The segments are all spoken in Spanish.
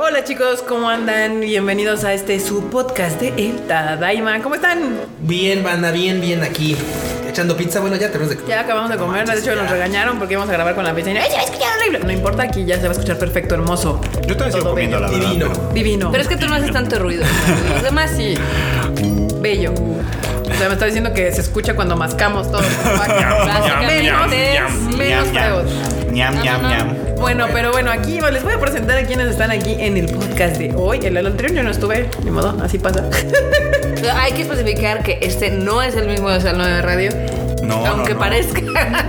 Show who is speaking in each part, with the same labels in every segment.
Speaker 1: Hola chicos, ¿cómo andan? Bienvenidos a este su podcast de El Tadaima. ¿Cómo están?
Speaker 2: Bien, banda, bien, bien aquí. Echando pizza, bueno, ya tenemos de
Speaker 1: Ya acabamos de comer, de hecho nos regañaron porque íbamos a grabar con la pizza y ¡Ay, se va a escuchar horrible! No importa, aquí ya se va a escuchar perfecto, hermoso.
Speaker 3: Yo también sigo
Speaker 1: Todo
Speaker 3: comiendo, la
Speaker 1: bello.
Speaker 3: verdad.
Speaker 2: Divino.
Speaker 3: pero-
Speaker 1: Divino.
Speaker 4: Pero es que tú no haces tanto ruido. Los demás sí.
Speaker 1: bello. O sea, me está diciendo que se escucha cuando mascamos todos. Menos, menos feos.
Speaker 3: Ñam, ñam, ñam.
Speaker 1: Bueno, pero bueno, aquí les voy a presentar a quienes están aquí en el podcast de hoy. El el anterior yo no estuve, ni modo, así pasa.
Speaker 4: Hay que especificar que este no es el mismo de Salón de Radio.
Speaker 3: No, no,
Speaker 4: Aunque
Speaker 3: no.
Speaker 4: parezca.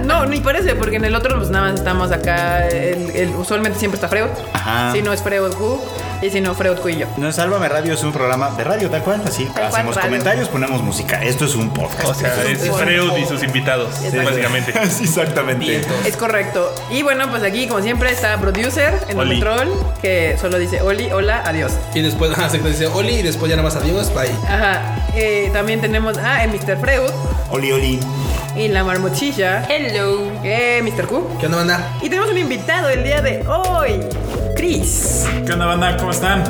Speaker 1: No, ni parece, porque en el otro pues nada más estamos acá. el- el- usualmente siempre está Freud.
Speaker 3: Ajá.
Speaker 1: Si no es Freud Gu y si no Freud Gu y yo.
Speaker 3: No, Sálvame Radio es un programa de radio, tal cual. Así
Speaker 1: cual,
Speaker 3: hacemos
Speaker 1: radio.
Speaker 3: comentarios, ponemos música. Esto es un podcast.
Speaker 2: O sea,
Speaker 5: Es
Speaker 1: Sí.
Speaker 5: Freud y sus invitados,
Speaker 1: Exacto.
Speaker 5: básicamente.
Speaker 3: Sí, exactamente.
Speaker 2: Vientos.
Speaker 1: Es correcto. Y bueno, pues aquí como siempre está producer en
Speaker 5: Oli.
Speaker 1: el control que solo dice Oli, hola, adiós.
Speaker 2: Y después, ajá, se dice Oli y después ya nada más adiós, bye.
Speaker 1: Ajá. Eh, también tenemos a el Mr. Freud
Speaker 3: Oli, oli.
Speaker 1: y la marmochilla,
Speaker 4: Hello.
Speaker 1: eh, Mr. Q.
Speaker 2: ¿Qué onda, banda?
Speaker 1: Y tenemos un invitado el día de hoy, Chris.
Speaker 6: ¿Qué onda, banda? ¿Cómo están?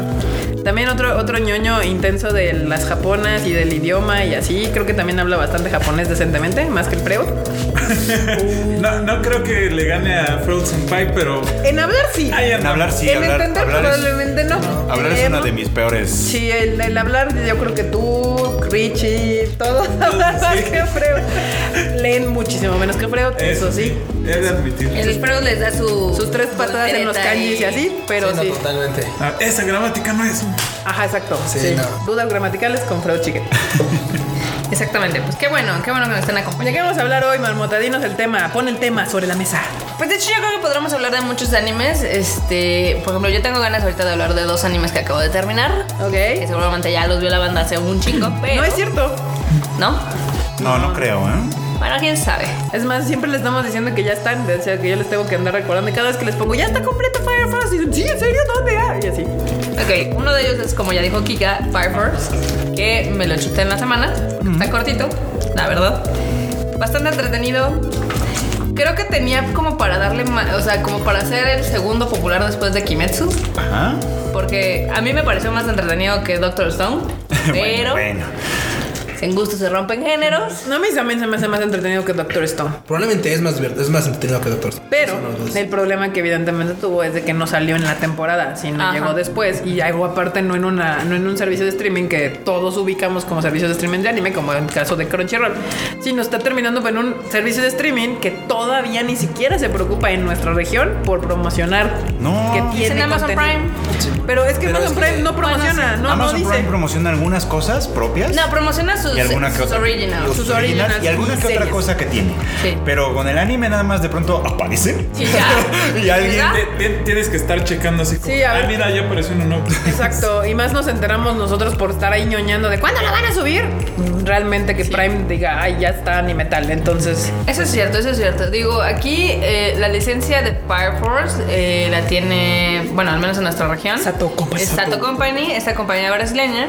Speaker 1: También otro, otro ñoño intenso de las japonas y del idioma y así. Creo que también habla bastante japonés decentemente, más que el Freud.
Speaker 6: No, no creo que le gane a Frozen Pie, pero.
Speaker 1: En hablar sí.
Speaker 6: Ay,
Speaker 3: En hablar sí,
Speaker 1: en
Speaker 3: hablar,
Speaker 1: entender
Speaker 3: hablar es,
Speaker 1: probablemente no.
Speaker 3: hablar es
Speaker 1: Leer,
Speaker 3: una
Speaker 1: ¿no?
Speaker 3: de mis peores.
Speaker 1: Sí, el, el hablar, yo creo que tú, Richie, todos hablan más que Freud. Leen muchísimo menos que Freud, eso, sí.
Speaker 6: He de admitir.
Speaker 4: El Freud les da su.
Speaker 1: Sus tres patadas en los
Speaker 4: voltereta
Speaker 1: kanjis y así, pero
Speaker 2: no,
Speaker 1: sí.
Speaker 2: totalmente.
Speaker 6: Ah, esa gramática no es. un-
Speaker 1: Ajá, exacto.
Speaker 2: Sí,
Speaker 1: sí.
Speaker 2: no.
Speaker 1: Dudas gramaticales con Freud Chicken.
Speaker 4: Exactamente. Pues qué bueno, qué bueno que nos están
Speaker 1: ¿De qué
Speaker 4: acompañando.
Speaker 1: vamos a hablar hoy, Marmotadinos? El tema, pon el tema sobre la mesa.
Speaker 4: Pues de hecho, yo creo que podremos hablar de muchos animes. Este, por ejemplo, yo tengo ganas ahorita de hablar de dos animes que acabo de terminar.
Speaker 1: Ok.
Speaker 4: Que seguramente ya los vio la banda hace un chingo, pero.
Speaker 1: No es cierto.
Speaker 4: ¿No?
Speaker 3: No, no creo, ¿eh?
Speaker 4: Bueno, quién sabe.
Speaker 1: Es más, siempre les estamos diciendo que ya están, o sea, que yo les tengo que andar recordando. Y cada vez que les pongo, ya está completo Fire Force. Y dicen, sí, ¿en serio? ¿Dónde? Ah?" Y así.
Speaker 4: Ok, uno de ellos es, como ya dijo Kika, Fire Force, que me lo chuté en la semana. Está cortito, la verdad. Bastante entretenido. Creo que tenía como para darle, ma- o sea, como para ser el segundo popular después de Kimetsu,
Speaker 3: Ajá.
Speaker 4: porque a mí me pareció más entretenido que Doctor Stone, pero
Speaker 3: Bueno,
Speaker 4: en gusto se rompen géneros.
Speaker 1: No, a mí también se me hace más entretenido que Doctor Stone.
Speaker 2: Probablemente es más divertido, es más entretenido que Doctor.
Speaker 1: Pero
Speaker 2: Son los dos.
Speaker 1: el problema que evidentemente tuvo es de que no salió en la temporada, sino
Speaker 4: Ajá.
Speaker 1: llegó después y llegó aparte no en una no en un servicio de streaming que todos ubicamos como servicios de streaming de anime, como en el caso de Crunchyroll, sino está terminando en un servicio de streaming que todavía ni siquiera se preocupa en nuestra región por promocionar
Speaker 3: No.
Speaker 1: que
Speaker 3: Es
Speaker 1: tiene
Speaker 4: en Amazon
Speaker 1: contenido.
Speaker 4: Prime.
Speaker 1: Pero es que
Speaker 2: Pero
Speaker 1: Amazon
Speaker 2: es que-
Speaker 1: Prime no promociona,
Speaker 4: Bueno, sí.
Speaker 1: no, no
Speaker 3: Amazon
Speaker 1: dice.
Speaker 3: Prime promociona algunas cosas propias.
Speaker 4: No, promociona sus,
Speaker 3: Y alguna que
Speaker 4: sus
Speaker 3: otra.
Speaker 4: originals.
Speaker 1: Sus originals
Speaker 3: y alguna que otra
Speaker 1: series.
Speaker 3: cosa que tiene.
Speaker 4: Sí.
Speaker 3: Pero con el anime nada más de pronto aparece.
Speaker 4: Y ya.
Speaker 3: Y alguien
Speaker 4: ¿Verdad?
Speaker 6: Te- te- Tienes que estar checando así como.
Speaker 1: Sí, a ver.
Speaker 6: Ah, mira, ya apareció uno nuevo.
Speaker 1: Exacto, y más nos enteramos nosotros por estar ahí ñoñando de cuándo lo van a subir. Realmente que Prime diga, ay, ya está ni metal. Entonces,
Speaker 4: Eso es cierto, eso es cierto. Digo, aquí eh, la licencia de Fire Force eh, la tiene, bueno, al menos en nuestra región.
Speaker 1: Sato Company.
Speaker 4: Es Sato Company, esta compañía brasileña.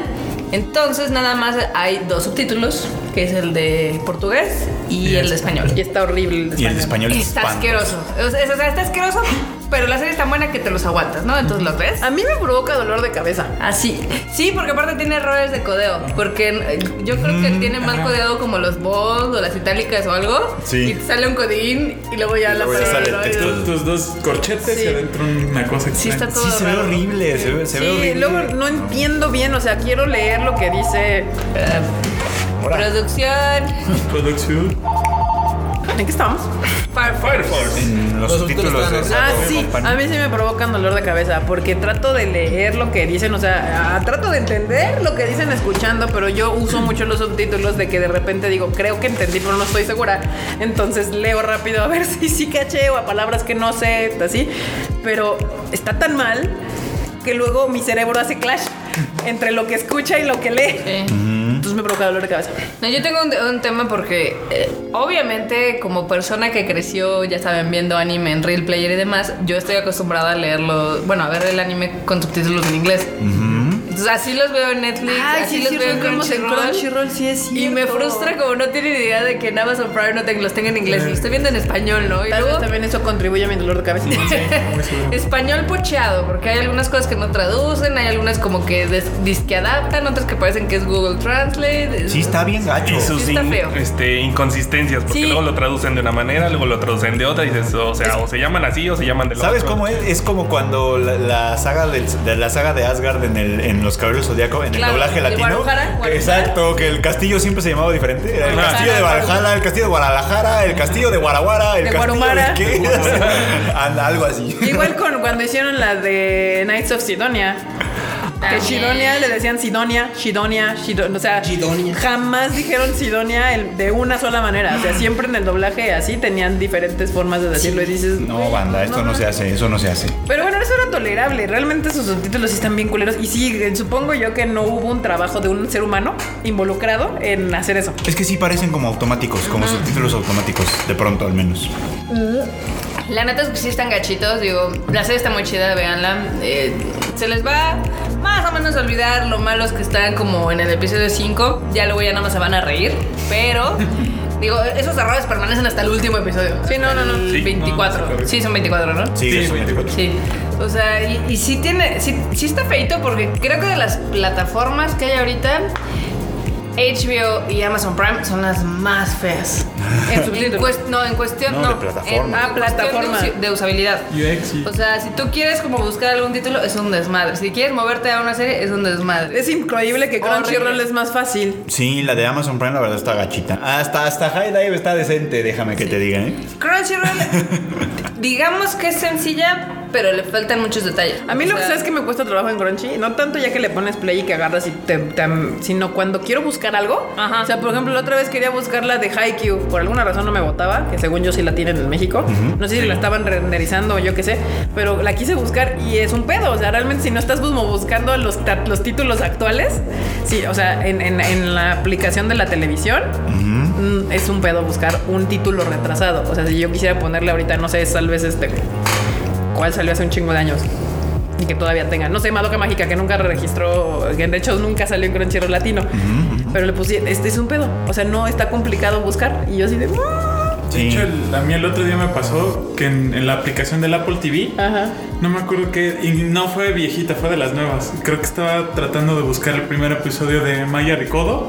Speaker 4: Entonces, nada más hay dos subtítulos, que es el de portugués y el de español.
Speaker 1: y está horrible.
Speaker 3: Y el de español
Speaker 4: Está
Speaker 3: espanto.
Speaker 4: asqueroso. O sea, es- o sea, está asqueroso, pero la serie es tan buena que te los aguantas, ¿no? Entonces los ves.
Speaker 1: A mí me provoca dolor de cabeza.
Speaker 4: Así. Ah, Sí, porque aparte tiene errores de codeo. Porque eh, yo creo
Speaker 3: Mm,
Speaker 4: que tiene mal codeado como los bold o las itálicas o algo.
Speaker 3: Sí.
Speaker 4: Y te sale un codín y luego ya la
Speaker 3: luego ya
Speaker 4: pared,
Speaker 3: sale el
Speaker 4: ¿no?
Speaker 3: texto.
Speaker 6: Tus, tus dos corchetes
Speaker 1: Sí.
Speaker 6: y adentro una cosa
Speaker 4: Sí, está
Speaker 6: extraña.
Speaker 4: todo
Speaker 3: Sí, se ve
Speaker 4: raro.
Speaker 3: horrible, se ve, se ve
Speaker 1: Sí,
Speaker 3: horrible.
Speaker 1: luego no entiendo bien, o sea, quiero leer lo que dice.
Speaker 4: Eh,
Speaker 3: Ahora,
Speaker 4: producción.
Speaker 6: Producción.
Speaker 1: ¿En qué estamos?
Speaker 4: Fire
Speaker 5: Fire
Speaker 4: Force.
Speaker 5: Force.
Speaker 3: en los
Speaker 2: Los
Speaker 3: subtítulos
Speaker 2: subtítulos
Speaker 3: de
Speaker 2: están
Speaker 1: Ah,
Speaker 3: Sato
Speaker 1: sí,
Speaker 3: Company.
Speaker 1: a mí sí me provocan dolor de cabeza porque trato de leer lo que dicen, o sea, ah, trato de entender lo que dicen escuchando, pero yo uso mucho los subtítulos de que de repente digo, creo que entendí, pero no estoy segura. Entonces leo rápido a ver si sí caché o a palabras que no sé, así. Pero está tan mal que luego mi cerebro hace clash entre lo que escucha y lo que lee.
Speaker 4: Sí.
Speaker 1: Entonces me provoca dolor de cabeza.
Speaker 4: eh. No, yo tengo un, un tema porque eh, obviamente como persona que creció, ya saben, viendo anime en Real Player y demás, yo estoy acostumbrada a leerlo, bueno, a ver el anime con subtítulos en inglés. Entonces, así los veo en Netflix,
Speaker 1: Ay,
Speaker 4: así
Speaker 1: sí,
Speaker 4: los
Speaker 1: sí,
Speaker 4: veo en
Speaker 1: vemos en
Speaker 4: Crunchyroll.
Speaker 1: Crunchyroll, sí es
Speaker 4: Y me
Speaker 1: cierto.
Speaker 4: frustra como no tiene idea de que en Amazon Prime no te- los tenga en inglés, los estoy viendo en español, ¿no? Y
Speaker 1: Tal vez
Speaker 4: luego,
Speaker 1: también eso contribuye a mi dolor de cabeza.
Speaker 4: español pocheado, porque hay algunas cosas que no traducen, hay algunas como que des- disque adaptan, otras que parecen que es Google Translate.
Speaker 3: Sí, está bien gacho.
Speaker 5: Y sus
Speaker 4: Sí está
Speaker 5: in-
Speaker 4: feo.
Speaker 5: este, inconsistencias, porque
Speaker 4: Sí.
Speaker 5: luego lo traducen de una manera, luego lo traducen de otra, y dices, o sea, o se llaman así o se llaman de la
Speaker 7: ¿Sabes cómo es? Es como cuando la, la saga del, de la saga de Asgard en, el, en los Caballeros Zodíaco, en el
Speaker 4: Claro,
Speaker 7: doblaje
Speaker 4: de
Speaker 7: latino.
Speaker 4: Guadalajara, Guadalajara.
Speaker 7: Exacto, que el castillo siempre se llamaba diferente. Era El
Speaker 5: Ajá.
Speaker 7: castillo de Valhalla, el castillo de Guadalajara, el castillo de Guaraguara, el
Speaker 1: De
Speaker 7: castillo
Speaker 1: Guarumara.
Speaker 7: de qué. Anda, algo así.
Speaker 1: Igual con cuando hicieron la de Knights of Sidonia. Que
Speaker 4: También.
Speaker 1: Sidonia le decían Sidonia, Sidonia, Sidonia. O sea,
Speaker 2: Sidonia.
Speaker 1: jamás dijeron Sidonia el- de una sola manera. O sea, siempre en el doblaje así tenían diferentes formas de decirlo. Y dices, "Mm".
Speaker 3: No, banda, esto no se hace, eso no se hace.
Speaker 1: Pero bueno, eso era tolerable. Realmente sus subtítulos sí están bien culeros. Y sí, eh, supongo yo que no hubo un trabajo de un ser humano involucrado en hacer eso.
Speaker 3: Es que sí parecen como automáticos, como subtítulos automáticos, de pronto al menos.
Speaker 4: La neta es que sí están gachitos, digo, la serie está muy chida, véanla. Eh, se les va más o menos a olvidar lo malos que están como en el episodio 5. Ya luego ya nada más se van a reír, pero digo, esos errores permanecen hasta el último episodio. Sí, no, no, no.
Speaker 5: Sí,
Speaker 4: 24.
Speaker 5: no, no, sí,
Speaker 4: sí, son 24, ¿no?
Speaker 7: Sí,
Speaker 5: Sí,
Speaker 7: eso,
Speaker 5: güey.
Speaker 4: Sí. O sea, y, y sí tiene, sí, sí está feito porque creo que de las plataformas que hay ahorita, HBO y Amazon Prime son las más feas.
Speaker 1: Ah. En
Speaker 4: En
Speaker 1: subtítulos.
Speaker 4: cuest- no, en cuestión no.
Speaker 7: No, de plataforma.
Speaker 4: En- ah, plataforma.
Speaker 1: plataforma.
Speaker 4: De, usi- de usabilidad.
Speaker 6: UX, sí.
Speaker 4: O sea, si tú quieres como buscar algún título, es un desmadre. Si quieres moverte a una serie, es un desmadre.
Speaker 1: Es increíble que Crunchyroll
Speaker 4: Horrible.
Speaker 1: es más fácil.
Speaker 7: Sí, la de Amazon Prime la verdad está gachita. Hasta, hasta High Dive está decente, déjame que te diga, ¿eh?
Speaker 4: Crunchyroll, digamos que es sencilla, pero le faltan muchos detalles.
Speaker 1: A mí lo
Speaker 4: O
Speaker 1: que
Speaker 4: sea,
Speaker 1: sabes que me cuesta trabajo en Crunchy, no tanto ya que le pones play y que agarras y te, te- sino cuando quiero buscar algo.
Speaker 4: Ajá.
Speaker 1: O sea, por ejemplo, la otra vez quería buscar la de Haikyuu, por alguna razón no me votaba, que según yo sí la tienen en México. No sé si la estaban renderizando o yo qué sé, pero la quise buscar y es un pedo. O sea, realmente si no estás como buscando los, ta- los títulos actuales, sí, o sea, en, en- en la aplicación de la televisión. mm, Es un pedo buscar un título retrasado. O sea, si yo quisiera ponerle ahorita, no sé, tal vez este ¿Cuál salió hace un chingo de años? Y que todavía tenga. No sé, Madoka Mágica, que nunca registró, que de hecho nunca salió en Crunchyroll Latino. Pero le pusieron, este es un pedo. O sea, no está complicado buscar. Y yo así de. "Ah".
Speaker 6: De hecho, el- a mí el otro día me pasó que en, en la aplicación del Apple TV,
Speaker 1: Ajá.
Speaker 6: no me acuerdo qué, y no fue viejita, fue de las nuevas. Creo que estaba tratando de buscar el primer episodio de Maya Ricodo.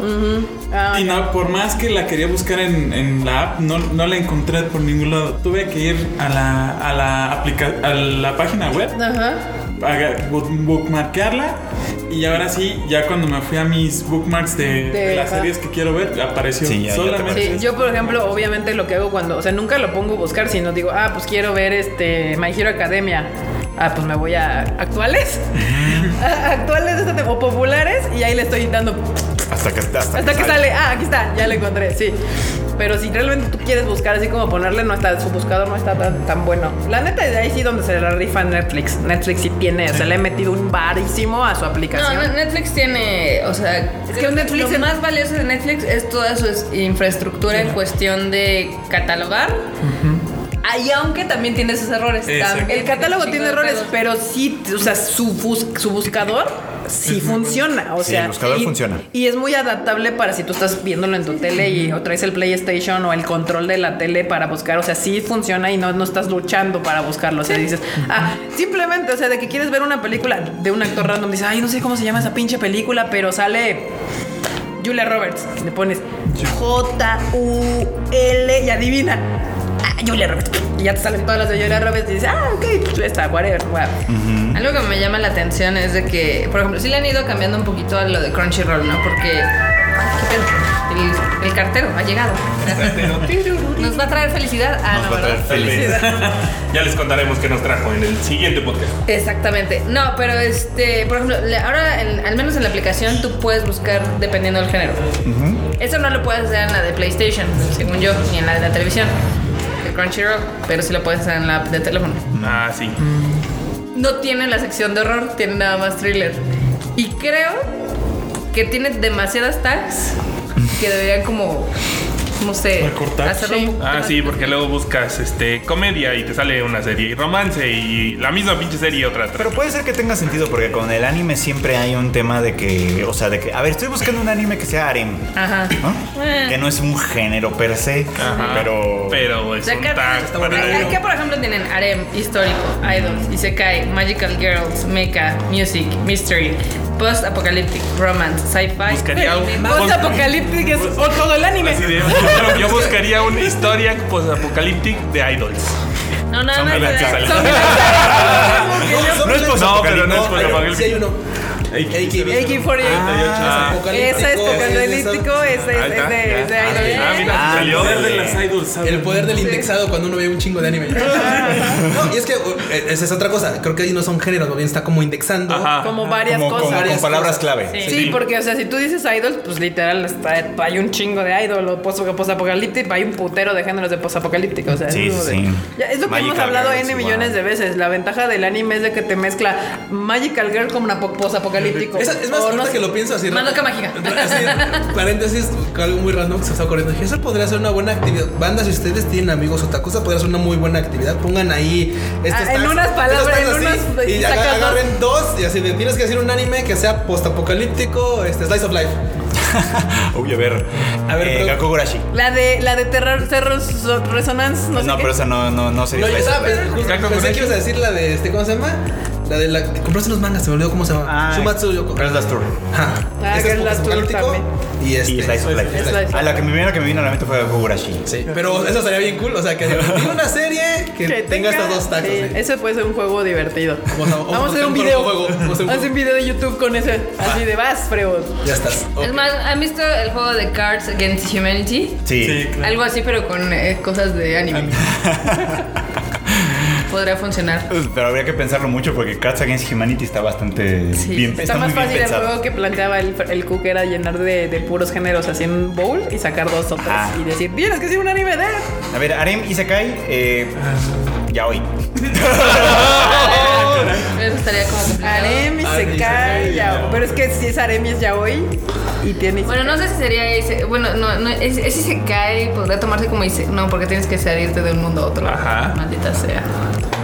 Speaker 1: Ah,
Speaker 6: Y no, por más que la quería buscar en, en la app, no, no la encontré por ningún lado. Tuve que ir a la, a la, aplica- a la página web,
Speaker 1: Ajá.
Speaker 6: a bu- bookmarkearla. Y ahora sí, ya cuando me fui a mis bookmarks de,
Speaker 1: De-
Speaker 6: las
Speaker 1: ajá.
Speaker 6: series que quiero ver, apareció
Speaker 7: Sí, ya- ya te
Speaker 6: solamente.
Speaker 1: Sí, yo por ejemplo, obviamente lo que hago cuando, o sea, nunca lo pongo a buscar, sino digo, ah, pues quiero ver este My Hero Academia. Ah, pues me voy a actuales. A- actuales este tipo, o populares y ahí le estoy dando
Speaker 7: Hasta que, hasta
Speaker 1: hasta que sale. Ah, aquí está, ya lo encontré, sí. Pero si realmente tú quieres buscar así como ponerle, no está, su buscador no está tan, tan bueno. La neta, de ahí sí donde se la rifa Netflix. Netflix sí tiene, o sea, le he metido un barísimo a su
Speaker 4: No,
Speaker 1: aplicación.
Speaker 4: Ne- Netflix tiene, o sea, es que Netflix lo más valioso de Netflix es toda su es- infraestructura en cuestión de catalogar. Ah, Y aunque también tiene sus errores.
Speaker 6: Exacto.
Speaker 4: también
Speaker 1: El catálogo
Speaker 4: un
Speaker 1: tiene
Speaker 4: chingo de
Speaker 1: errores,
Speaker 4: pedos.
Speaker 1: pero sí, o sea, su, bus- su buscador sí funciona. O
Speaker 7: Sí,
Speaker 1: sea,
Speaker 7: el buscador
Speaker 1: y,
Speaker 7: funciona.
Speaker 1: Y es muy adaptable para si tú estás viéndolo en tu tele y o traes el PlayStation o el control de la tele para buscar. O sea, sí funciona y no, no estás luchando para buscarlo. O sea, dices, ah, simplemente, o sea, de que quieres ver una película de un actor random, dices, ay, no sé cómo se llama esa pinche película, pero sale. Julia Roberts. Le pones J-U-L y adivina. Ah, Julia Roberts. Y ya te salen todas las de Julia Roberts y dices, ah, ok, está, whatever. wow.
Speaker 4: Algo que me llama la atención es de que, por ejemplo, sí le han ido cambiando un poquito a lo de Crunchyroll, ¿no? Porque ay, qué pedo, el, el cartero ha llegado. Nos va a traer felicidad. Ah,
Speaker 7: Nos
Speaker 4: no,
Speaker 7: va a
Speaker 4: ¿verdad?
Speaker 7: traer feliz.
Speaker 5: Ya les contaremos qué nos trajo en el siguiente podcast.
Speaker 4: Exactamente. No, pero este, por ejemplo, le- ahora en- al menos en la aplicación tú puedes buscar dependiendo del género. Eso no lo puedes hacer en la de PlayStation, según yo, ni en la de la televisión. De Crunchyroll, pero sí lo puedes hacer en la app de teléfono.
Speaker 5: Ah, sí.
Speaker 4: No tiene la sección de horror, tiene nada más thriller. Y creo que tiene demasiadas tags que deberían como no sé,
Speaker 6: Recortar.
Speaker 4: hacerlo
Speaker 1: Sí.
Speaker 4: un poco
Speaker 5: Ah,
Speaker 4: más
Speaker 5: sí, porque luego buscas este comedia y te sale una serie y romance y la misma pinche serie otra. otra.
Speaker 7: Pero puede ser que tenga sentido porque con el anime siempre hay un tema de que, o sea, de que, a ver, estoy buscando un anime que sea harem,
Speaker 4: Ajá.
Speaker 7: ¿no?
Speaker 1: Eh.
Speaker 7: Que no es un género per se,
Speaker 5: Ajá.
Speaker 7: pero
Speaker 5: Pero es
Speaker 4: Ya
Speaker 5: un
Speaker 4: que-
Speaker 5: tag para
Speaker 4: Acá, acá, por ejemplo, tienen Harem, Histórico, Idols, Isekai, Magical Girls, Mecha, Music, Mystery, Post Apocalyptic, Romance, Sci-Fi.
Speaker 5: Buscaría un-
Speaker 4: anime.
Speaker 5: Post-
Speaker 1: Post-apocalíptico es o todo el anime.
Speaker 5: Así de- yo- yo buscaría una historia post-apocalíptic de idols.
Speaker 4: No, nada
Speaker 5: Son
Speaker 4: más.
Speaker 5: relaxes.
Speaker 4: son
Speaker 2: Ah,
Speaker 4: relaxes.
Speaker 2: No
Speaker 7: es
Speaker 5: No, pero no es
Speaker 2: pero
Speaker 5: posapocalíptico.
Speaker 2: sí hay uno. AKB.
Speaker 1: AK-48.
Speaker 5: Ah,
Speaker 1: Esa es
Speaker 2: apocalíptico,
Speaker 1: apocalíptico, esa es,
Speaker 5: Ahí está.
Speaker 1: es de, es de
Speaker 5: Ah,
Speaker 4: ¿Eh?
Speaker 1: Idol.
Speaker 5: ah, mira,
Speaker 7: Ah,
Speaker 5: salió.
Speaker 6: Poder de las idols, ¿sabes?
Speaker 2: El poder del indexado cuando uno ve un chingo de anime. No, y es que uh, esa es otra cosa. Creo que ahí no son géneros, más bien está como indexando.
Speaker 5: Ajá.
Speaker 1: Como varias
Speaker 7: Ah, como con,
Speaker 1: cosas.
Speaker 7: con palabras clave.
Speaker 1: Sí, porque, o sea, si tú dices idol, pues literal, está, hay un chingo de idol o post- postapocalíptico, hay un putero de géneros de postapocalíptico. O sea,
Speaker 7: Sí,
Speaker 1: es, como
Speaker 7: sí,
Speaker 1: de-
Speaker 7: sí.
Speaker 1: Ya, es lo que
Speaker 7: Magical
Speaker 1: hemos hablado
Speaker 7: Girls,
Speaker 1: N
Speaker 7: igual.
Speaker 1: millones de veces. La ventaja del anime es de que te mezcla Magical Girl con una po- postapocalíptico.
Speaker 2: Esa- es más,
Speaker 1: O
Speaker 2: ahorita
Speaker 1: sé-
Speaker 2: que lo pienso así.
Speaker 4: Madoka
Speaker 2: ra-
Speaker 4: Mágica.
Speaker 2: Así, paréntesis, con algo muy random que se está ocurriendo. Dije, Eso podría ser una buena actividad. Banda, si ustedes tienen amigos otakus, esa podría ser una muy buena actividad. Pongan ahí estos
Speaker 1: Ah, en
Speaker 2: tags,
Speaker 1: unas
Speaker 2: estos
Speaker 1: palabras,
Speaker 2: tags
Speaker 1: en
Speaker 2: así,
Speaker 1: unas- pues,
Speaker 2: Y
Speaker 1: y
Speaker 2: aga-
Speaker 1: sacas dos.
Speaker 2: agarren dos. y así de tienes que decir un anime que sea postapocalíptico, este, slice of life.
Speaker 7: Uy, a ver.
Speaker 2: A ver,
Speaker 7: eh,
Speaker 2: pero-
Speaker 7: Gakugurashi.
Speaker 1: La de, la de Terror, Terror So- Resonance, no,
Speaker 7: No,
Speaker 1: sé
Speaker 7: pero esa no, no, no sería
Speaker 2: No, yo
Speaker 7: slice
Speaker 2: estaba
Speaker 7: of life.
Speaker 2: pensando- justo-
Speaker 5: Kako
Speaker 2: pensé
Speaker 5: Kurashi.
Speaker 2: que ibas a decir la de este, ¿cómo se llama? La de la que compraste los mangas, se me olvidó cómo se llama.
Speaker 7: Ah,
Speaker 2: Shumatsu Yoko.
Speaker 7: Girls Last Tour.
Speaker 2: Ajá.
Speaker 1: Ah,
Speaker 2: Ese es
Speaker 1: Girls Last Tour
Speaker 2: postapocalíptico
Speaker 1: también.
Speaker 2: Y este.
Speaker 7: Y Slice of Life.
Speaker 1: Slice of Life.
Speaker 7: A la que me vino, que me vino a la mente fue Gakugurashi.
Speaker 2: Sí, pero eso estaría bien cool. O sea, que tenga una serie que,
Speaker 1: Que
Speaker 2: tenga, estas dos tacos.
Speaker 1: sí,
Speaker 2: sí.
Speaker 1: Ese puede ser un juego divertido.
Speaker 2: Vamos a- vamos a
Speaker 1: hacer un
Speaker 2: hacer un
Speaker 1: video.
Speaker 2: juego, vamos a hacer un
Speaker 1: Vamos a hacer un video de YouTube con ese. Así de vas, Freud.
Speaker 2: Ya estás.
Speaker 4: Es más, ¿han visto el juego de Cards Against Humanity?
Speaker 6: Sí,
Speaker 7: Sí.
Speaker 6: claro.
Speaker 4: Algo así, pero con eh, cosas de anime. Podría funcionar.
Speaker 7: Pero habría que pensarlo mucho porque Cats Against Humanity está bastante
Speaker 4: Sí,
Speaker 7: bien
Speaker 1: Está,
Speaker 7: Está, muy
Speaker 1: más
Speaker 7: bien
Speaker 1: fácil el
Speaker 7: pensado.
Speaker 1: juego que planteaba el, el cook era llenar de, de puros géneros así en un bowl y sacar dos o tres
Speaker 7: Ajá.
Speaker 1: y decir, tienes que ser un anime de...
Speaker 7: A ver, Arem Isekai, eh,
Speaker 2: Ah.
Speaker 7: ya hoy.
Speaker 4: Eso estaría como complicado.
Speaker 1: Aremi se cae ya. Pero es que si es Aremi es ya hoy y tiene...
Speaker 4: Bueno, no sé si sería ese. Bueno, no, no, es, es Isekai, podría tomarse como Isekai. No, porque tienes que salirte de un mundo a otro.
Speaker 5: Ajá.
Speaker 4: Maldita sea.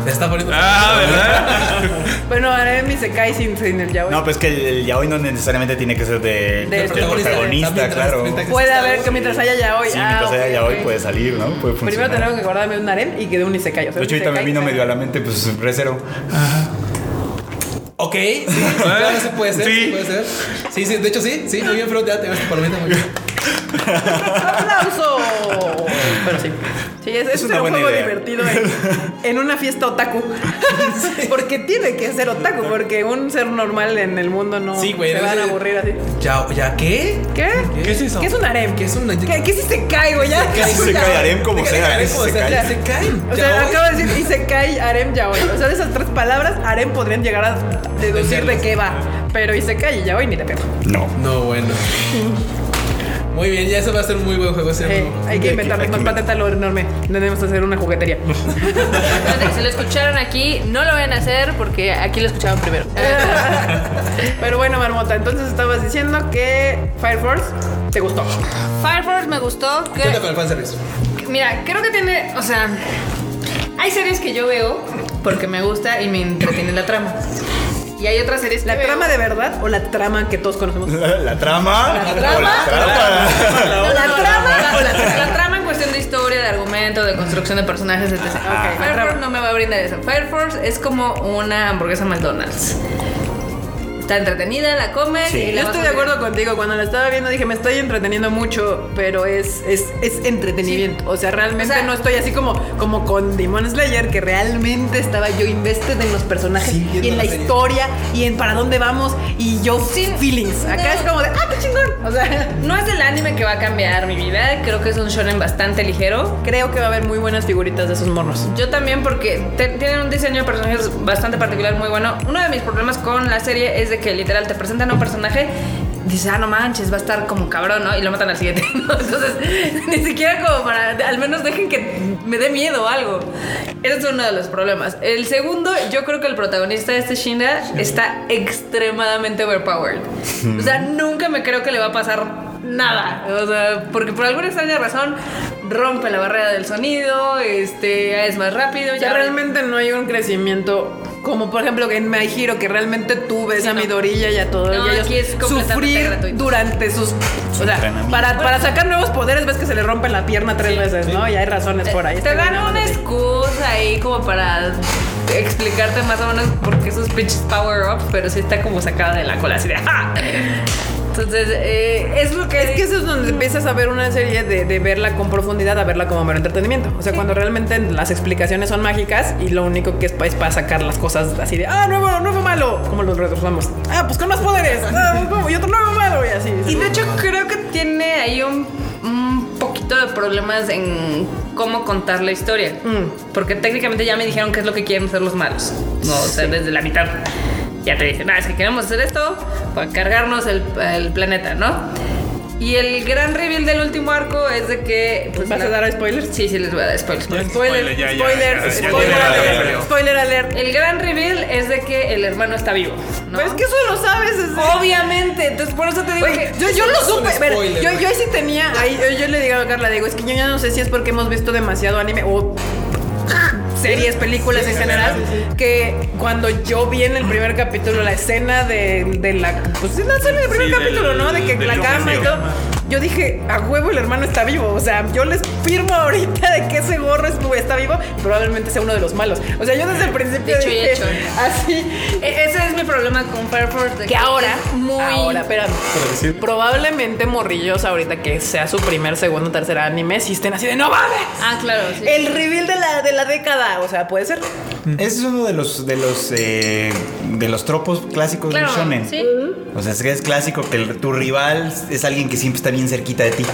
Speaker 2: Te está poniendo.
Speaker 5: Ah, ¿verdad?
Speaker 1: Bueno, Aremi se cae sin, sin el ya hoy.
Speaker 7: No, pues que el, el ya hoy no necesariamente tiene que ser de, del protagonista,
Speaker 1: protagonista.
Speaker 2: Mientras-
Speaker 7: claro.
Speaker 2: mientras-
Speaker 1: Puede haber que mientras haya ya hoy. Ah,
Speaker 7: Sí, mientras haya ya hoy puede salir, ¿no? Puede
Speaker 1: Primero
Speaker 7: funcionar.
Speaker 1: tenemos que guardarme un Arem y que de un Isekai. O sea,
Speaker 7: de
Speaker 1: un
Speaker 7: hecho, ahorita me
Speaker 1: isekai
Speaker 7: vino
Speaker 1: sale-
Speaker 7: medio a la mente, pues, recero.
Speaker 2: Ok, sí,
Speaker 7: Ah.
Speaker 2: claro, sí puede ser. Sí.
Speaker 5: Sí.
Speaker 2: puede ser. Sí, sí, de hecho sí, sí, muy bien, pero ya te vas tu palomita. Muy bien.
Speaker 1: ¡Aplauso! Pero sí. Sí, es, es
Speaker 7: una
Speaker 1: un
Speaker 7: buena
Speaker 1: juego
Speaker 7: idea.
Speaker 1: divertido en, en una fiesta otaku. porque tiene que ser otaku, porque un ser normal en el mundo no
Speaker 2: Sí, güey,
Speaker 1: se
Speaker 2: debe
Speaker 1: van a
Speaker 2: ser-
Speaker 1: aburrir así.
Speaker 2: ¿Ya, ¿Ya qué?
Speaker 1: ¿Qué?
Speaker 2: ¿Qué es eso?
Speaker 1: ¿Qué es un harem?
Speaker 2: ¿Qué es un-
Speaker 1: ¿Qué, qué si se cae, güey? Ya.
Speaker 7: ¿Qué si se
Speaker 1: ya.
Speaker 7: cae harem como sea? ¿Qué si se
Speaker 2: sea,
Speaker 7: cae?
Speaker 2: se caen.
Speaker 1: O sea, acabo de decir y se cae harem ya hoy. O sea, de esas tres palabras, harem podrían llegar a deducir de qué va. Pero y se cae ya hoy ni de pedo.
Speaker 7: No.
Speaker 2: No, bueno. Muy bien, ya eso va a ser un muy buen juego. ese
Speaker 1: Eh,
Speaker 2: juego.
Speaker 1: hay que inventarnos más patenta lo enorme. Tenemos que hacer una juguetería.
Speaker 4: Fíjate que si lo escucharon aquí, no lo vayan a hacer porque aquí lo escucharon primero.
Speaker 1: Pero bueno, Marmota, entonces estabas diciendo que Fire Force te gustó.
Speaker 4: Fire Force me gustó. que-
Speaker 2: ¿Qué onda con el fanservice?
Speaker 4: Mira, creo que tiene, o sea, hay series que yo veo porque me gusta y me entretiene la trama. Y hay otras series que
Speaker 1: ¿La
Speaker 4: veo-
Speaker 1: trama de verdad o la trama que todos conocemos?
Speaker 7: La, la trama.
Speaker 4: La
Speaker 7: o
Speaker 4: trama.
Speaker 7: La trama.
Speaker 4: No, no, no,
Speaker 1: ¿La
Speaker 4: no,
Speaker 1: trama?
Speaker 4: no, la, la trama en cuestión de historia, de argumento, de construcción de personajes, etc.
Speaker 1: Ah, Ok,
Speaker 4: Fire
Speaker 1: la
Speaker 4: Force
Speaker 1: trama.
Speaker 4: no me va a brindar eso. Fire Force es como una hamburguesa McDonald's. Está entretenida, la comes y la
Speaker 1: Yo
Speaker 4: vas
Speaker 1: estoy
Speaker 4: a
Speaker 1: de
Speaker 4: ver.
Speaker 1: acuerdo contigo. Cuando la estaba viendo dije, me estoy entreteniendo mucho, pero es, es, es entretenimiento. O sea, realmente
Speaker 4: O sea-
Speaker 1: no estoy así como, como con Demon Slayer, que realmente estaba yo invested en los personajes
Speaker 2: Sí, viendo
Speaker 1: y en
Speaker 2: la
Speaker 1: la
Speaker 2: serie.
Speaker 1: historia y en para dónde vamos y yo
Speaker 4: Sí,
Speaker 1: feelings. Acá
Speaker 4: no.
Speaker 1: es como de, ah, qué chingón. O sea,
Speaker 4: No es el anime que va a cambiar mi vida, creo que es un shonen bastante ligero.
Speaker 1: creo que va a haber muy buenas figuritas de esos morros.
Speaker 4: Yo también porque te- tienen un diseño de personajes bastante particular, muy bueno. Uno de mis problemas con la serie es de que literal te presentan a un personaje, dices, ah, no manches, va a estar como cabrón, ¿no? Y lo matan al siguiente. ¿no? Entonces, ni siquiera como para, al menos dejen que me dé miedo o algo. Ese es uno de los problemas. El segundo, yo creo que el protagonista de este Shinra está extremadamente overpowered. O sea, nunca me creo que le va a pasar nada. O sea, porque por alguna extraña razón rompe la barrera del sonido, este, es más rápido.
Speaker 1: O sea,
Speaker 4: ya-
Speaker 1: realmente no hay un crecimiento como por ejemplo en My Hero que realmente tú ves a
Speaker 4: no.
Speaker 1: Midorilla y a todo
Speaker 4: No,
Speaker 1: y ellos
Speaker 4: aquí es completamente
Speaker 1: sufrir
Speaker 4: gratuito.
Speaker 1: durante sus o sea,
Speaker 7: entrenamiento.
Speaker 1: para, para sacar nuevos poderes ves que se le rompe la pierna tres veces, ¿no? Y hay razones por ahí.
Speaker 4: Eh, Te
Speaker 1: Este güey
Speaker 4: dan
Speaker 1: nada
Speaker 4: una
Speaker 1: más-
Speaker 4: excusa ahí como para explicarte más o menos por qué esos pinches power-ups, pero sí está como sacada de la cola así de ¡ja! Entonces, eh, es lo que...
Speaker 1: Es que eso es donde empiezas a ver una serie de, de verla con profundidad, a verla como mero entretenimiento. O sea, cuando realmente las explicaciones son mágicas y lo único que es, pa- es para sacar las cosas así de, ah, nuevo, nuevo malo, como los retrasamos. Ah, pues con más poderes. Ah, y otro nuevo malo y así.
Speaker 4: Y de hecho creo que tiene ahí un, un poquito de problemas en cómo contar la historia.
Speaker 1: Mm.
Speaker 4: Porque técnicamente ya me dijeron qué es lo que quieren hacer los malos. No, o sea, desde la mitad. Ya te dicen, ah, es que queremos hacer esto para cargarnos el, el planeta, ¿no? Y el gran reveal del último arco es de que... pues,
Speaker 1: ¿Vas a
Speaker 4: la-
Speaker 1: dar spoilers?
Speaker 4: Sí, sí, les voy a dar spoilers.
Speaker 1: Spoiler,
Speaker 5: Spoiler, ya, ya,
Speaker 1: spoiler,
Speaker 5: ya, ya, ya,
Speaker 1: spoiler
Speaker 5: ya,
Speaker 7: ya,
Speaker 1: alert,
Speaker 5: ya.
Speaker 1: spoiler alert.
Speaker 4: El gran reveal es de que el hermano está vivo. ¿no?
Speaker 1: Pero Pues es que eso lo sabes. desde-
Speaker 4: Obviamente, entonces por eso te digo
Speaker 1: Oye,
Speaker 4: que...
Speaker 1: yo, yo lo
Speaker 2: es un
Speaker 1: supe. a ver,
Speaker 2: spoiler,
Speaker 1: yo,
Speaker 2: güey.
Speaker 1: yo ahí sí tenía. Ahí, yo, yo le digo a Carla, digo, es que yo ya no sé si es porque hemos visto demasiado anime o series, películas en general, que cuando yo vi en el primer capítulo la escena de, de la. Pues es la escena del primer
Speaker 5: Sí, del-
Speaker 1: capítulo, ¿no? De que
Speaker 5: del
Speaker 1: la cama y
Speaker 5: homicidio.
Speaker 1: todo. Yo dije, a huevo el hermano está vivo. O sea, yo les firmo ahorita de que ese gorro estuvo- está vivo. Probablemente sea uno de los malos. O sea, yo desde el principio
Speaker 4: Dicho y
Speaker 1: dije,
Speaker 4: hecho.
Speaker 1: así.
Speaker 4: E- Ese es mi problema con Fireforce.
Speaker 1: que ahora,
Speaker 4: muy.
Speaker 1: ahora, espérame.
Speaker 6: decir.
Speaker 1: Probablemente morrillos ahorita que sea su primer, segundo, tercer anime, si estén así de no mames.
Speaker 4: Ah, claro. sí.
Speaker 1: El reveal de la, de la década, o sea, puede ser.
Speaker 7: Ese es uno de los de los eh, de los tropos clásicos
Speaker 4: Claro,
Speaker 7: del shonen.
Speaker 4: sí.
Speaker 7: O sea, es que es clásico que el- tu rival es alguien que siempre está bien cerquita de ti.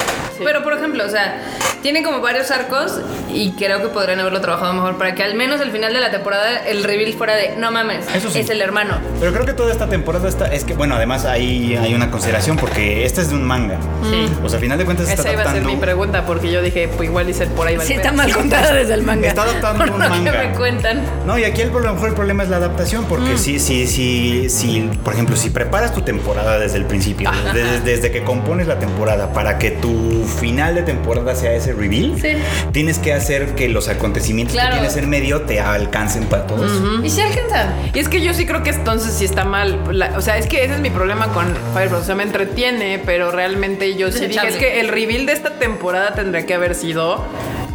Speaker 4: Pero por ejemplo, o sea, tiene como varios arcos y creo que podrían haberlo trabajado mejor para que al menos al final de la temporada el reveal fuera de no mames,
Speaker 7: Eso sí.
Speaker 4: es el hermano.
Speaker 7: Pero creo que toda esta temporada está. Es que, bueno, además hay, hay una consideración porque esta es de un manga.
Speaker 4: Sí.
Speaker 7: O sea, al final de cuentas está
Speaker 1: Esa iba a ser
Speaker 7: adaptando-
Speaker 1: mi pregunta, porque yo dije, pues igual dice por ahí va el
Speaker 4: Sí, está
Speaker 1: pedo.
Speaker 4: mal contada desde el manga.
Speaker 7: Está adaptando
Speaker 4: por
Speaker 7: un
Speaker 4: lo que
Speaker 7: manga.
Speaker 4: me cuentan.
Speaker 7: No, y aquí el, a lo mejor el problema es la adaptación, porque si, si, si, si, por ejemplo, si preparas tu temporada desde el principio, desde, desde que compones la temporada, para que tu final de temporada sea ese reveal,
Speaker 4: Sí.
Speaker 7: tienes que hacer que los acontecimientos
Speaker 4: Claro.
Speaker 7: que tienes en medio te alcancen para todos.
Speaker 4: Y se alcanzan.
Speaker 1: Y es que yo sí creo que entonces sí está mal. La- o sea, es que ese es mi problema con Firefox. O sea, me entretiene, pero realmente yo sí dije,
Speaker 4: Desechable.
Speaker 1: es que el reveal de esta temporada tendría que haber sido.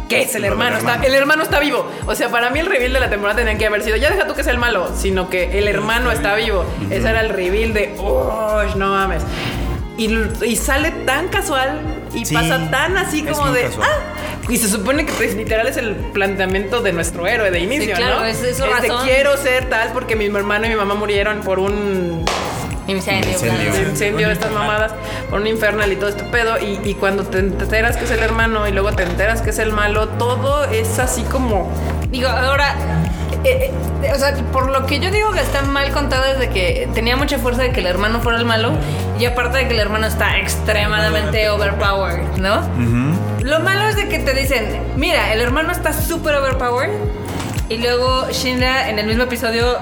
Speaker 1: ¿Qué es el
Speaker 7: Lo del
Speaker 1: hermano? Está,
Speaker 7: hermano.
Speaker 1: el hermano está vivo. O sea, para mí el reveal de la temporada tendría que haber sido, ya deja tú que sea el malo, sino que el hermano está vivo. Ese era el reveal de, oh, no mames. Y, y sale tan casual y
Speaker 7: Sí,
Speaker 1: pasa tan así
Speaker 7: es
Speaker 1: como
Speaker 7: muy
Speaker 1: de,
Speaker 7: casual.
Speaker 1: ah. Y se supone que pues, literal es el planteamiento de nuestro héroe de inicio,
Speaker 4: claro,
Speaker 1: ¿no?
Speaker 4: es- es su
Speaker 1: de
Speaker 4: razón.
Speaker 1: quiero ser tal porque mi hermano y mi mamá murieron por un
Speaker 4: Incendio,
Speaker 7: Incendio.
Speaker 4: claro.
Speaker 1: incendio, estas mamadas, por un infernal y todo este pedo. Y, y cuando te enteras que es el hermano y luego te enteras que es el malo, todo es así como.
Speaker 4: Digo, ahora, eh, eh, o sea, por lo que yo digo que está mal contado es de que tenía mucha fuerza de que el hermano fuera el malo y aparte de que el hermano está extremadamente overpowered, ¿no? Lo malo es de que te dicen, mira, el hermano está súper overpowered y luego Shinra en el mismo episodio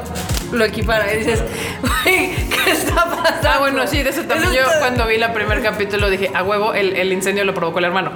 Speaker 4: lo equipara y dices, "Güey, ¿qué está pasando?
Speaker 1: Ah, bueno, sí, de eso también. Yo
Speaker 4: está-
Speaker 1: cuando vi el primer capítulo dije, a huevo, el, el incendio lo provocó el hermano.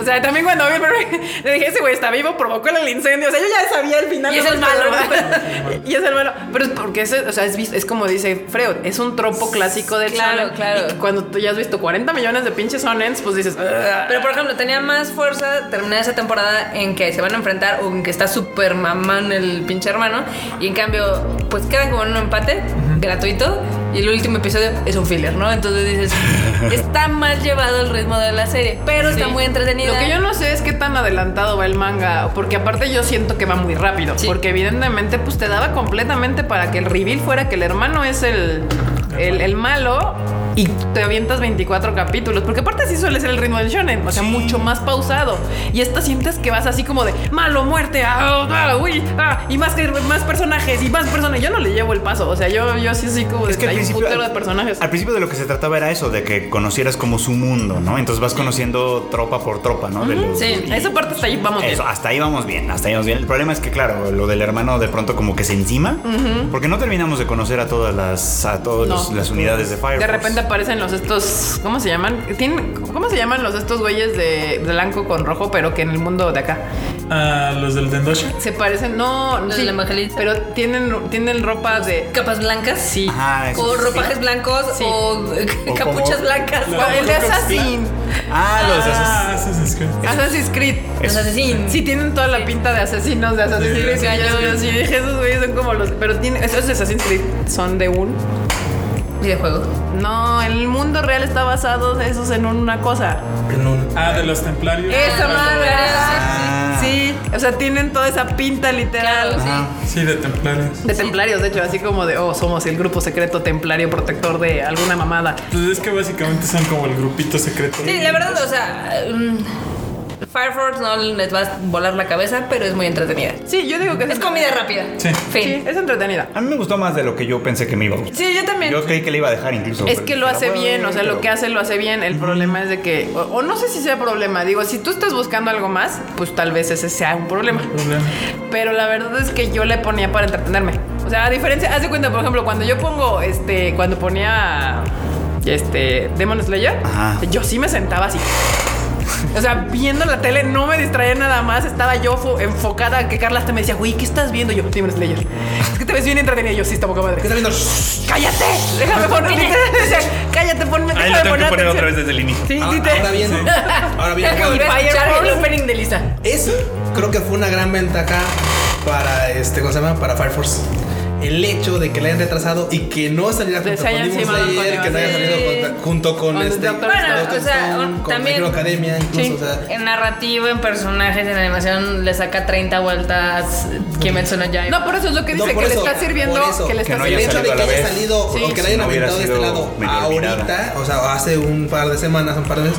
Speaker 1: O sea, también cuando vi el primer- le dije, ese güey está vivo, provocó el incendio. O sea, yo ya sabía el final.
Speaker 4: Y
Speaker 1: de
Speaker 4: es el
Speaker 1: todo,
Speaker 4: malo,
Speaker 1: ¿verdad? y es el malo. Pero es porque ese, o sea, es, vis- es como dice Freud, es un tropo clásico del
Speaker 4: Claro,
Speaker 1: shonen.
Speaker 4: claro.
Speaker 1: Y cuando tú ya has visto 40 millones de pinches onens, pues dices, "Ugh".
Speaker 4: Pero por ejemplo, tenía más fuerza terminar esa temporada en que se van a enfrentar o en que está súper mamán el pinche hermano. Y en cambio, pues quedan como en un empate gratuito. Y el último episodio es un filler, ¿no? Entonces dices, está mal llevado el ritmo de la serie, pero está
Speaker 1: Sí.
Speaker 4: muy entretenida.
Speaker 1: Lo que yo no sé es qué tan adelantado va el manga, porque aparte yo siento que va muy rápido,
Speaker 4: Sí.
Speaker 1: porque evidentemente pues te daba completamente para que el reveal fuera que el hermano es el, el, el malo y te avientas 24 capítulos, porque aparte así suele ser el ritmo del shonen, o sea, mucho más pausado. Y esta sientes que vas así como de malo, muerte, ah, ah, uy, ah", y más, que- más personajes y más personas. Yo no le llevo el paso, o sea, yo, yo sí así como de,
Speaker 7: Es que al
Speaker 1: hay un
Speaker 7: principio,
Speaker 1: putero de personajes.
Speaker 7: al principio de lo que se trataba era eso, de que conocieras como su mundo, ¿no? Entonces vas conociendo tropa por tropa, ¿no? De los-
Speaker 1: Sí,
Speaker 7: y-
Speaker 1: esa parte está ahí, vamos. bien.
Speaker 7: Eso, hasta ahí vamos bien, hasta ahí vamos bien. El problema es que, claro, lo del hermano de pronto como que se encima, porque no terminamos de conocer a todas las, a todas
Speaker 1: No.
Speaker 7: los- las unidades de Fire
Speaker 1: De
Speaker 7: Force.
Speaker 1: repente aparecen los estos. ¿Cómo se llaman? ¿Tienen- ¿Cómo se llaman los estos güeyes de blanco con rojo, pero que en el mundo de acá?
Speaker 6: Ah, los del Dendoshi.
Speaker 1: Se parecen. No, no
Speaker 4: ¿Los del evangelista?
Speaker 1: Pero tienen, tienen ropa de.
Speaker 4: Capas blancas.
Speaker 1: Sí.
Speaker 7: Ah, eso
Speaker 4: O
Speaker 7: sí.
Speaker 4: ropajes blancos.
Speaker 1: Sí.
Speaker 4: O, eh,
Speaker 7: O
Speaker 4: capuchas
Speaker 7: como-
Speaker 4: blancas.
Speaker 1: Ah, El de Assassin.
Speaker 7: Ah, los de esos-
Speaker 6: Ah, Assassin's Creed.
Speaker 1: Assassin's Creed.
Speaker 4: Los asesinos.
Speaker 1: Sí, tienen toda la pinta de asesinos de Assassin's Creed. Y yo- yo sí dije, esos güeyes son como los. Pero tienen, esos de Assassin's Creed son de un.
Speaker 4: Videojuego.
Speaker 1: No, el mundo real está basado esos en una cosa.
Speaker 2: En un-
Speaker 6: Ah, de los templarios.
Speaker 1: Esa madre.
Speaker 7: Ah.
Speaker 1: Sí, o sea, tienen toda esa pinta literal.
Speaker 4: Claro, sí.
Speaker 6: Sí, de templarios.
Speaker 1: De templarios, de hecho, así como de, oh, somos el grupo secreto templario protector de alguna mamada.
Speaker 6: Pues es que básicamente son como el grupito secreto.
Speaker 4: Sí, la verdad, o sea. mm, Fire Force no les va a volar la cabeza, pero es muy entretenida.
Speaker 1: Sí, yo digo que
Speaker 4: Es comida rápida.
Speaker 6: Sí.
Speaker 1: Sí,
Speaker 4: Fin.
Speaker 1: es entretenida.
Speaker 7: A mí me gustó más de lo que yo pensé que me iba a gustar.
Speaker 1: Sí, yo también.
Speaker 7: Yo creí que le iba a dejar incluso.
Speaker 1: Es
Speaker 7: pero
Speaker 1: que lo
Speaker 7: dije,
Speaker 1: hace
Speaker 7: "Bueno,
Speaker 1: bien, o sea, lo
Speaker 7: pero-
Speaker 1: que hace lo hace bien. El problema es de que, o, o no sé si sea problema, digo, si tú estás buscando algo más, pues tal vez ese sea un problema. Pero la verdad es que yo le ponía para entretenerme. O sea, a diferencia, haz de cuenta, por ejemplo, cuando yo pongo, este, cuando ponía, este, Demon Slayer,
Speaker 7: Ajá.
Speaker 1: yo sí me sentaba así. O sea, viendo la tele no me distraía nada más. Estaba yo fo- enfocada que Carla hasta me decía, güey, ¿qué estás viendo? Y Yo, Demon Slayer. Es que te ves bien entretenida. Y yo, sí, está poca madre.
Speaker 2: ¿Qué está viendo?
Speaker 1: ¡Cállate! Déjame poner. Decía, Cállate, ponme.
Speaker 5: Ahí
Speaker 1: déjame
Speaker 5: lo tengo que
Speaker 1: poner
Speaker 5: poner otra vez
Speaker 1: atención".
Speaker 5: desde el inicio.
Speaker 1: Sí, sí,
Speaker 2: Ah, Ahora
Speaker 1: te.
Speaker 2: bien, ahora bien.
Speaker 4: Ya que volví a
Speaker 1: Fire
Speaker 4: escuchar
Speaker 1: Force.
Speaker 4: el opening de Lisa.
Speaker 2: Eso creo que fue una gran ventaja para este, ¿cómo se llama? Para Fire Force. El hecho de que le hayan retrasado y que no saliera
Speaker 1: Se
Speaker 2: junto con
Speaker 1: hayan
Speaker 2: Demon
Speaker 1: encimado con
Speaker 2: Slayer, que no haya
Speaker 1: Demon
Speaker 2: salido
Speaker 1: Slayer.
Speaker 2: con- junto con,
Speaker 1: Con
Speaker 2: este
Speaker 1: Doctor
Speaker 4: Bueno,
Speaker 2: Doctor
Speaker 4: o sea,
Speaker 2: Stone,
Speaker 4: un-
Speaker 2: con
Speaker 4: también-
Speaker 2: Hero Academia, incluso,
Speaker 1: Sí.
Speaker 2: o sea,
Speaker 4: En narrativa, en personajes, en animación, le saca 30 vueltas Kimetsu no Yaiba.
Speaker 1: No, por eso es lo que
Speaker 2: No,
Speaker 1: dice,
Speaker 2: por
Speaker 1: que le
Speaker 2: eso,
Speaker 1: está sirviendo.
Speaker 2: por eso,
Speaker 1: que le
Speaker 7: que
Speaker 1: está
Speaker 7: no
Speaker 2: el
Speaker 7: haya
Speaker 1: sirviendo.
Speaker 2: hecho de que
Speaker 7: salido a la
Speaker 2: haya
Speaker 7: vez.
Speaker 2: salido
Speaker 1: Sí.
Speaker 2: o que
Speaker 7: Si
Speaker 2: le hayan
Speaker 7: no hubiera
Speaker 2: aventado de este
Speaker 7: sido
Speaker 2: lado
Speaker 7: medio
Speaker 2: ahorita,
Speaker 7: olvidada.
Speaker 2: o sea, hace un par de semanas, un par de meses,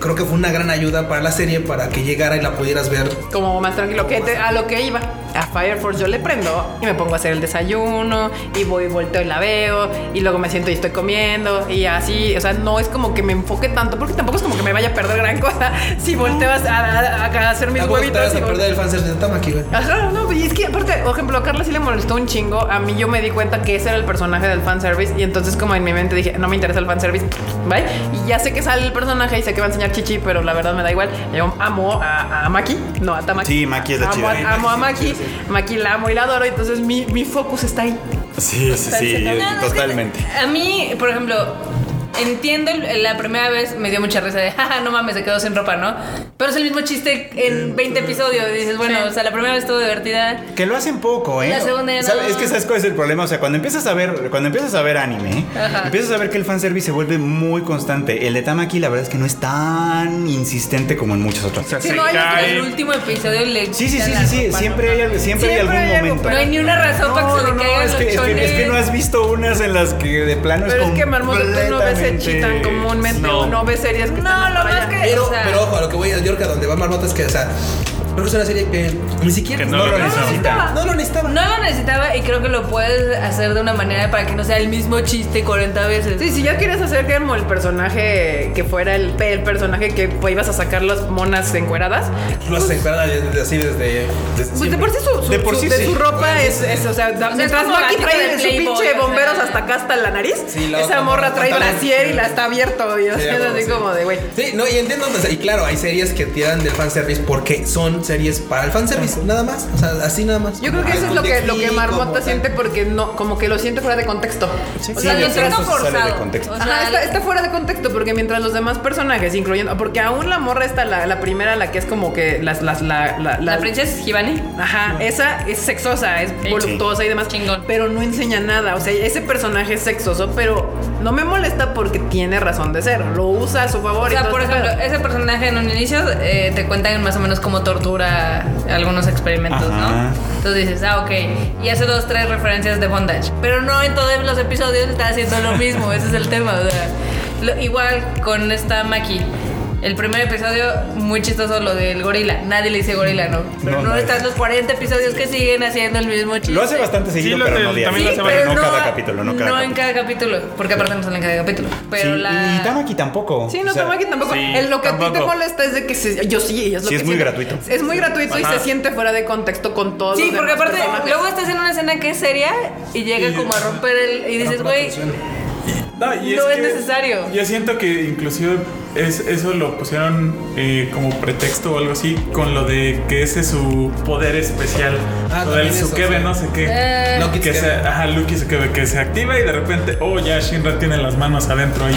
Speaker 2: creo que fue una gran ayuda para la serie para que llegara y la pudieras ver.
Speaker 1: Como más tranquilo, que te- a lo que iba. A Fire Force yo le prendo y me pongo a hacer el desayuno y voy, volteo y la veo y luego me siento y estoy comiendo y así, o sea, no es como que me enfoque tanto porque tampoco es como que me vaya a perder gran cosa si volteas a, a- a hacer mis
Speaker 2: Tampoco te
Speaker 1: huevitos.
Speaker 2: vayas
Speaker 1: y
Speaker 2: a
Speaker 1: vol-
Speaker 2: perder el fanservice de Tamaki, güey.
Speaker 1: Ajá, no, y es que aparte, por ejemplo, a Carla sí le molestó un chingo. A mí yo me di cuenta que ese era el personaje del fanservice. Y entonces, como en mi mente dije, no me interesa el fanservice, bye. Y ya sé que sale el personaje y sé que va a enseñar chichi, pero la verdad me da igual. Yo amo a, a Maki, no a Tamaki.
Speaker 7: Sí, Maki es la
Speaker 1: amo,
Speaker 7: chida.
Speaker 1: a- amo a Maki, Maki la amo y la adoro. Entonces, mi, mi focus está ahí.
Speaker 7: Sí, sí, sí,
Speaker 4: No, no, pues, es que
Speaker 7: totalmente.
Speaker 4: a mí, por ejemplo, entiendo el- la primera vez me dio mucha risa de, jaja, no mames, se quedó sin ropa, ¿no? Pero es el mismo chiste en 20 episodios. Y dices, bueno, o sea, la primera vez estuvo divertida.
Speaker 7: Que lo hacen poco, ¿eh?
Speaker 4: La segunda ya
Speaker 7: ¿Sabes?
Speaker 4: no.
Speaker 7: Es que sabes cuál es el problema. O sea, cuando empiezas a ver, cuando empiezas a ver anime, ¿eh?
Speaker 4: Ajá.
Speaker 7: empiezas a ver que el fanservice se vuelve muy constante. El de Tamaki, la verdad es que no es tan insistente como en muchos otros.
Speaker 5: O sea,
Speaker 4: Si
Speaker 5: se
Speaker 4: no, hay hasta
Speaker 5: cae.
Speaker 4: el último episodio le
Speaker 7: Sí, sí, sí,
Speaker 4: quitan
Speaker 7: sí,
Speaker 4: la
Speaker 7: sí.
Speaker 4: ropa,
Speaker 7: Siempre,
Speaker 4: ¿no?
Speaker 7: hay, algo- siempre, hay
Speaker 1: Siempre
Speaker 7: algún
Speaker 1: hay algo,
Speaker 7: momento.
Speaker 4: No hay ni una razón para que se le caigan
Speaker 7: es, que, es,
Speaker 4: los
Speaker 7: que, es que no
Speaker 4: chones.
Speaker 7: has visto unas en las que de plano
Speaker 1: Pero es que, Marmota, tú no ves el
Speaker 7: completamente-
Speaker 1: chi tan comúnmente.
Speaker 5: No.
Speaker 1: o No ves series que
Speaker 4: No,
Speaker 1: están
Speaker 4: lo
Speaker 1: por
Speaker 4: más
Speaker 1: allá.
Speaker 4: que-
Speaker 2: Pero,
Speaker 4: o sea-
Speaker 2: pero ojo, a lo que voy a York, a donde va Marmota, es que, o sea, creo que es una serie que ni siquiera
Speaker 5: Que no
Speaker 7: No
Speaker 5: lo
Speaker 7: lo
Speaker 5: realizamos.
Speaker 7: necesita.
Speaker 2: no lo necesitaba.
Speaker 4: No lo necesitaba y creo que lo puedes hacer de una manera para que no sea el mismo chiste 40 veces.
Speaker 1: Sí, si ya quieres hacer que como el personaje que fuera el, el personaje que pues, ibas a sacar las monas encueradas,
Speaker 2: Lo hacen, ¿verdad? Desde- Así desde. desde
Speaker 1: Pues de
Speaker 2: siempre.
Speaker 1: por sí su, su-
Speaker 7: De por
Speaker 1: su-
Speaker 7: sí,
Speaker 1: de
Speaker 7: sí.
Speaker 1: su ropa es, es, o sea, mientras
Speaker 4: como
Speaker 1: Maki
Speaker 4: la
Speaker 1: trae
Speaker 4: chica de
Speaker 1: su
Speaker 4: Playboy,
Speaker 1: pinche
Speaker 4: o sea.
Speaker 1: bomberos hasta acá hasta la nariz,
Speaker 2: Sí, la
Speaker 1: esa
Speaker 2: otra
Speaker 1: morra
Speaker 2: morra
Speaker 1: trae
Speaker 2: pantalón.
Speaker 1: brasier y la está abierto, y o sea,
Speaker 2: Sí,
Speaker 1: es
Speaker 2: a
Speaker 1: así
Speaker 2: huevo, sí.
Speaker 1: como de güey.
Speaker 2: Sí, no, y entiendo, o sea, y claro, hay series que tiran del fanservice porque son series para el fanservice, nada más, o sea, así nada más.
Speaker 1: Yo creo que eso es lo que, lo que
Speaker 2: Sí,
Speaker 1: Marmota
Speaker 2: como
Speaker 1: siente
Speaker 2: tal.
Speaker 1: porque no, como que lo siente fuera de contexto.
Speaker 4: O
Speaker 7: Sí,
Speaker 4: sea, lo
Speaker 7: sí,
Speaker 4: siento
Speaker 7: eso sale de
Speaker 4: forzado.
Speaker 7: contexto.
Speaker 4: O sea,
Speaker 1: Ajá, está, está fuera de contexto porque mientras los demás personajes, incluyendo, porque aún la morra está la, la primera, la que es como que las, las, la, la,
Speaker 4: la
Speaker 1: las-
Speaker 4: princesa Givani.
Speaker 1: Ajá, esa es sexosa, es
Speaker 4: Sí.
Speaker 1: voluptuosa y demás.
Speaker 4: Chingón.
Speaker 1: Pero no enseña nada. O sea, ese personaje es sexoso, pero no me molesta porque tiene razón de ser. Lo usa a su favor.
Speaker 4: O
Speaker 1: y
Speaker 4: sea,
Speaker 1: todo
Speaker 4: por
Speaker 1: ese
Speaker 4: ejemplo,
Speaker 1: pedo.
Speaker 4: ese personaje en un inicio eh, te cuentan más o menos cómo tortura algunos experimentos,
Speaker 7: Ajá.
Speaker 4: ¿no? Entonces dices, ah, ok. Y hace dos, tres referencias de bondage. Pero no en todos los episodios está haciendo lo mismo. Ese es el tema. o sea, lo- igual con esta Maki. El primer episodio, muy chistoso lo del gorila. Nadie le dice gorila, ¿no? Pero
Speaker 7: No,
Speaker 4: no,
Speaker 7: no.
Speaker 4: estás los 40 episodios que siguen haciendo el mismo chiste.
Speaker 7: Lo hace bastante seguido,
Speaker 5: lo
Speaker 7: pero
Speaker 5: hace-
Speaker 7: no diario.
Speaker 5: también lo hace
Speaker 7: pero
Speaker 5: varias-
Speaker 7: no cada capítulo, no cada
Speaker 4: en
Speaker 7: capítulo.
Speaker 4: cada capítulo. Porque aparte no sale en cada capítulo. Pero
Speaker 7: Sí,
Speaker 4: la.
Speaker 7: Y Tamaki tampoco.
Speaker 1: Sí, no,
Speaker 7: o sea,
Speaker 1: Tamaki tampoco.
Speaker 5: sí,
Speaker 1: El- lo que a ti te
Speaker 5: tampoco.
Speaker 1: molesta es de que se- yo sí, es lo
Speaker 7: Sí,
Speaker 1: que
Speaker 7: es muy
Speaker 1: siento.
Speaker 7: gratuito.
Speaker 1: Es muy gratuito y
Speaker 5: Ajá.
Speaker 1: se siente fuera de contexto con todo.
Speaker 4: Sí, porque aparte, luego estás en una escena que es seria y llega como a romper el. Y dices, güey,
Speaker 6: No, y
Speaker 4: No es
Speaker 6: que
Speaker 4: necesario.
Speaker 6: Yo siento que inclusive es, eso lo pusieron eh, como pretexto o algo así con lo de que ese es su poder especial.
Speaker 2: Ah,
Speaker 6: lo del
Speaker 2: también eso,
Speaker 6: Tsukebe,
Speaker 2: sí.
Speaker 6: no sé qué.
Speaker 4: Eh.
Speaker 2: Loki
Speaker 6: que se,
Speaker 2: Tsukebe.
Speaker 6: ajá, Lucky Tsukebe, que se activa y de repente, oh, ya Shinra tiene las manos adentro ahí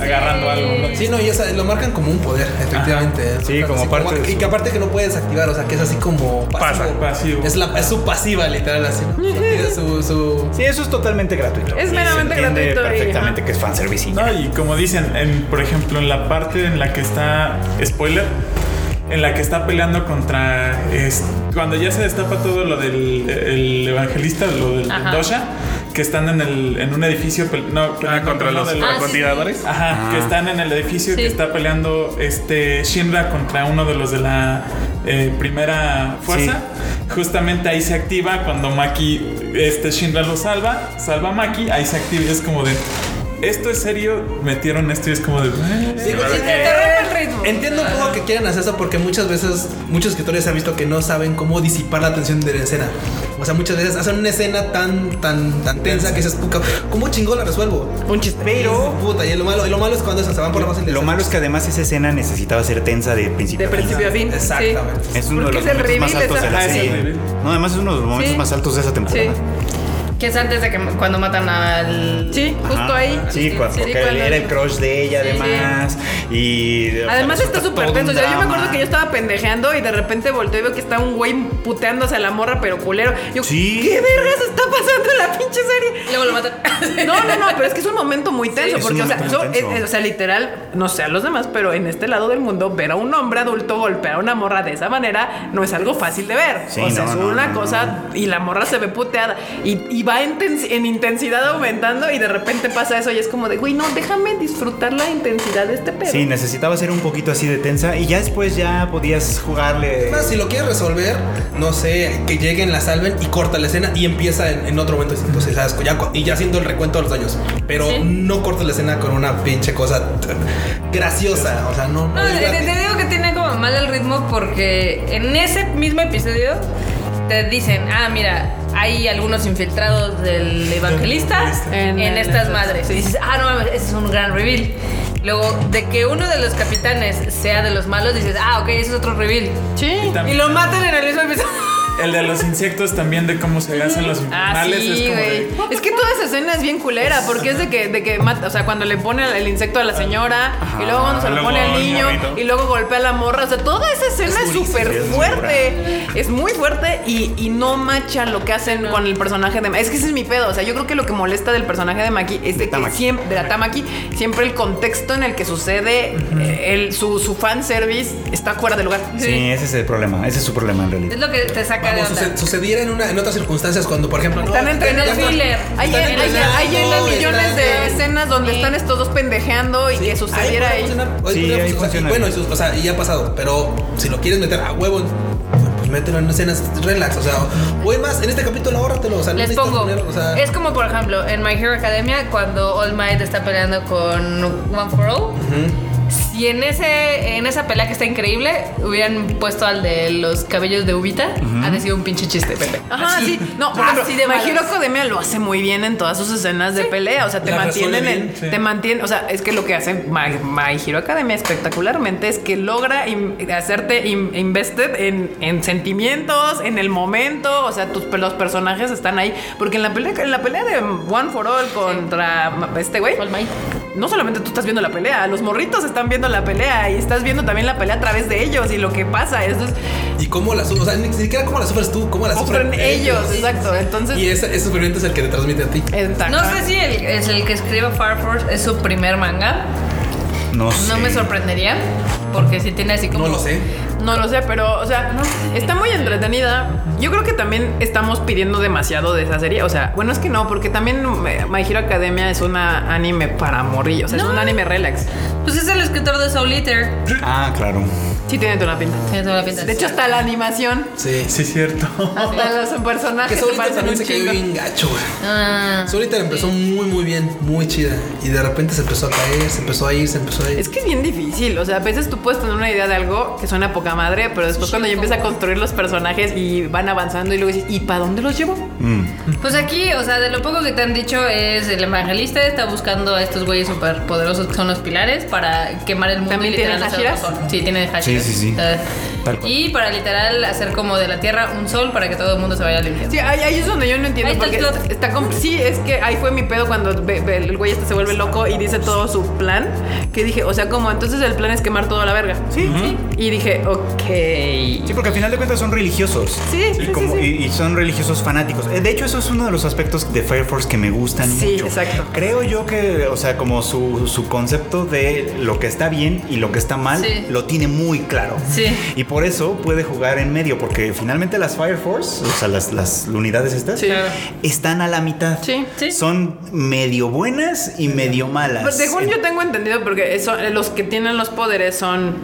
Speaker 6: agarrando algo. ¿no?
Speaker 2: Sí, no, y esa- lo marcan como un poder, efectivamente.
Speaker 7: Ah, Sí,
Speaker 2: Marcan
Speaker 7: como
Speaker 2: así
Speaker 7: parte de
Speaker 2: Y
Speaker 7: su-
Speaker 2: que aparte que no puede desactivar, o sea, que es así como
Speaker 6: Pasa,
Speaker 2: pasivo.
Speaker 6: pasivo.
Speaker 2: Es, la, es su pasiva, literal, así, ¿no? Tiene su, su...
Speaker 7: Sí, eso es totalmente gratuito.
Speaker 1: Es
Speaker 7: Y se
Speaker 1: meramente
Speaker 7: entiende
Speaker 1: gratuito y-
Speaker 7: perfectamente
Speaker 1: ajá.
Speaker 7: que es fanservice. y ya.
Speaker 6: No, y como dicen, en, por ejemplo, en la parte en la que está. Spoiler. En la que está peleando contra. es- cuando ya se destapa todo lo del el evangelista, lo del
Speaker 4: Ajá.
Speaker 6: Dosha, que están en, el, en un edificio. pel- No,
Speaker 5: Ah,
Speaker 6: peleando
Speaker 5: contra
Speaker 6: con
Speaker 5: los
Speaker 6: uno de
Speaker 4: Ah, sí.
Speaker 5: francotiradores.
Speaker 6: Ajá, que están en el edificio
Speaker 4: Sí.
Speaker 6: que está peleando este Shinra contra uno de los de la eh, primera fuerza. Justamente ahí se activa cuando Maki, este Shinra lo salva, salva a Maki, ahí se activa y es como de, esto es serio, metieron esto y es como de... "Eh".
Speaker 2: Sí,
Speaker 5: claro
Speaker 2: sí,
Speaker 1: pues,
Speaker 5: que-
Speaker 1: Te rompe el ritmo.
Speaker 2: Entiendo un poco que quieran hacer eso porque muchas veces muchos escritores han visto que no saben cómo disipar la tensión de la escena. O sea, muchas veces hacen una escena tan tan tan tensa que dices, "Puca, ¿cómo chingón la resuelvo?
Speaker 1: Un chiste.
Speaker 2: Pero puta, y lo malo, y lo malo es cuando eso se van por la fácil. de
Speaker 7: Lo
Speaker 2: hacer.
Speaker 7: malo es que además esa escena necesitaba ser tensa de principio.
Speaker 1: De
Speaker 7: a fin.
Speaker 1: principio a fin. sí.
Speaker 2: Exactamente.
Speaker 7: Es uno de
Speaker 1: Porque
Speaker 7: los
Speaker 1: es el
Speaker 7: momentos más
Speaker 1: reveal,
Speaker 7: altos de la
Speaker 6: esa- Ah, es el
Speaker 7: serie.
Speaker 6: reveal.
Speaker 7: No, además es uno de los momentos
Speaker 4: Sí.
Speaker 7: más altos de esa
Speaker 4: Sí.
Speaker 7: temporada.
Speaker 4: Que es antes de que cuando matan al.
Speaker 1: Sí,
Speaker 4: justo
Speaker 7: Ajá.
Speaker 4: ahí.
Speaker 7: Sí, cua-
Speaker 4: Sí,
Speaker 7: porque
Speaker 4: cuando-
Speaker 7: era el crush de ella,
Speaker 4: Sí,
Speaker 7: además. Y. o sea,
Speaker 1: Además
Speaker 7: resulta
Speaker 1: está súper
Speaker 7: todo
Speaker 1: tenso. O
Speaker 7: un
Speaker 1: sea, yo me
Speaker 7: drama.
Speaker 1: acuerdo que yo estaba pendejeando y de repente volteo y veo que está un güey puteándose a la morra, pero culero. Yo,
Speaker 7: Sí.
Speaker 1: ¿qué vergas está pasando en la pinche serie?
Speaker 4: Luego lo matan.
Speaker 1: No, no, no, pero es que es un momento muy tenso,
Speaker 7: es un
Speaker 1: porque, o sea,
Speaker 7: momento
Speaker 1: yo-
Speaker 7: muy tenso.
Speaker 1: es- es- o sea, literal, no sé a los demás, pero en este lado del mundo, ver a un hombre adulto golpear a una morra de esa manera no es algo fácil de ver.
Speaker 7: Sí,
Speaker 1: o sea,
Speaker 7: no,
Speaker 1: es
Speaker 7: no,
Speaker 1: una
Speaker 7: no, no.
Speaker 1: cosa y la morra se ve puteada y, y va en, tens- en intensidad aumentando y de repente pasa eso y es como de, güey, no, déjame disfrutar la intensidad de este pedo.
Speaker 7: Sí, necesitaba ser un poquito así de tensa. Y ya después ya podías jugarle.
Speaker 2: Además, si lo quieres resolver, no sé, que lleguen, la salven y corta la escena y empieza en, en otro momento. Entonces, ¿sabes? Ya, cu- y ya haciendo el recuento de los daños. Pero
Speaker 4: Sí.
Speaker 2: no corta la escena con una pinche cosa t- graciosa. O sea, no.
Speaker 4: No,
Speaker 2: es
Speaker 4: te,
Speaker 2: gratis.
Speaker 4: te digo que tiene como mal el ritmo porque en ese mismo episodio te dicen, ah, mira, hay algunos infiltrados del evangelista en,
Speaker 1: En el-
Speaker 4: estas madres.
Speaker 1: sí.
Speaker 4: Y dices, ah, no mames, ese es un gran reveal. Luego, de que uno de los capitanes sea de los malos, dices, ah, ok, ese es otro reveal.
Speaker 1: Sí.
Speaker 6: Y también-
Speaker 4: Y lo matan en el mismo episodio.
Speaker 6: El de los insectos también, de cómo se hacen los
Speaker 4: Ah,
Speaker 6: infernales,
Speaker 4: sí,
Speaker 6: es como de,
Speaker 4: güey.
Speaker 1: Es que toda esa escena es bien culera, porque es de que, de que mata, o sea, cuando le pone el insecto a la señora, y luego cuando se lo
Speaker 5: luego
Speaker 1: pone al
Speaker 5: al
Speaker 1: niño,
Speaker 5: morrito.
Speaker 1: y luego golpea a la morra, o sea, toda esa escena es súper
Speaker 7: es muy
Speaker 1: fuerte, es muy fuerte y, y no macha lo que hacen con el personaje de Es que ese es mi pedo, o sea, yo creo que lo que molesta del personaje de Maki es de, que
Speaker 7: Tamaki.
Speaker 1: siempre, de la Tamaki, siempre el contexto en el que sucede, eh, el, su, su fanservice está fuera de lugar.
Speaker 7: Sí, ese es el problema. Ese es su problema en realidad.
Speaker 4: Es lo que te saca
Speaker 2: Vamos,
Speaker 4: de onda.
Speaker 2: suce- sucediera en, una, en otras circunstancias cuando, por ejemplo,
Speaker 1: Están entrenando
Speaker 2: ya está-
Speaker 4: thriller.
Speaker 1: Hay,
Speaker 2: están
Speaker 1: hay, hay, hay
Speaker 2: entrenando,
Speaker 1: millones
Speaker 2: están-
Speaker 1: de escenas donde están estos dos pendejeando y que sucediera ahí.
Speaker 2: Ahí podría funcionar, ahí
Speaker 7: Sí,
Speaker 2: podría
Speaker 7: ahí
Speaker 2: funcionar.
Speaker 7: funciona.
Speaker 2: Y bueno, y sus- o sea, y ya ha pasado, pero si lo quieres meter a huevo, pues mételo en escenas relax, o sea, o es más, en este capítulo ahórratelo, o sea, no
Speaker 4: Les
Speaker 2: necesitas
Speaker 4: pongo.
Speaker 2: poner, o sea,
Speaker 4: es como, por ejemplo, en My Hero Academia, cuando All Might está peleando con One for All. Si en, ese, en esa pelea que está increíble hubieran puesto al de los cabellos de Ubita, ha de sido un pinche chiste, Pepe.
Speaker 2: pues,
Speaker 1: Ajá, sí. No,
Speaker 2: Ah,
Speaker 1: por
Speaker 4: Así
Speaker 1: ejemplo,
Speaker 4: de
Speaker 1: My Hero
Speaker 4: malas.
Speaker 1: Academia lo hace muy bien en todas sus escenas de pelea. O sea, te
Speaker 2: La
Speaker 1: mantienen
Speaker 2: resuelve
Speaker 1: en.
Speaker 2: bien, sí.
Speaker 1: Te mantienen. O sea, es que lo que hace My, My Hero Academia espectacularmente es que logra im- hacerte im- invested en, en sentimientos, en el momento. O sea, tus los personajes están ahí. Porque en la pelea, en la pelea de One for All contra ma- este güey.
Speaker 4: All Might.
Speaker 1: no solamente tú estás viendo la pelea, los morritos están viendo la pelea y estás viendo también la pelea a través de ellos y lo que pasa. Eso es,
Speaker 2: y cómo la sufres, o sea, ni siquiera cómo la sufres tú, cómo la sufren
Speaker 1: sufren ellos, exacto. Entonces,
Speaker 2: Y ese, ese sufrimiento es el que te transmite a ti.
Speaker 1: exacto.
Speaker 4: No sé si el, es el que escribe Fire Force es su primer manga.
Speaker 7: No,
Speaker 4: No
Speaker 7: sé.
Speaker 4: me sorprendería, porque si tiene así como.
Speaker 2: No lo sé.
Speaker 1: No lo sé, pero, o sea, está muy entretenida. Yo creo que también estamos pidiendo demasiado de esa serie. O sea, bueno, es que no, porque también eh, My Hero Academia es una anime para morrillos. O sea,
Speaker 4: No.
Speaker 1: es un anime relax.
Speaker 4: Pues es el escritor de Soul Eater.
Speaker 7: Ah, claro.
Speaker 1: Sí tiene toda la pinta.
Speaker 4: Tiene toda la pinta.
Speaker 1: De hecho, hasta la animación,
Speaker 2: Sí.
Speaker 6: Sí, cierto.
Speaker 1: hasta los
Speaker 2: Que
Speaker 1: personajes se
Speaker 2: Solita
Speaker 1: parecen un
Speaker 2: también se cayó
Speaker 1: chingo.
Speaker 2: bien gacho, güey.
Speaker 4: Ah,
Speaker 2: Solita empezó muy, muy bien, muy chida. Y de repente se empezó a caer, se empezó a ir, se empezó a ir.
Speaker 1: Es que es bien difícil, o sea, a veces tú puedes tener una idea de algo que suena poca madre, pero después cuando ya empieza a construir los personajes y van avanzando y luego dices, ¿y para dónde los llevo?
Speaker 7: Mm.
Speaker 4: Pues aquí, o sea, de lo poco que te han dicho es el evangelista está buscando a estos güeyes superpoderosos que son los pilares para quemar el mundo.
Speaker 1: ¿También
Speaker 4: y
Speaker 1: tienen
Speaker 4: literal hacer
Speaker 1: hashiras?
Speaker 4: otro sol. Sí, tiene hashiras.
Speaker 3: Sí, sí, sí.
Speaker 4: Ah,
Speaker 3: Tal cual.
Speaker 4: y para literal hacer como de la tierra un sol para que todo el mundo se vaya al infierno.
Speaker 1: Sí, ahí, ahí es donde yo no entiendo
Speaker 4: Ahí está
Speaker 1: porque
Speaker 4: el
Speaker 1: está,
Speaker 4: plot.
Speaker 1: com- sí, es que ahí fue mi pedo cuando ve- ve- el güey este se vuelve loco y dice todo su plan, que dije, o sea, como entonces el plan es quemar toda la verga. Sí, sí. Y dije, ok.
Speaker 7: Sí, porque al final de cuentas son religiosos.
Speaker 1: Sí, sí,
Speaker 7: y,
Speaker 1: sí,
Speaker 7: como,
Speaker 1: sí.
Speaker 7: Y, y son religiosos fanáticos. Eh, De hecho, eso es uno de los aspectos de Fire Force que me gustan
Speaker 1: Sí,
Speaker 7: mucho.
Speaker 1: exacto.
Speaker 7: Creo yo que, o sea, como su, su concepto de lo que está bien y lo que está mal,
Speaker 4: Sí.
Speaker 7: lo tiene muy claro.
Speaker 4: Sí.
Speaker 7: Y por eso puede jugar en medio, porque finalmente las Fire Force, o sea, las, las unidades estas,
Speaker 1: Sí.
Speaker 7: están a la mitad.
Speaker 1: Sí,
Speaker 4: sí.
Speaker 7: Son medio buenas y medio malas.
Speaker 1: Pero Pues, según yo tengo entendido, porque eso, los que tienen los poderes son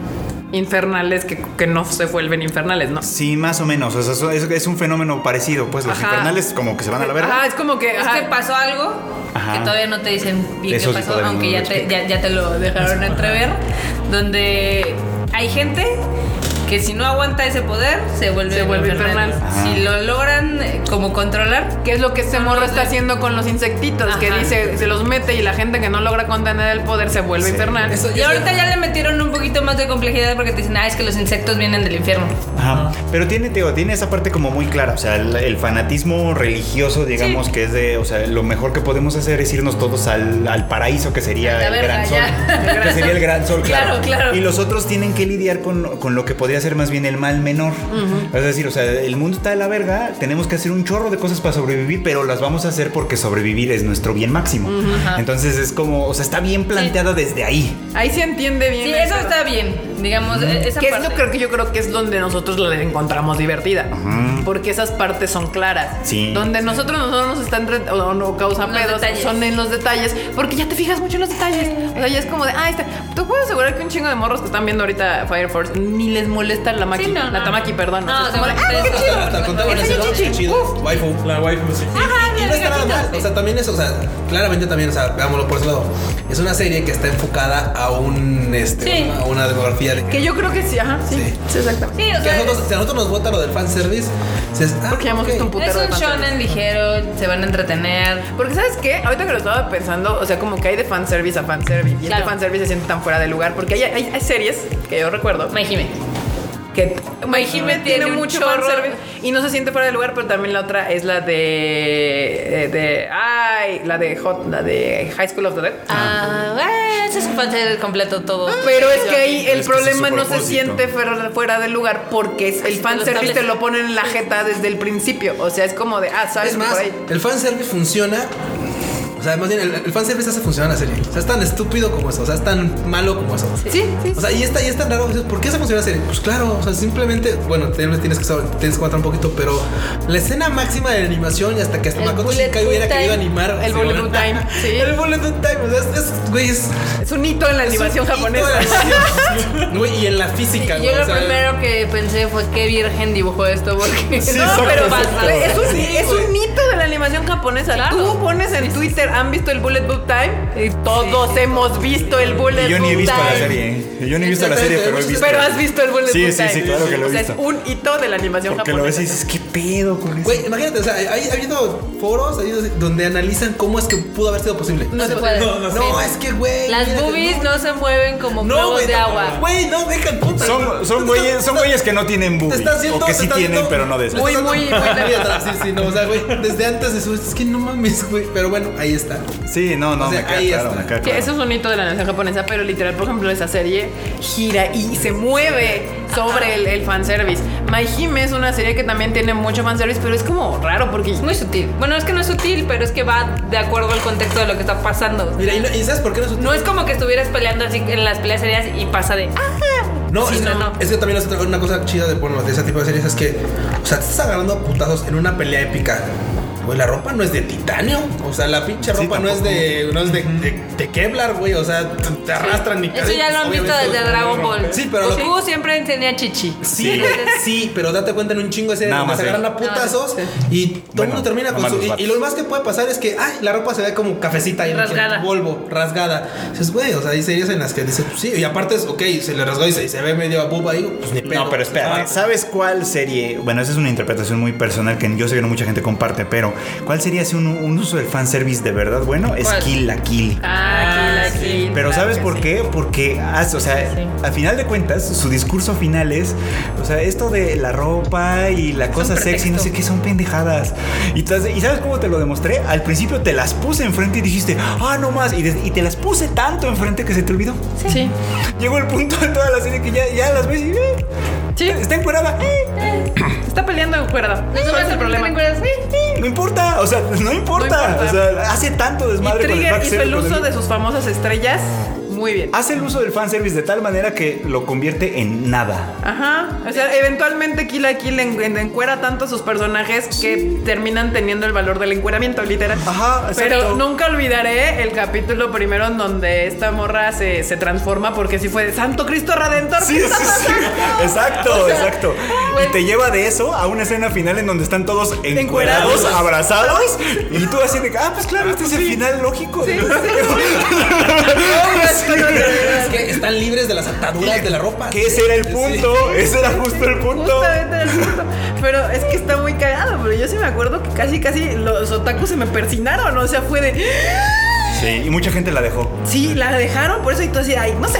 Speaker 1: infernales que, que no se vuelven infernales, ¿no?
Speaker 7: Sí, más o menos. O sea, eso- es, es un fenómeno parecido. Pues los
Speaker 1: Ajá.
Speaker 7: infernales como que se van a la verga.
Speaker 1: Ajá, es como que...
Speaker 4: Es
Speaker 1: ajá.
Speaker 4: que pasó algo
Speaker 7: Ajá.
Speaker 4: que todavía no te dicen bien
Speaker 7: Eso sí
Speaker 4: qué pasó,
Speaker 7: todavía no
Speaker 4: aunque ya
Speaker 7: lo
Speaker 4: te, ya, ya te lo dejaron entrever, donde hay gente que si no aguanta ese poder se vuelve,
Speaker 1: Se vuelve infernal.
Speaker 7: Ajá.
Speaker 4: Si lo logran eh, como controlar,
Speaker 1: ¿Qué es lo que este morro está haciendo con los insectitos? Que
Speaker 4: Ajá.
Speaker 1: dice, se los mete y la gente que no logra contener el poder se vuelve
Speaker 7: Sí.
Speaker 1: infernal.
Speaker 2: Eso
Speaker 4: y
Speaker 2: ya
Speaker 4: ahorita ya le metieron un poquito más de complejidad porque te dicen, ah, es que los insectos vienen del infierno.
Speaker 7: Ajá. Pero tiene, te digo, tiene esa parte como muy clara. O sea, el, el fanatismo religioso, digamos, que es de, o sea, lo mejor que podemos hacer es irnos todos al, al paraíso, que sería
Speaker 4: A la
Speaker 7: el
Speaker 4: verga,
Speaker 7: gran
Speaker 4: ya. El
Speaker 7: sol.
Speaker 4: gran
Speaker 7: que sería el gran sol,
Speaker 4: Claro,
Speaker 7: claro.
Speaker 4: claro.
Speaker 7: Y los otros tienen que lidiar con, con lo que podría ser más bien el mal menor. Es decir, o sea, el mundo está de la verga, tenemos que hacer un chorro de cosas para sobrevivir, pero las vamos a hacer porque sobrevivir es nuestro bien máximo. Entonces es como, o sea, está bien planteada desde ahí.
Speaker 1: Ahí se entiende bien.
Speaker 4: Sí,
Speaker 1: el
Speaker 4: eso
Speaker 1: pedo.
Speaker 4: está bien, digamos, eh, esa
Speaker 1: Que es
Speaker 4: parte.
Speaker 1: lo creo que yo creo que es donde nosotros la encontramos divertida.
Speaker 7: Ajá.
Speaker 1: Porque esas partes son claras.
Speaker 7: Sí.
Speaker 1: Donde nosotros nosotros nos están entre- o no causa
Speaker 4: Los
Speaker 1: pedos
Speaker 4: detalles.
Speaker 1: son en los detalles. Porque ya te fijas mucho en los detalles. O sea, ya es como de, ah, este. Te puedo asegurar que un chingo de morros que están viendo ahorita Fire Force ni les molesta la maki.
Speaker 4: Sí, no,
Speaker 1: la
Speaker 4: no.
Speaker 1: tamaki, perdón.
Speaker 4: No,
Speaker 1: O sea, es como de,
Speaker 4: no,
Speaker 1: ah, qué
Speaker 4: no,
Speaker 1: chido.
Speaker 2: Hasta el contrario,
Speaker 1: Ese
Speaker 2: ese
Speaker 1: chichi.
Speaker 2: chichi, chido. Waifu.
Speaker 6: La waifu, sí.
Speaker 2: Y no está nada mal. O sea, también es, o sea, claramente también, o sea, veámoslo por ese lado. Es una serie que está enfocada a un, este,
Speaker 4: Sí.
Speaker 2: una, una demografía de.
Speaker 1: Que yo creo que sí, ajá, sí.
Speaker 2: Sí.
Speaker 1: Sí, exactamente.
Speaker 4: Sí, o
Speaker 2: que a
Speaker 4: sea,
Speaker 2: nosotros, si a nosotros nos vota lo del fanservice, dices, ah,
Speaker 1: Porque ya hemos
Speaker 2: ok.
Speaker 1: visto un
Speaker 4: es
Speaker 1: putero de
Speaker 4: un
Speaker 1: fanservice.
Speaker 4: shonen ligero, se van a entretener.
Speaker 1: Porque ¿sabes qué? Ahorita que lo estaba pensando, o sea, como que hay de fanservice a fanservice. Y
Speaker 4: Claro.
Speaker 1: este fanservice se siente tan fuera de lugar. Porque hay, hay- hay series que yo recuerdo
Speaker 4: Maijime.
Speaker 1: que
Speaker 4: My Hime tiene un chorro.
Speaker 1: fanservice y no se siente fuera de lugar, pero también la otra es la de. eh, de ay, la de Hot, la de High School of the Dead.
Speaker 4: Ah, eh, ese es un fanservice completo todo.
Speaker 1: Pero es que ahí el
Speaker 3: Es que
Speaker 1: problema
Speaker 3: ese es su
Speaker 1: no se
Speaker 3: propósito.
Speaker 1: siente fuera, fuera de lugar porque es el
Speaker 4: te lo
Speaker 1: fanservice te
Speaker 4: establecen.
Speaker 1: lo ponen en la jeta desde el principio. O sea, es como de, ah, sabes
Speaker 2: Es
Speaker 1: que
Speaker 2: más,
Speaker 1: por ahí.
Speaker 2: el fanservice funciona. O sea, más bien, el, el fanservice hace funcionar la serie. O sea, es tan estúpido como eso. O sea, es tan malo como eso.
Speaker 1: Sí, sí.
Speaker 2: O sea, y está, y está raro. dices, ¿Por qué se funciona la serie? Pues claro, o sea, simplemente, bueno, te- tienes que saber, tienes que aguantar un poquito, pero la escena máxima de animación y hasta que hasta
Speaker 4: El
Speaker 2: Makoto
Speaker 4: bullet
Speaker 2: Shinkai hubiera
Speaker 4: time.
Speaker 2: querido animar.
Speaker 1: El
Speaker 2: se
Speaker 1: bullet
Speaker 2: van a-
Speaker 1: time, sí.
Speaker 2: El bullet time. O sea, es, es- güey, es.
Speaker 1: Es un hito en la
Speaker 2: es un
Speaker 1: animación
Speaker 2: hito de
Speaker 1: japonesa.
Speaker 2: animación. Güey, y en la física,
Speaker 4: Yo
Speaker 2: güey,
Speaker 4: lo
Speaker 2: o sea,
Speaker 4: primero que pensé fue qué virgen dibujó esto porque
Speaker 1: no, pero
Speaker 4: pasa.
Speaker 1: es un, es un mito de la animación japonesa.
Speaker 4: Claro.
Speaker 1: Tú pones en Twitter, ¿han visto el Bullet Book Time? Y todos hemos visto el Bullet
Speaker 7: Y yo ni he
Speaker 1: Book
Speaker 7: visto la
Speaker 1: Time.
Speaker 7: serie. ¿eh? Yo ni he visto la serie, pero he visto.
Speaker 1: Pero has visto el Bullet
Speaker 7: Sí,
Speaker 1: Book
Speaker 7: sí,
Speaker 1: Time.
Speaker 7: sí, claro que lo he
Speaker 1: O sea,
Speaker 7: visto.
Speaker 1: es un hito de la animación
Speaker 7: Porque lo ves
Speaker 1: japonesa.
Speaker 7: y dices, ¿qué pedo con eso?
Speaker 2: Güey, imagínate, o sea, hay, ha habido foros ahí donde analizan cómo es que pudo haber sido posible.
Speaker 4: No se puede.
Speaker 2: No, no,
Speaker 4: Sí.
Speaker 2: es que, güey.
Speaker 4: Las
Speaker 2: mira,
Speaker 4: boobies no se mueven como
Speaker 2: No,
Speaker 4: globos
Speaker 2: güey.
Speaker 4: de
Speaker 2: no,
Speaker 4: agua.
Speaker 2: Güey, no, dejan puta.
Speaker 7: Son, son, güeyes, son güeyes que no tienen
Speaker 2: Te
Speaker 7: boobies.
Speaker 2: está haciendo,
Speaker 7: o que
Speaker 2: te
Speaker 7: sí
Speaker 2: está
Speaker 7: tienen,
Speaker 2: haciendo-
Speaker 7: pero no de esas.
Speaker 1: Muy, muy, muy
Speaker 2: Muy atrás, sí, sí, no, o sea, güey, desde antes de su, es que no mames, güey, pero bueno, ahí está.
Speaker 7: Sí, no, no,
Speaker 2: O sea,
Speaker 7: me queda
Speaker 2: ahí
Speaker 7: claro,
Speaker 2: está.
Speaker 7: me queda
Speaker 1: Sí,
Speaker 7: claro.
Speaker 1: eso es un hito de la animación japonesa, pero literal, por ejemplo, esa serie gira y se mueve sobre el, el fanservice. My Hime es una serie que también tiene mucho fanservice, pero es como raro porque
Speaker 4: Es muy sutil. Bueno, es que no es sutil, pero es que va de acuerdo al contexto de lo que está pasando.
Speaker 2: Mira, y, no- ¿y sabes por qué no es
Speaker 4: No es como que estuvieras peleando así en las peleas serias y pasa de. ¡Ah!
Speaker 2: No,
Speaker 4: Sí,
Speaker 2: es, que,
Speaker 4: no, no.
Speaker 2: es que también es otra- una cosa chida de, bueno, de ese tipo de series es que, o sea, te estás agarrando a putazos en una pelea épica. Güey, la ropa no es de titanio. O sea, la pinche ropa no es de. no es de, de- de Kevlar, güey. O sea, te, te arrastran y
Speaker 4: Eso ya lo han visto desde Dragon Ball.
Speaker 2: Sí, pero lo que-
Speaker 4: Goku siempre tenía chichi.
Speaker 2: Sí, sí, pero date cuenta en un chingo ese
Speaker 7: Nada
Speaker 2: donde
Speaker 7: más
Speaker 2: se agarran
Speaker 7: él.
Speaker 2: a putazos
Speaker 4: Nada
Speaker 2: y todo el
Speaker 7: Bueno,
Speaker 2: mundo termina
Speaker 7: nada
Speaker 2: con
Speaker 7: más
Speaker 2: su.
Speaker 7: los
Speaker 2: Y,
Speaker 7: vatos.
Speaker 2: y lo más que puede pasar es que, ay, la ropa se ve como cafecita y
Speaker 4: Rasgada.
Speaker 2: polvo, rasgada. Dices, güey, o sea, hay series en las que dices, pues, sí, y aparte es, ok, se le rasgó y se, y se ve medio a buba ahí, pues ni pedo.
Speaker 7: No, pero espérate. ¿Sabes cuál serie? Bueno, esa es una interpretación muy personal que yo sé que no mucha gente comparte, pero ¿cuál sería si un, un uso del fanservice de verdad bueno? Es
Speaker 4: ¿Cuál?
Speaker 7: Kill la Kill.
Speaker 4: Ah, aquí, aquí.
Speaker 7: Pero ¿sabes por qué? Porque, ah, o sea, al final de cuentas, su discurso final es, o sea, esto de la ropa y la cosa sexy, no sé qué, son pendejadas. Y, tras- y ¿sabes cómo te lo demostré? Al principio te las puse enfrente y dijiste, ah, no más, y, de- y te las puse tanto enfrente que se te olvidó.
Speaker 4: Ah, Sí.
Speaker 7: Llegó el punto de toda la serie que ya, ya las ves y, eh,
Speaker 4: Sí.
Speaker 7: está encuerada, eh,
Speaker 1: Está peleando en cuerda.
Speaker 4: Nosotros
Speaker 1: es el problema.
Speaker 7: no importa, o sea, no importa,
Speaker 1: No importa.
Speaker 7: o sea, hace tanto
Speaker 1: Y
Speaker 7: desmadre con el
Speaker 1: Trigger
Speaker 7: Dark
Speaker 1: hizo
Speaker 7: Zero,
Speaker 1: el
Speaker 7: con el-
Speaker 1: uso de sus famosas estrellas muy bien.
Speaker 7: Hace el uso del fanservice de tal manera que lo convierte en nada.
Speaker 1: Ajá. O sea, eventualmente Kill la Kill en- en- encuera tanto a sus personajes que terminan teniendo el valor del encueramiento, literal.
Speaker 7: Ajá, exacto.
Speaker 1: Pero nunca olvidaré el capítulo primero en donde esta morra se, se transforma porque sí fue de Santo Cristo Redentor.
Speaker 7: Sí,
Speaker 1: ¿qué
Speaker 7: sí,
Speaker 1: está
Speaker 7: sí.
Speaker 1: pasando?"
Speaker 7: Exacto, exacto.
Speaker 1: pues
Speaker 7: Y te lleva de eso a una escena final en donde están todos encuerados,
Speaker 1: Encuerados.
Speaker 7: abrazados. Y tú así de, ah, pues claro, este es el final lógico.
Speaker 1: Sí, sí, sí.
Speaker 2: Es que están libres de las ataduras de la ropa.
Speaker 7: Que ese era el punto, ese era justo el punto.
Speaker 1: Justamente era el punto. Pero es que está muy cagado, pero yo sí me acuerdo que casi, casi los otakus se me persinaron, o sea, fue de...
Speaker 7: Sí, y mucha gente la dejó.
Speaker 1: Sí, la dejaron, por eso y tú así, ay, no sé,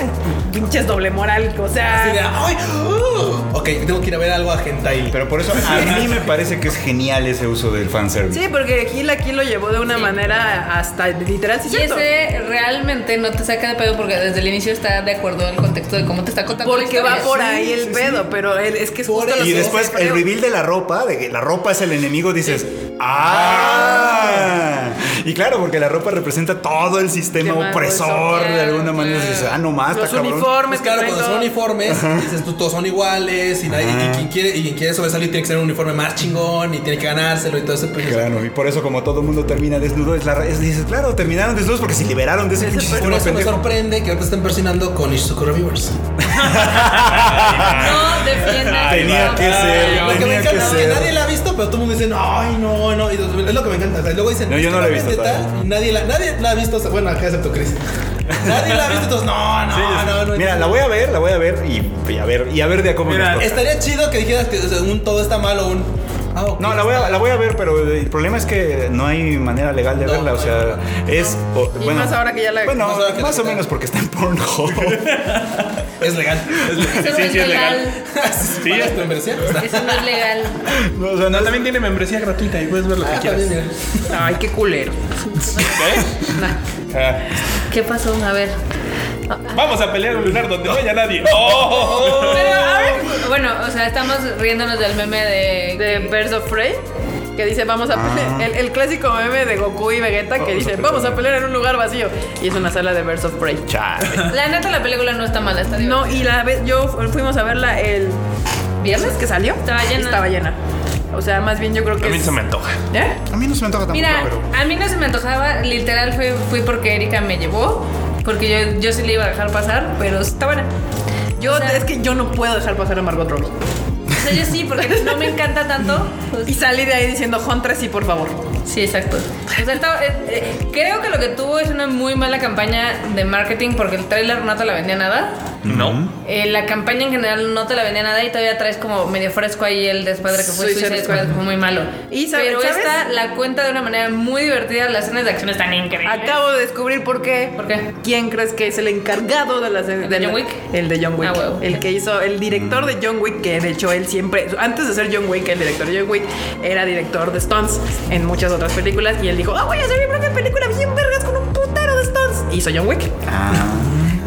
Speaker 1: pinches doble moral, o
Speaker 2: Así de,
Speaker 1: sea...
Speaker 2: "Ay, uh". Ok, tengo que ir a ver algo a Hentai.
Speaker 7: Pero por eso a mí me parece que es genial ese uso del fanservice.
Speaker 1: Sí, porque Gil aquí lo llevó de una manera hasta literal, sí,
Speaker 4: Y
Speaker 1: cierto.
Speaker 4: ese realmente no te saca de pedo porque desde el inicio está de acuerdo al contexto de cómo te está contando. la
Speaker 1: Porque va
Speaker 4: historia.
Speaker 1: por ahí el pedo, pero él- es que es justo lo
Speaker 7: Y
Speaker 1: que
Speaker 7: después
Speaker 1: dice,
Speaker 7: el
Speaker 1: creo.
Speaker 7: reveal de la ropa, de que la ropa es el enemigo, dices, ¡ah! Y claro, porque la ropa representa todo el sistema
Speaker 1: Qué mal,
Speaker 7: opresor
Speaker 4: eso,
Speaker 7: de alguna
Speaker 4: claro,
Speaker 7: manera. Dices, ah, no más,
Speaker 1: Los
Speaker 7: está cabrón.
Speaker 1: uniformes,
Speaker 2: Pues claro,
Speaker 1: que
Speaker 2: cuando son
Speaker 1: traen
Speaker 2: uniformes, dices tú, todos son iguales y, nadie- y quien quiere, y quien quiere sobresalir tiene que ser un uniforme más chingón y tiene que ganárselo y todo ese pedo.
Speaker 7: Claro, y por eso como todo mundo termina desnudo, es la ra- es- dices, claro, terminaron desnudos porque se liberaron de ese pinche
Speaker 2: Por
Speaker 7: sistema
Speaker 2: eso me
Speaker 7: pendejo.
Speaker 2: sorprende que ahorita estén persinando con Ishizuku Reviewers.
Speaker 4: No defiendas.
Speaker 7: Tenía
Speaker 4: no,
Speaker 7: que ser,
Speaker 2: Lo que me
Speaker 7: tenía que
Speaker 2: encanta es que nadie
Speaker 7: ser.
Speaker 2: la ha visto, pero todo el mundo dice, ay, no, no. y es lo que me encanta. O sea, luego dicen,
Speaker 7: No, yo no la he visto
Speaker 2: "Solamente
Speaker 7: todavía".
Speaker 2: tal", y nadie la, nadie la ha visto. o sea, Bueno, acá excepto Chris. Nadie la ha visto, entonces, no, no, no, no.
Speaker 7: Mira, la voy a ver, la voy a ver y, y a ver, y a ver de a cómo
Speaker 6: Mira,
Speaker 7: nos toca.
Speaker 2: Estaría chido que dijeras que o sea, un todo está mal o un. ah, ok,
Speaker 7: No, la voy, a, la voy a ver, pero el problema es que no hay manera legal de
Speaker 2: No,
Speaker 7: verla. O sea, es. o-
Speaker 1: Y
Speaker 7: bueno,
Speaker 1: más ahora que ya la-
Speaker 7: Bueno,
Speaker 2: más ahora que
Speaker 7: más
Speaker 2: la-
Speaker 7: o menos porque está en Pornhub.
Speaker 2: Es legal.
Speaker 4: Eso no
Speaker 5: Sí,
Speaker 4: es
Speaker 5: sí, es
Speaker 4: legal.
Speaker 5: Sí,
Speaker 2: ¿Pagas
Speaker 5: es-
Speaker 2: tu membresía? Está.
Speaker 4: Eso no es legal.
Speaker 7: No, o sea, no
Speaker 5: No,
Speaker 7: es-
Speaker 5: también tiene membresía gratuita y puedes ver lo que
Speaker 2: Ah,
Speaker 5: quieras.
Speaker 2: también, mira.
Speaker 1: Ay, qué culero.
Speaker 5: ¿Eh?
Speaker 4: ¿Qué pasó? A ver.
Speaker 5: Vamos a pelear un lugar donde no haya nadie. ¡Oh!
Speaker 4: Pero, a ver. Bueno, o sea, estamos riéndonos del meme de.
Speaker 1: De Birds of Prey, que dice, vamos a pelear. El, el clásico meme de Goku y Vegeta que dice, vamos a pelear en un lugar vacío. Y es una sala de Birds of Prey.
Speaker 7: Chale.
Speaker 4: La neta, la película no está mala, está
Speaker 1: No,
Speaker 4: divertida.
Speaker 1: y la vez, yo fu- fuimos a verla el viernes que salió.
Speaker 4: Estaba llena.
Speaker 1: Estaba llena. O sea, más bien yo creo que.
Speaker 5: A mí
Speaker 1: es-
Speaker 5: se me antoja.
Speaker 1: ¿Eh?
Speaker 7: A mí no se me antoja tampoco,
Speaker 4: Mira,
Speaker 7: pero.
Speaker 4: a mí no se me antojaba, literal fui, fui porque Erika me llevó, porque yo, yo sí le iba a dejar pasar, pero está buena.
Speaker 1: Yo,
Speaker 4: O sea-
Speaker 1: es que yo no puedo dejar pasar a Margot Robbie.
Speaker 4: O sea, yo sí, porque no me encanta tanto. pues,
Speaker 1: Y salí de ahí diciendo, Hunter, sí, por favor.
Speaker 4: Sí, exacto. O sea, estaba- eh, eh, creo que lo que tuvo es una muy mala campaña de marketing porque el trailer no te la vendía nada.
Speaker 5: No.
Speaker 4: Eh, la campaña en general no te la vendía nada y todavía traes como medio fresco ahí el despadre que fue
Speaker 1: Soy
Speaker 4: Suicide
Speaker 1: Suicide
Speaker 4: Squad,
Speaker 1: Squad.
Speaker 4: que fue muy malo.
Speaker 1: Y sabe-
Speaker 4: Pero
Speaker 1: ¿sabes?
Speaker 4: esta la cuenta de una manera muy divertida, las escenas de acción están increíbles.
Speaker 1: Acabo de descubrir por qué.
Speaker 4: ¿Por qué?
Speaker 1: ¿Quién crees que es el encargado de las de,
Speaker 4: de
Speaker 1: la-
Speaker 4: John Wick?
Speaker 1: El de John Wick.
Speaker 4: Ah, huevo.
Speaker 1: El que hizo, el director de John Wick, que de hecho él siempre, antes de ser John Wick, el director de John Wick, era director de Stones en muchas otras películas. Y él dijo, ah, voy a hacer mi propia película bien vergas con un putero de Stones. Hizo John Wick.
Speaker 7: Ah,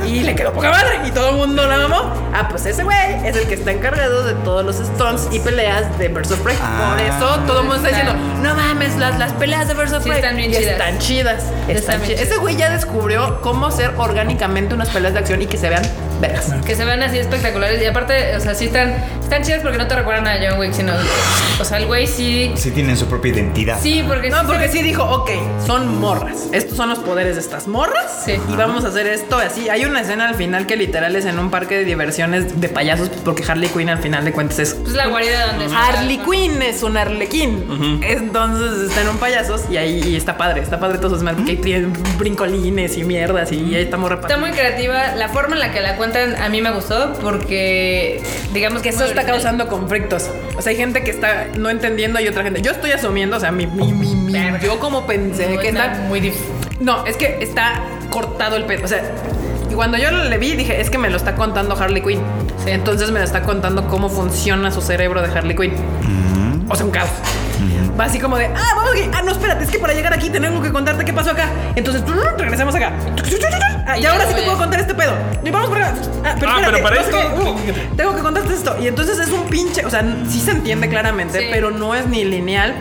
Speaker 1: Y le quedó poca madre. Y todo el mundo la amó. Ah, pues ese güey es el que está encargado de todos los stunts y peleas de Birds of Prey.
Speaker 7: Ah.
Speaker 1: Por eso todo el mundo está
Speaker 4: Está-
Speaker 1: diciendo, no mames, las, las peleas de Birds of
Speaker 4: Sí,
Speaker 1: Prey
Speaker 4: están bien
Speaker 1: y
Speaker 4: chidas.
Speaker 1: Están chidas.
Speaker 4: Están
Speaker 1: Están
Speaker 4: bien
Speaker 1: chidas.
Speaker 4: chidas.
Speaker 1: Ese güey ya descubrió cómo hacer orgánicamente unas peleas de acción y que se vean
Speaker 4: vergas. Que se vean así espectaculares. Y aparte, o sea, sí están, están chidas porque no te recuerdan a John Wick, sino. O sea, el güey sí.
Speaker 7: Sí tienen su propia identidad.
Speaker 4: Sí, porque
Speaker 1: No,
Speaker 4: sí
Speaker 1: porque
Speaker 4: se-
Speaker 1: sí dijo, ok, son morras. Estos son los poderes de estas morras.
Speaker 4: Sí.
Speaker 1: Y vamos a hacer esto así. Hay una escena al final que literal es en un parque de diversiones de payasos, porque Harley Quinn al final de cuentas es
Speaker 4: Pues la guarida donde se-
Speaker 1: Harley Quinn es un arlequín. Entonces está en un payasos y ahí y está padre, está padre todos sus marcas que tienen brincolines y mierdas y ahí estamos
Speaker 4: Está
Speaker 1: repartiendo.
Speaker 4: muy creativa. La forma en la que la cuentan a mí me gustó porque digamos que
Speaker 1: Eso está causando conflictos. O sea, hay gente que está no entendiendo y otra gente. Yo estoy asumiendo, o sea, mi, mi, mi- mi-
Speaker 4: Verga.
Speaker 1: yo como pensé que está
Speaker 4: muy difícil.
Speaker 1: No, es que está cortado el pelo. O sea, y cuando yo le vi, dije, es que me lo está contando Harley Quinn.
Speaker 4: Sí.
Speaker 1: Entonces me lo está contando cómo funciona su cerebro de Harley Quinn.
Speaker 5: Mm.
Speaker 1: O sea, un caos. Va así como de, ah, vamos aquí. Ah, no, espérate, es que para llegar aquí tenemos que contarte qué pasó acá. Entonces, regresamos acá. Ah, y
Speaker 4: Y ya
Speaker 1: ahora
Speaker 4: lo
Speaker 1: sí te
Speaker 4: ves.
Speaker 1: puedo contar este pedo. Y vamos por acá. Ah, pero,
Speaker 5: Ah,
Speaker 1: espérate,
Speaker 5: pero para
Speaker 1: no sé
Speaker 5: esto-
Speaker 1: qué. Uh, tengo que contarte esto. Y entonces es un pinche, o sea, sí se entiende claramente,
Speaker 4: Sí.
Speaker 1: pero no es ni lineal,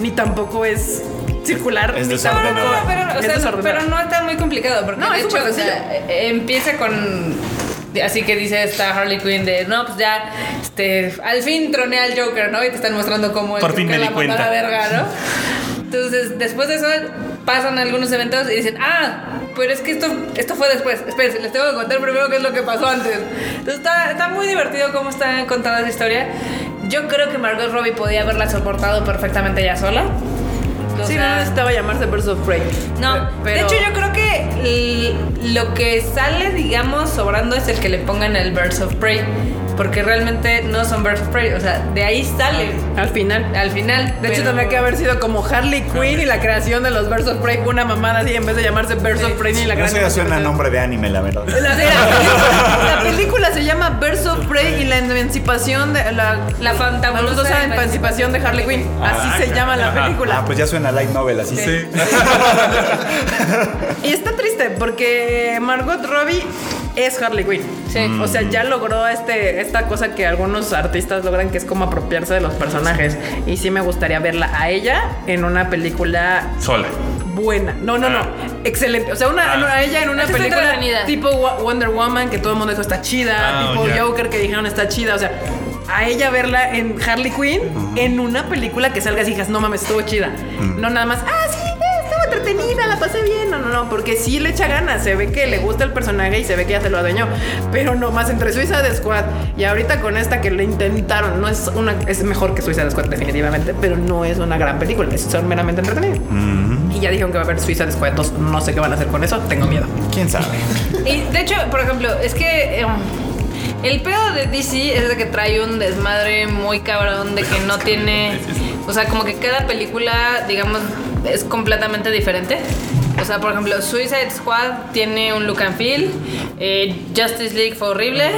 Speaker 1: ni tampoco es circular.
Speaker 7: Es
Speaker 1: ni
Speaker 4: No, no,
Speaker 7: desordenado.
Speaker 1: tampoco-
Speaker 4: no, pero, o
Speaker 1: es
Speaker 4: sea, no,
Speaker 1: desordenado.
Speaker 4: pero no está muy complicado. Porque
Speaker 1: No,
Speaker 4: de
Speaker 1: es
Speaker 4: hecho,
Speaker 1: súper
Speaker 4: o sea, eh, empieza con. de- Así que dice esta Harley Quinn de no, pues ya, este, al fin troné al Joker, ¿no? Y te están mostrando cómo el
Speaker 5: Por fin
Speaker 4: Joker
Speaker 5: me
Speaker 4: la
Speaker 5: di
Speaker 4: mandó a la
Speaker 5: cuenta.
Speaker 4: verga, ¿no? Entonces, después de eso, pasan algunos eventos y dicen, ah, pero es que esto, esto fue después. Espérense, les tengo que contar primero qué es lo que pasó antes. Entonces, está, está muy divertido cómo está contada esa historia. Yo creo que Margot Robbie podía haberla soportado perfectamente ya sola. O
Speaker 1: Sí, no
Speaker 4: sea,
Speaker 1: necesitaba llamarse Birds of Prey.
Speaker 4: no, de hecho yo creo que l- lo que sale, digamos, sobrando es el que le pongan el Birds of Prey, porque realmente no son Birds of Prey, o sea, de ahí sale
Speaker 1: Al final.
Speaker 4: al final.
Speaker 1: De hecho,
Speaker 4: pero-
Speaker 1: tendría que haber sido como Harley Quinn y la creación de los Birds of Prey. Una mamada así, en vez de llamarse Birds of Prey ni la
Speaker 7: No
Speaker 1: gran...
Speaker 7: se hace un nombre de anime, la verdad.
Speaker 1: La, la- la película se llama Birds of Prey y la emancipación de... La,
Speaker 4: La fantabulosa
Speaker 1: fabulosa emancipación de Harley Quinn. Así se llama la película.
Speaker 7: Ah, pues ya suena light novel, así.
Speaker 4: Sí.
Speaker 1: Y está triste porque Margot Robbie es Harley Quinn.
Speaker 4: Sí.
Speaker 5: Mm.
Speaker 1: O sea, ya logró este, esta cosa que algunos artistas logran, que es como apropiarse de los personajes. Y sí me gustaría verla a ella en una película
Speaker 5: Sola.
Speaker 1: buena. No, no, no.
Speaker 5: Ah.
Speaker 1: Excelente. O sea, una,
Speaker 5: Ah.
Speaker 1: en una- ella en una
Speaker 4: Así está
Speaker 1: película
Speaker 4: entretenida.
Speaker 1: tipo Wo- Wonder Woman, que todo el mundo dijo está chida.
Speaker 5: Ah,
Speaker 1: tipo
Speaker 5: ya.
Speaker 1: Joker, que dijeron está chida. O sea, a ella verla en Harley Quinn, en una película que salgas y digas, no mames, estuvo chida. No nada más, ah, sí, eh, estaba entretenida, la pasé bien. No, no, no, porque sí le echa ganas. Se ve que le gusta el personaje y se ve que ya se lo adueñó. Pero no más entre Suiza de Squad y ahorita con esta que le intentaron, no es una, es mejor que Suiza de Squad, definitivamente, pero no es una gran película. Es son meramente entretenidas. Y ya dijeron que va a haber Suiza Squad 2. No sé qué van a hacer con eso. Tengo miedo.
Speaker 7: ¿Quién sabe?
Speaker 4: Y de hecho, por ejemplo, es que em, el pedo de DC es de que trae un desmadre muy cabrón de que no tiene, o sea, como que cada película, digamos, es completamente diferente. O sea, por ejemplo, Suicide Squad tiene un look and feel, eh, Justice League fue horrible,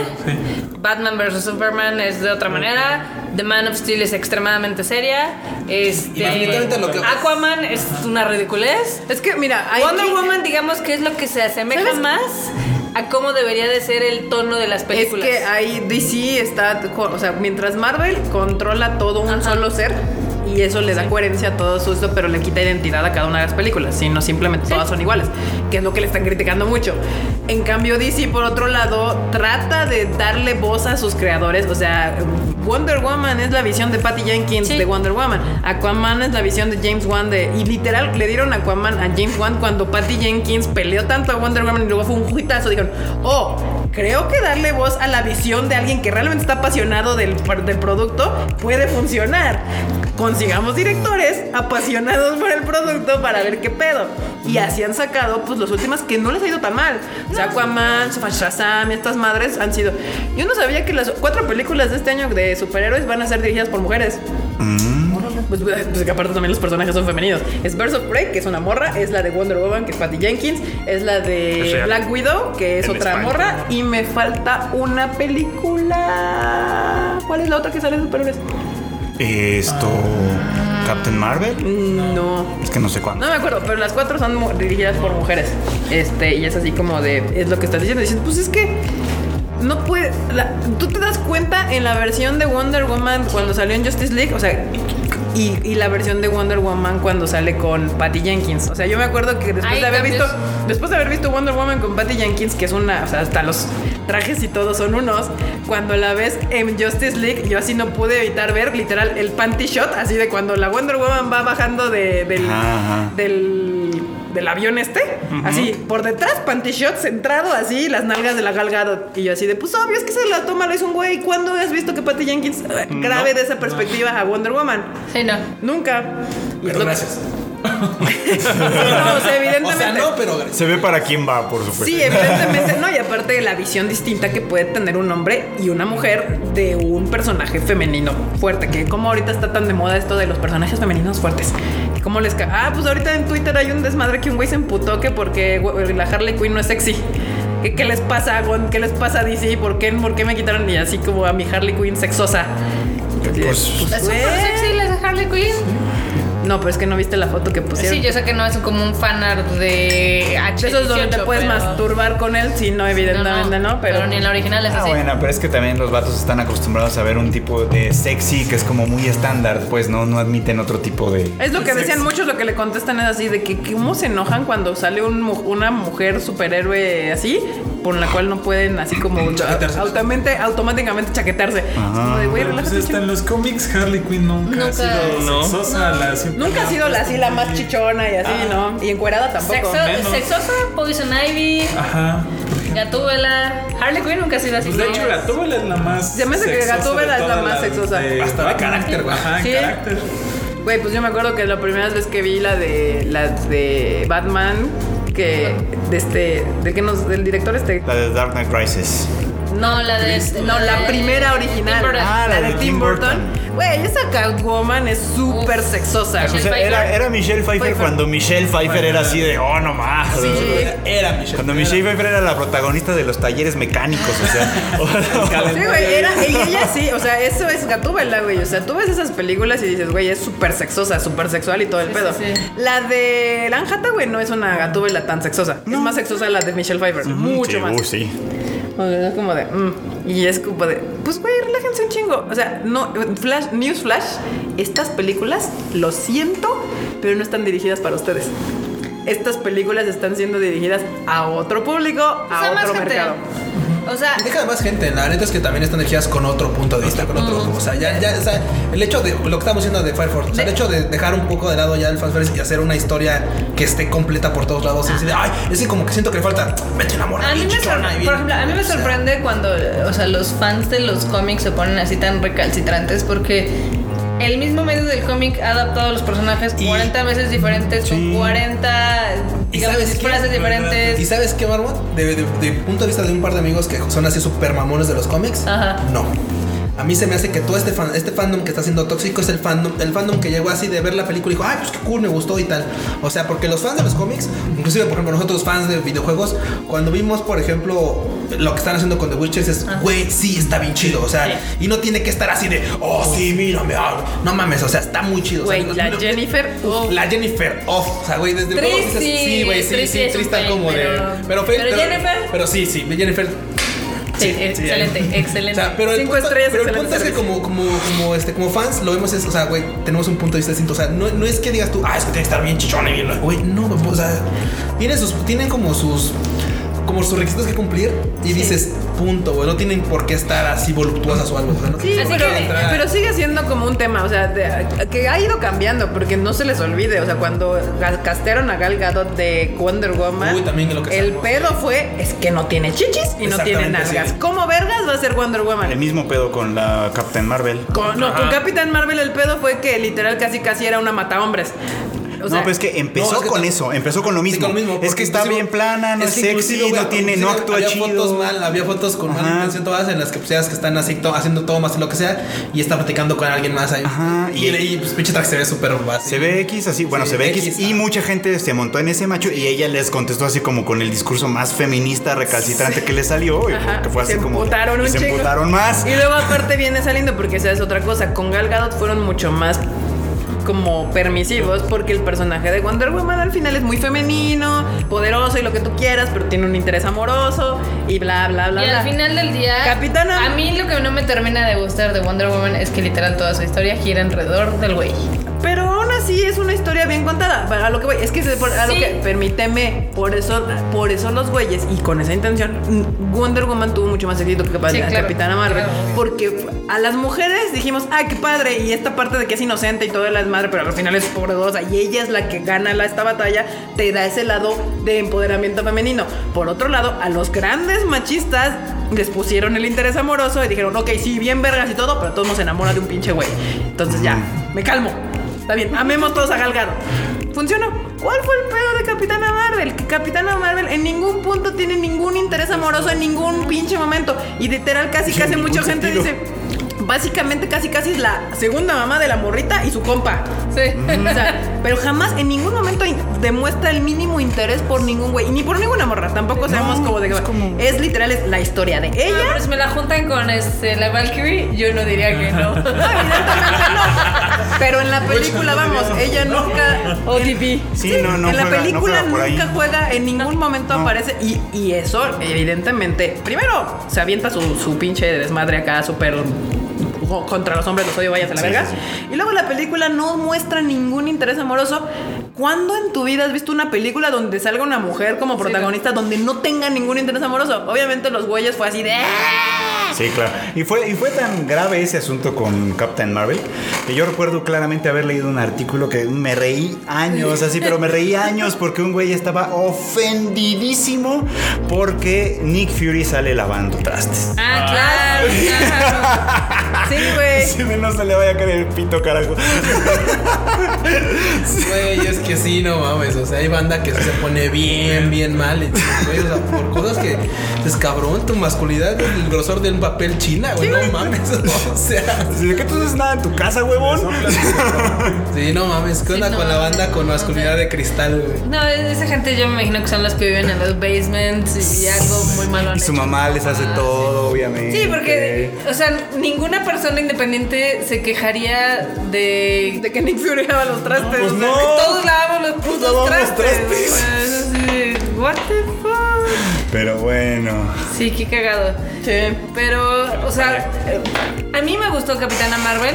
Speaker 4: Batman vs Superman es de otra manera, The Man of Steel es extremadamente seria, este,
Speaker 2: Infinitamente lo que-
Speaker 4: Aquaman es una ridiculez.
Speaker 1: Es que, mira, hay
Speaker 4: Wonder Woman, digamos que es lo que se asemeja
Speaker 1: ¿Sabes?
Speaker 4: más a cómo debería de ser el tono de las
Speaker 1: Es
Speaker 4: películas.
Speaker 1: que ahí DC está, o sea, mientras Marvel controla todo un solo ser y eso le da coherencia a todo su esto, pero le quita identidad a cada una de las películas, sino simplemente todas son iguales, que es lo que le están criticando mucho. En cambio, DC, por otro lado, trata de darle voz a sus creadores, o sea, Wonder Woman es la visión de Patty Jenkins
Speaker 4: Sí.
Speaker 1: de Wonder Woman, Aquaman es la visión de James Wan de... Y literal, le dieron Aquaman a James Wan cuando Patty Jenkins peleó tanto a Wonder Woman y luego fue un juitazo, dijeron, oh, creo que darle voz a la visión de alguien que realmente está apasionado del, del producto puede funcionar. Consigamos directores apasionados por el producto para ver qué pedo. Y así han sacado pues los últimas que no les ha ido tan mal. O sea, Aquaman, Shazam, estas madres han sido. Yo no sabía que las cuatro películas de este año de superhéroes van a ser dirigidas por mujeres.
Speaker 7: Mm,
Speaker 1: Pues, pues, que aparte también los personajes son femeninos. Es Birds of Prey, que es una morra. Es la de Wonder Woman, que es Patty Jenkins. Es la
Speaker 5: Es
Speaker 1: de
Speaker 5: real.
Speaker 1: Black Widow, que es
Speaker 5: En
Speaker 1: otra
Speaker 5: España.
Speaker 1: morra. Y me falta una película. ¿Cuál es la otra que sale de superhéroes?
Speaker 7: Esto. Captain Marvel.
Speaker 1: No.
Speaker 7: Es que no sé cuándo.
Speaker 1: No me acuerdo, pero las cuatro son mu- dirigidas por mujeres. Este, y es así como de. Es lo que estás diciendo. Dices, pues es que. No puede. la- Tú te das cuenta en la versión de Wonder Woman cuando salió en Justice League. O sea, y, y la versión de Wonder Woman cuando sale con Patty Jenkins. O sea, yo me acuerdo que después
Speaker 4: Ahí
Speaker 1: de haber visto,
Speaker 4: cambios.
Speaker 1: después de haber visto Wonder Woman con Patty Jenkins, que es una, o sea, hasta los trajes y todo son unos, cuando la ves en Justice League, yo así no pude evitar ver literal el panty shot, así de cuando la Wonder Woman va bajando de- del,
Speaker 7: Ajá, ajá.
Speaker 1: del del avión este, así por detrás, panty shot centrado así, las nalgas de la galgado y yo así de pues obvio es que se la toma lo hizo un güey. ¿Cuándo has visto que Patty Jenkins eh, grabe de esa perspectiva a Wonder Woman?
Speaker 4: Sí, no.
Speaker 1: Nunca. Y es lo
Speaker 2: Pero
Speaker 1: que-
Speaker 2: gracias.
Speaker 1: Sí, no, o sea,
Speaker 2: O sea,
Speaker 1: evidentemente.
Speaker 2: no, pero gracias.
Speaker 3: Se ve para quién
Speaker 7: Ah,
Speaker 3: va, por supuesto.
Speaker 1: Sí, evidentemente no, y aparte de la visión distinta que puede tener un hombre y una mujer de un personaje femenino fuerte, que como ahorita está tan de moda esto de los personajes femeninos fuertes, que como les... ca- Ah, pues ahorita en Twitter hay un desmadre que un güey se emputó que porque güey, la Harley Quinn no es sexy. ¿Qué, qué les pasa, Gon? ¿Qué les pasa, DC? ¿Por qué, ¿Por qué me quitaron y así como a mi Harley Quinn sexosa?
Speaker 3: Pues,
Speaker 4: Es súper
Speaker 1: güey.
Speaker 4: sexy las de Harley Quinn.
Speaker 1: No, pero es que no viste la foto que pusieron.
Speaker 4: Sí, yo sé que no es como un fanart de H.
Speaker 1: Eso es donde te puedes masturbar con él, sí, no, evidentemente no, pero...
Speaker 4: ni en la original es
Speaker 7: Ah,
Speaker 4: así.
Speaker 7: bueno, pero es que también los vatos están acostumbrados a ver un tipo de sexy que es como muy estándar, pues no, no admiten otro tipo de...
Speaker 1: Es lo que decían muchos, lo que le contestan es así, de que que cómo se enojan cuando sale un mu- una mujer superhéroe así, por la cual no pueden así como
Speaker 2: Chaquetarse.
Speaker 1: automáticamente, automáticamente chaquetarse. Es como de, güey,
Speaker 6: Pues
Speaker 1: relájate,
Speaker 6: hasta en
Speaker 1: chin-
Speaker 6: los cómics Harley Quinn nunca,
Speaker 4: Nunca.
Speaker 6: ha sido
Speaker 5: No.
Speaker 6: sexosa, la siempre
Speaker 1: Nunca ha
Speaker 6: la
Speaker 1: sido la, así la más
Speaker 6: Sí.
Speaker 1: chichona y así, ¿no? Y encuerada tampoco.
Speaker 4: Sexo,
Speaker 6: menos.
Speaker 4: sexosa, Poison Ivy,
Speaker 6: Ajá.
Speaker 4: Gatúbela. Harley Quinn nunca ha sido así.
Speaker 6: Pues de
Speaker 4: ¿no?
Speaker 6: hecho Gatúbela es la más
Speaker 1: Se me hace que
Speaker 6: sexosa
Speaker 1: Gatúbela
Speaker 6: de
Speaker 1: es la
Speaker 6: todas
Speaker 1: más
Speaker 6: las
Speaker 1: sexosa.
Speaker 2: Hasta de carácter, güey.
Speaker 6: Ajá, en
Speaker 1: Sí.
Speaker 6: carácter.
Speaker 1: Güey, pues yo me acuerdo que la primera vez que vi la de la de Batman que de este de que nos del director este
Speaker 7: La de Dark Knight Rises.
Speaker 4: No, la de.
Speaker 1: No, la
Speaker 4: de-
Speaker 1: primera
Speaker 4: de Tim
Speaker 1: original.
Speaker 4: Burton.
Speaker 7: Ah,
Speaker 1: la, de Tim Burton. Güey, esa Catwoman es súper
Speaker 4: Uf.
Speaker 1: sexosa.
Speaker 4: Michelle
Speaker 7: O sea, era,
Speaker 4: Pfeiffer.
Speaker 7: era Michelle Pfeiffer,
Speaker 1: Pfeiffer.
Speaker 7: cuando Michelle Pfeiffer era así de, oh, no más.
Speaker 2: Era Michelle.
Speaker 7: Cuando Michelle Pfeiffer era la protagonista de los talleres mecánicos, o sea.
Speaker 1: Sí, güey, era, y ella sí, o sea, eso es Gatúbela, güey. O sea, tú ves esas películas y dices, güey, es súper sexosa, súper sexual y todo el
Speaker 4: Sí,
Speaker 1: pedo.
Speaker 4: sí, sí.
Speaker 1: La de Lanjata, güey, no es una Gatúbela tan sexosa. Es más sexosa la de Michelle Pfeiffer, mucho
Speaker 7: Sí,
Speaker 1: más.
Speaker 7: uh, sí.
Speaker 1: O sea, es como de, mm, y es como de, pues, güey, relájense un chingo. O sea, no, Flash, News Flash, estas películas, lo siento, pero no están dirigidas para ustedes. Estas películas están siendo dirigidas a otro público,
Speaker 4: O sea,
Speaker 1: a
Speaker 4: más
Speaker 1: otro
Speaker 4: gente.
Speaker 1: mercado.
Speaker 4: O sea,
Speaker 2: Deja más gente, la neta es que también están dirigidas con otro punto de vista, con otro ojo. O sea, ya, ya, o sea, el hecho de lo que estamos haciendo de Fire Force, o sea, el hecho de dejar un poco de lado ya el fanservice y hacer una historia que esté completa por todos lados. Y decir, ay, es que como que siento que le falta, mete una morra.
Speaker 4: A mí,
Speaker 2: bien
Speaker 4: me
Speaker 2: chichona
Speaker 4: sorpre-
Speaker 2: y bien-
Speaker 4: por ejemplo, a mí me
Speaker 2: o sea,
Speaker 4: sorprende cuando o sea, los fans de los cómics se ponen así tan recalcitrantes porque el mismo medio del cómic ha adaptado a los personajes 40 veces diferentes, con 40
Speaker 2: ¿Y
Speaker 4: digamos,
Speaker 2: sabes qué?
Speaker 4: disfraces diferentes.
Speaker 2: ¿Y sabes qué, Marmot? De, de- de punto de vista de un par de amigos que son así super mamones de los cómics,
Speaker 4: Ajá.
Speaker 2: no. A mí se me hace que todo este, fan- este fandom que está siendo tóxico es el fandom, el fandom que llegó así de ver la película y dijo, ay, pues qué cool, me gustó y tal. O sea, porque los fans de los cómics, inclusive por ejemplo nosotros fans de videojuegos, cuando vimos, por ejemplo, lo que están haciendo con The Witcher es, güey, sí, está bien chido. O sea, y no tiene que estar así de, oh, sí, mírame, ah, no mames, o sea, está muy chido. O sea,
Speaker 1: Güey,
Speaker 2: no-
Speaker 1: la
Speaker 2: no-
Speaker 1: Jennifer,
Speaker 4: oh,
Speaker 1: uf,
Speaker 2: la Jennifer off. O sea, güey, desde luego
Speaker 4: Triste,
Speaker 2: dices, Sí, güey, sí,
Speaker 4: triste
Speaker 2: sí,
Speaker 4: es un
Speaker 2: triste
Speaker 4: fail,
Speaker 2: como de.
Speaker 4: pero-
Speaker 2: Pero, fail,
Speaker 4: pero Jennifer-
Speaker 2: Pero sí, sí, Jennifer.
Speaker 4: Sí, excelente,
Speaker 2: O
Speaker 4: excelente.
Speaker 2: sea, pero el
Speaker 1: Cinco
Speaker 2: punto,
Speaker 1: estrellas,
Speaker 2: pero el
Speaker 1: excelente
Speaker 2: punto es que
Speaker 1: servicio.
Speaker 2: como, como, como, este, como fans lo vemos es, o sea, güey, tenemos un punto de vista distinto. O sea, no, no es que digas tú, ah, es que tiene que estar bien chichón y bien. Güey, no, o sea, tienen sus, tienen como sus. Como sus requisitos que cumplir y dices, punto, güey. No tienen por qué estar así voluptuosas o algo. O sea, no
Speaker 1: Sí,
Speaker 2: tienen por
Speaker 1: pero,
Speaker 2: qué entrar a-
Speaker 1: pero sigue siendo como un tema, o sea, de- que ha ido cambiando, porque no se les olvide, o sea, cuando ga- castearon a Gal Gadot de Wonder Woman,
Speaker 2: Uy, también lo que
Speaker 1: el
Speaker 2: sacó.
Speaker 1: pedo fue, es que no tiene chichis y no tiene
Speaker 2: Exactamente,
Speaker 1: nalgas.
Speaker 2: sí.
Speaker 1: ¿Cómo vergas va a ser Wonder Woman?
Speaker 7: El mismo pedo con la Captain Marvel.
Speaker 1: Con, no, con
Speaker 5: Ajá.
Speaker 1: Capitán Marvel el pedo fue que literal casi casi era una mata hombres. O sea,
Speaker 7: no, pero es que empezó
Speaker 2: no, es que
Speaker 7: con
Speaker 2: tam-
Speaker 7: eso, empezó con lo mismo.
Speaker 2: Sí, con lo mismo,
Speaker 7: es
Speaker 2: porque
Speaker 7: que está
Speaker 2: inclusive-
Speaker 7: bien plana, no es,
Speaker 2: que
Speaker 7: sexy,
Speaker 2: inclusive,
Speaker 7: no
Speaker 2: güey,
Speaker 7: tiene, no
Speaker 2: inclusive
Speaker 7: actúa
Speaker 2: había
Speaker 7: chido.
Speaker 2: Fotos mal, había fotos con
Speaker 7: Ajá.
Speaker 2: mal intención todas en las que pues, ya ves que están así to- haciendo todo más lo que sea y está platicando con alguien más ahí.
Speaker 7: Ajá,
Speaker 2: Y,
Speaker 7: y-
Speaker 2: y, pues pinche track se ve súper así.
Speaker 7: Se ve X así, bueno,
Speaker 2: Sí,
Speaker 7: se ve X,
Speaker 2: X,
Speaker 7: y
Speaker 2: ah.
Speaker 7: mucha gente se montó en ese macho y ella les contestó así como con el discurso más feminista recalcitrante que le salió y
Speaker 1: Ajá,
Speaker 7: que fue así
Speaker 1: se
Speaker 7: como
Speaker 1: emputaron
Speaker 7: y
Speaker 1: un
Speaker 7: se
Speaker 1: chingo.
Speaker 7: emputaron más.
Speaker 1: Y luego aparte viene saliendo porque esa es otra cosa. Con Gal Gadot fueron mucho más como permisivos porque el personaje de Wonder Woman al final es muy femenino, poderoso y lo que tú quieras, pero tiene un interés amoroso y bla, bla, bla.
Speaker 4: Y
Speaker 1: bla.
Speaker 4: al final del día,
Speaker 1: Capitana.
Speaker 4: a mí lo que no me termina de gustar de Wonder Woman es que literal toda su historia gira alrededor del güey.
Speaker 1: Pero aún así es una historia bien contada. A lo que voy, es que, se- por- a lo
Speaker 4: Sí.
Speaker 1: que permíteme, por eso, por eso los güeyes y con esa intención, mm, Wonder Woman tuvo mucho más éxito que capaz-
Speaker 4: Sí, claro.
Speaker 1: Capitana Marvel,
Speaker 4: Claro.
Speaker 1: porque a las mujeres dijimos, ah, qué padre y esta parte de que es inocente y todo es madre, pero al final es pobredosa y ella es la que gana la, esta batalla, te da ese lado de empoderamiento femenino. Por otro lado, a los grandes machistas les pusieron el interés amoroso y dijeron, ok, sí, bien vergas y todo, pero todos nos enamora de un pinche güey. Entonces ya, me calmo. Está bien, amemos todos a Galgado. Funcionó. ¿Cuál fue el pedo de Capitana Marvel? Que Capitana Marvel en ningún punto tiene ningún interés amoroso en ningún pinche momento. Y literal, casi, casi mucha gente dice. Básicamente, casi, casi es la segunda mamá de la morrita y su compa.
Speaker 4: Sí.
Speaker 1: O sea, pero jamás en ningún momento in- demuestra el mínimo interés por ningún güey. Y ni por ninguna morra. Tampoco sabemos como de. Es, literal, es la historia de
Speaker 4: Ah,
Speaker 1: ella.
Speaker 4: pero si me la juntan con este, la Valkyrie, yo no diría que no.
Speaker 1: No, evidentemente no. Pero en la película, vamos, ella nunca. OTP.
Speaker 3: Sí, no, no
Speaker 1: En la
Speaker 3: juega- no
Speaker 1: película
Speaker 3: juega por ahí.
Speaker 1: nunca juega, en ningún momento aparece. Y, y eso, evidentemente, primero se avienta su, su pinche desmadre acá, súper. jo- Contra los hombres, los odio, vayas a la verga. Y luego la película no muestra ningún interés amoroso. ¿Cuándo en tu vida has visto una película donde salga una mujer como protagonista donde no tenga ningún interés amoroso? Obviamente, los güeyes fue así de. "¡Ah!".
Speaker 7: Sí, claro. Y fue, y fue tan grave ese asunto con Captain Marvel que yo recuerdo claramente haber leído un artículo que me reí años, así, pero me reí años porque un güey estaba ofendidísimo porque Nick Fury sale lavando trastes.
Speaker 4: Ah, claro, claro.
Speaker 1: Sí, güey.
Speaker 7: Si no se le vaya a caer el pito, carajo.
Speaker 2: Güey, es que sí, no mames. O sea, hay banda que sí se pone bien, bien mal. Y, dices, güey, o sea, por cosas que es cabrón, tu masculinidad es el grosor de un papel china, güey. No mames. O sea,
Speaker 7: ¿De qué tú haces nada en tu casa, huevón?
Speaker 2: sí, no mames. ¿Qué onda
Speaker 4: no,
Speaker 2: con la banda
Speaker 4: no,
Speaker 2: con
Speaker 4: no,
Speaker 2: masculinidad de cristal, güey?
Speaker 4: No, esa gente yo me imagino que son las que viven en los basements y algo muy Ah, malo. han
Speaker 7: Y su
Speaker 4: hecho.
Speaker 7: mamá les hace todo, obviamente.
Speaker 4: Sí, porque, o sea, ninguna persona independiente se quejaría de.
Speaker 1: De que Nick Fury lava los trastes.
Speaker 7: Pues
Speaker 1: o sea,
Speaker 7: no.
Speaker 4: Todos lavamos los putos
Speaker 7: Lavamos los
Speaker 4: trastes.
Speaker 7: trastes.
Speaker 4: o sea, es así, What the fuck?
Speaker 7: Pero bueno.
Speaker 4: Sí, qué cagado.
Speaker 1: Sí.
Speaker 4: Pero, o sea, a mí me gustó Capitana Marvel.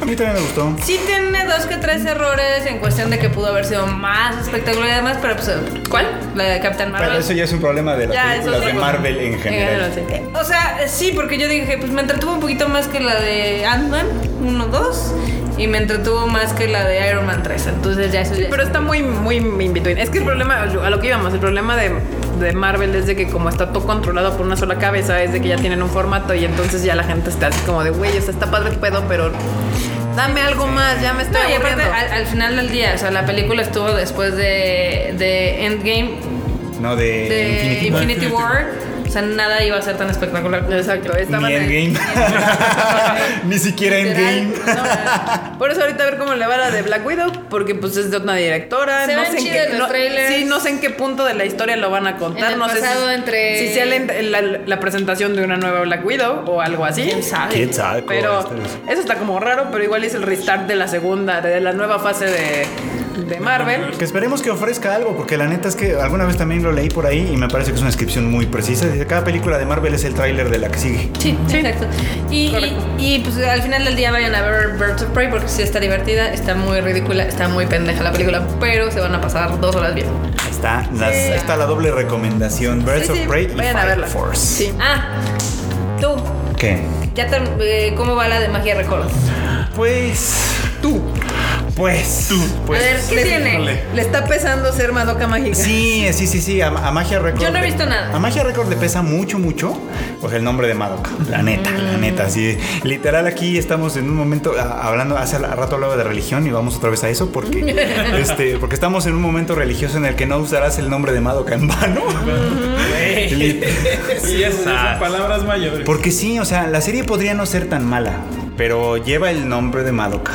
Speaker 7: A mí también me gustó.
Speaker 4: Sí tiene dos que tres errores en cuestión de que pudo haber sido más espectacular y demás, pero pues, ¿cuál? La de Capitán Marvel.
Speaker 7: Pero eso ya es un problema de las
Speaker 4: Ya, eso
Speaker 7: películas
Speaker 4: sí.
Speaker 7: de Marvel en general.
Speaker 4: Eh, O sea, sí, porque yo dije, pues me entretuvo un poquito más que la de Ant-Man 1, 2 y me entretuvo más que la de Iron Man 3. Entonces ya eso
Speaker 1: Sí,
Speaker 4: ya
Speaker 1: pero está muy, muy in between. Es que el problema, a lo que íbamos, el problema de, de Marvel es de que como está todo controlado por una sola cabeza, es de que ya tienen un formato y entonces ya la gente está así como de, güey, o sea, está padre el pedo, pero dame algo más, ya me estoy
Speaker 4: No, y aparte,
Speaker 1: aburriendo.
Speaker 4: al, al final del día, o sea, la película estuvo después de, de Endgame,
Speaker 7: No, de,
Speaker 4: Eh. de
Speaker 7: Eh, Infinity War.
Speaker 4: Infinity War. O sea, nada iba a ser tan espectacular. como-
Speaker 1: Exacto, estaban
Speaker 7: Ni
Speaker 1: ahí.
Speaker 7: Endgame. Ni siquiera Endgame.
Speaker 1: No, por eso ahorita a ver cómo le va la de Black Widow, porque pues es de otra directora.
Speaker 4: Se
Speaker 1: no
Speaker 4: ven
Speaker 1: sé en
Speaker 4: chidos
Speaker 1: qué,
Speaker 4: los
Speaker 1: no-
Speaker 4: trailers.
Speaker 1: sí, no sé en qué punto de la historia lo van a contar.
Speaker 4: En el
Speaker 1: no sé
Speaker 4: pasado
Speaker 1: si,
Speaker 4: entre-
Speaker 1: si sea la, la- la presentación de una nueva Black Widow o algo así.
Speaker 4: ¿Quién sabe?
Speaker 7: ¿Quién sabe? cómo este va a
Speaker 1: Pero
Speaker 7: estar eso?
Speaker 1: eso está como raro, pero igual es el restart de la segunda, de la nueva fase de, de Marvel.
Speaker 7: Que esperemos que ofrezca algo, porque la neta es que alguna vez también lo leí por ahí y me parece que es una descripción muy precisa. Dice, cada película de Marvel es el tráiler de la que sigue.
Speaker 4: Sí, exacto. Y, y, y, pues al final del día vayan a ver Birds of Prey porque sí está divertida, está muy ridícula, está muy pendeja la película, pero se van a pasar dos horas bien.
Speaker 7: Ahí está, las- ahí está la doble recomendación. Birds
Speaker 1: Sí, sí,
Speaker 7: of Prey y
Speaker 1: vayan a
Speaker 7: Fire
Speaker 1: verla.
Speaker 7: Force.
Speaker 1: Sí.
Speaker 4: Ah, tú,
Speaker 7: ¿Qué?
Speaker 4: ya te- eh, ¿cómo va la de magia recuerdos?
Speaker 7: Pues... Tú. Pues... Tú.
Speaker 4: a ver, ¿qué tiene?
Speaker 1: Le está pesando ser Madoka Mágica.
Speaker 7: Sí, sí, sí, sí, a, a Magia Record.
Speaker 4: Yo no he visto nada.
Speaker 7: A Magia Record le pesa mucho, mucho. O sea, el nombre de Madoka. La neta, la
Speaker 4: Mm.
Speaker 7: neta. Así, literal, aquí estamos en un momento a- hablando. Hace al- rato hablaba de religión y vamos otra vez a eso porque, este, porque estamos en un momento religioso en el que no usarás el nombre de Madoka en vano. Li-
Speaker 6: Sí, esas palabras mayores.
Speaker 7: porque sí, o sea, la serie podría no ser tan mala, pero lleva el nombre de Madoka.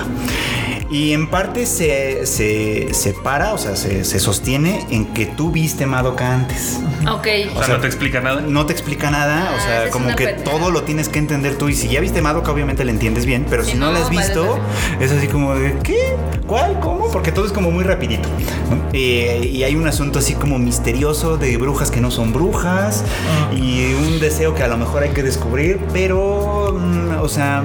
Speaker 7: Y en parte se, se, se para, o sea, se, se sostiene en que tú viste Madoka antes.
Speaker 4: Ok.
Speaker 5: O sea, no te explica nada.
Speaker 7: No te explica nada,
Speaker 4: Ah,
Speaker 7: o
Speaker 4: esa
Speaker 7: sea,
Speaker 4: es
Speaker 7: como
Speaker 4: una
Speaker 7: que
Speaker 4: pena.
Speaker 7: todo lo tienes que entender tú. Y si ya viste Madoka, obviamente la entiendes bien, pero si,
Speaker 4: Si
Speaker 7: no, la
Speaker 4: no,
Speaker 7: has visto, es así como de ¿qué? ¿Cuál? ¿Cómo? Porque todo es como muy rapidito. ¿no? Eh, y hay un asunto así como misterioso de brujas que no son brujas y un deseo que a lo mejor hay que descubrir, pero, mm, o sea,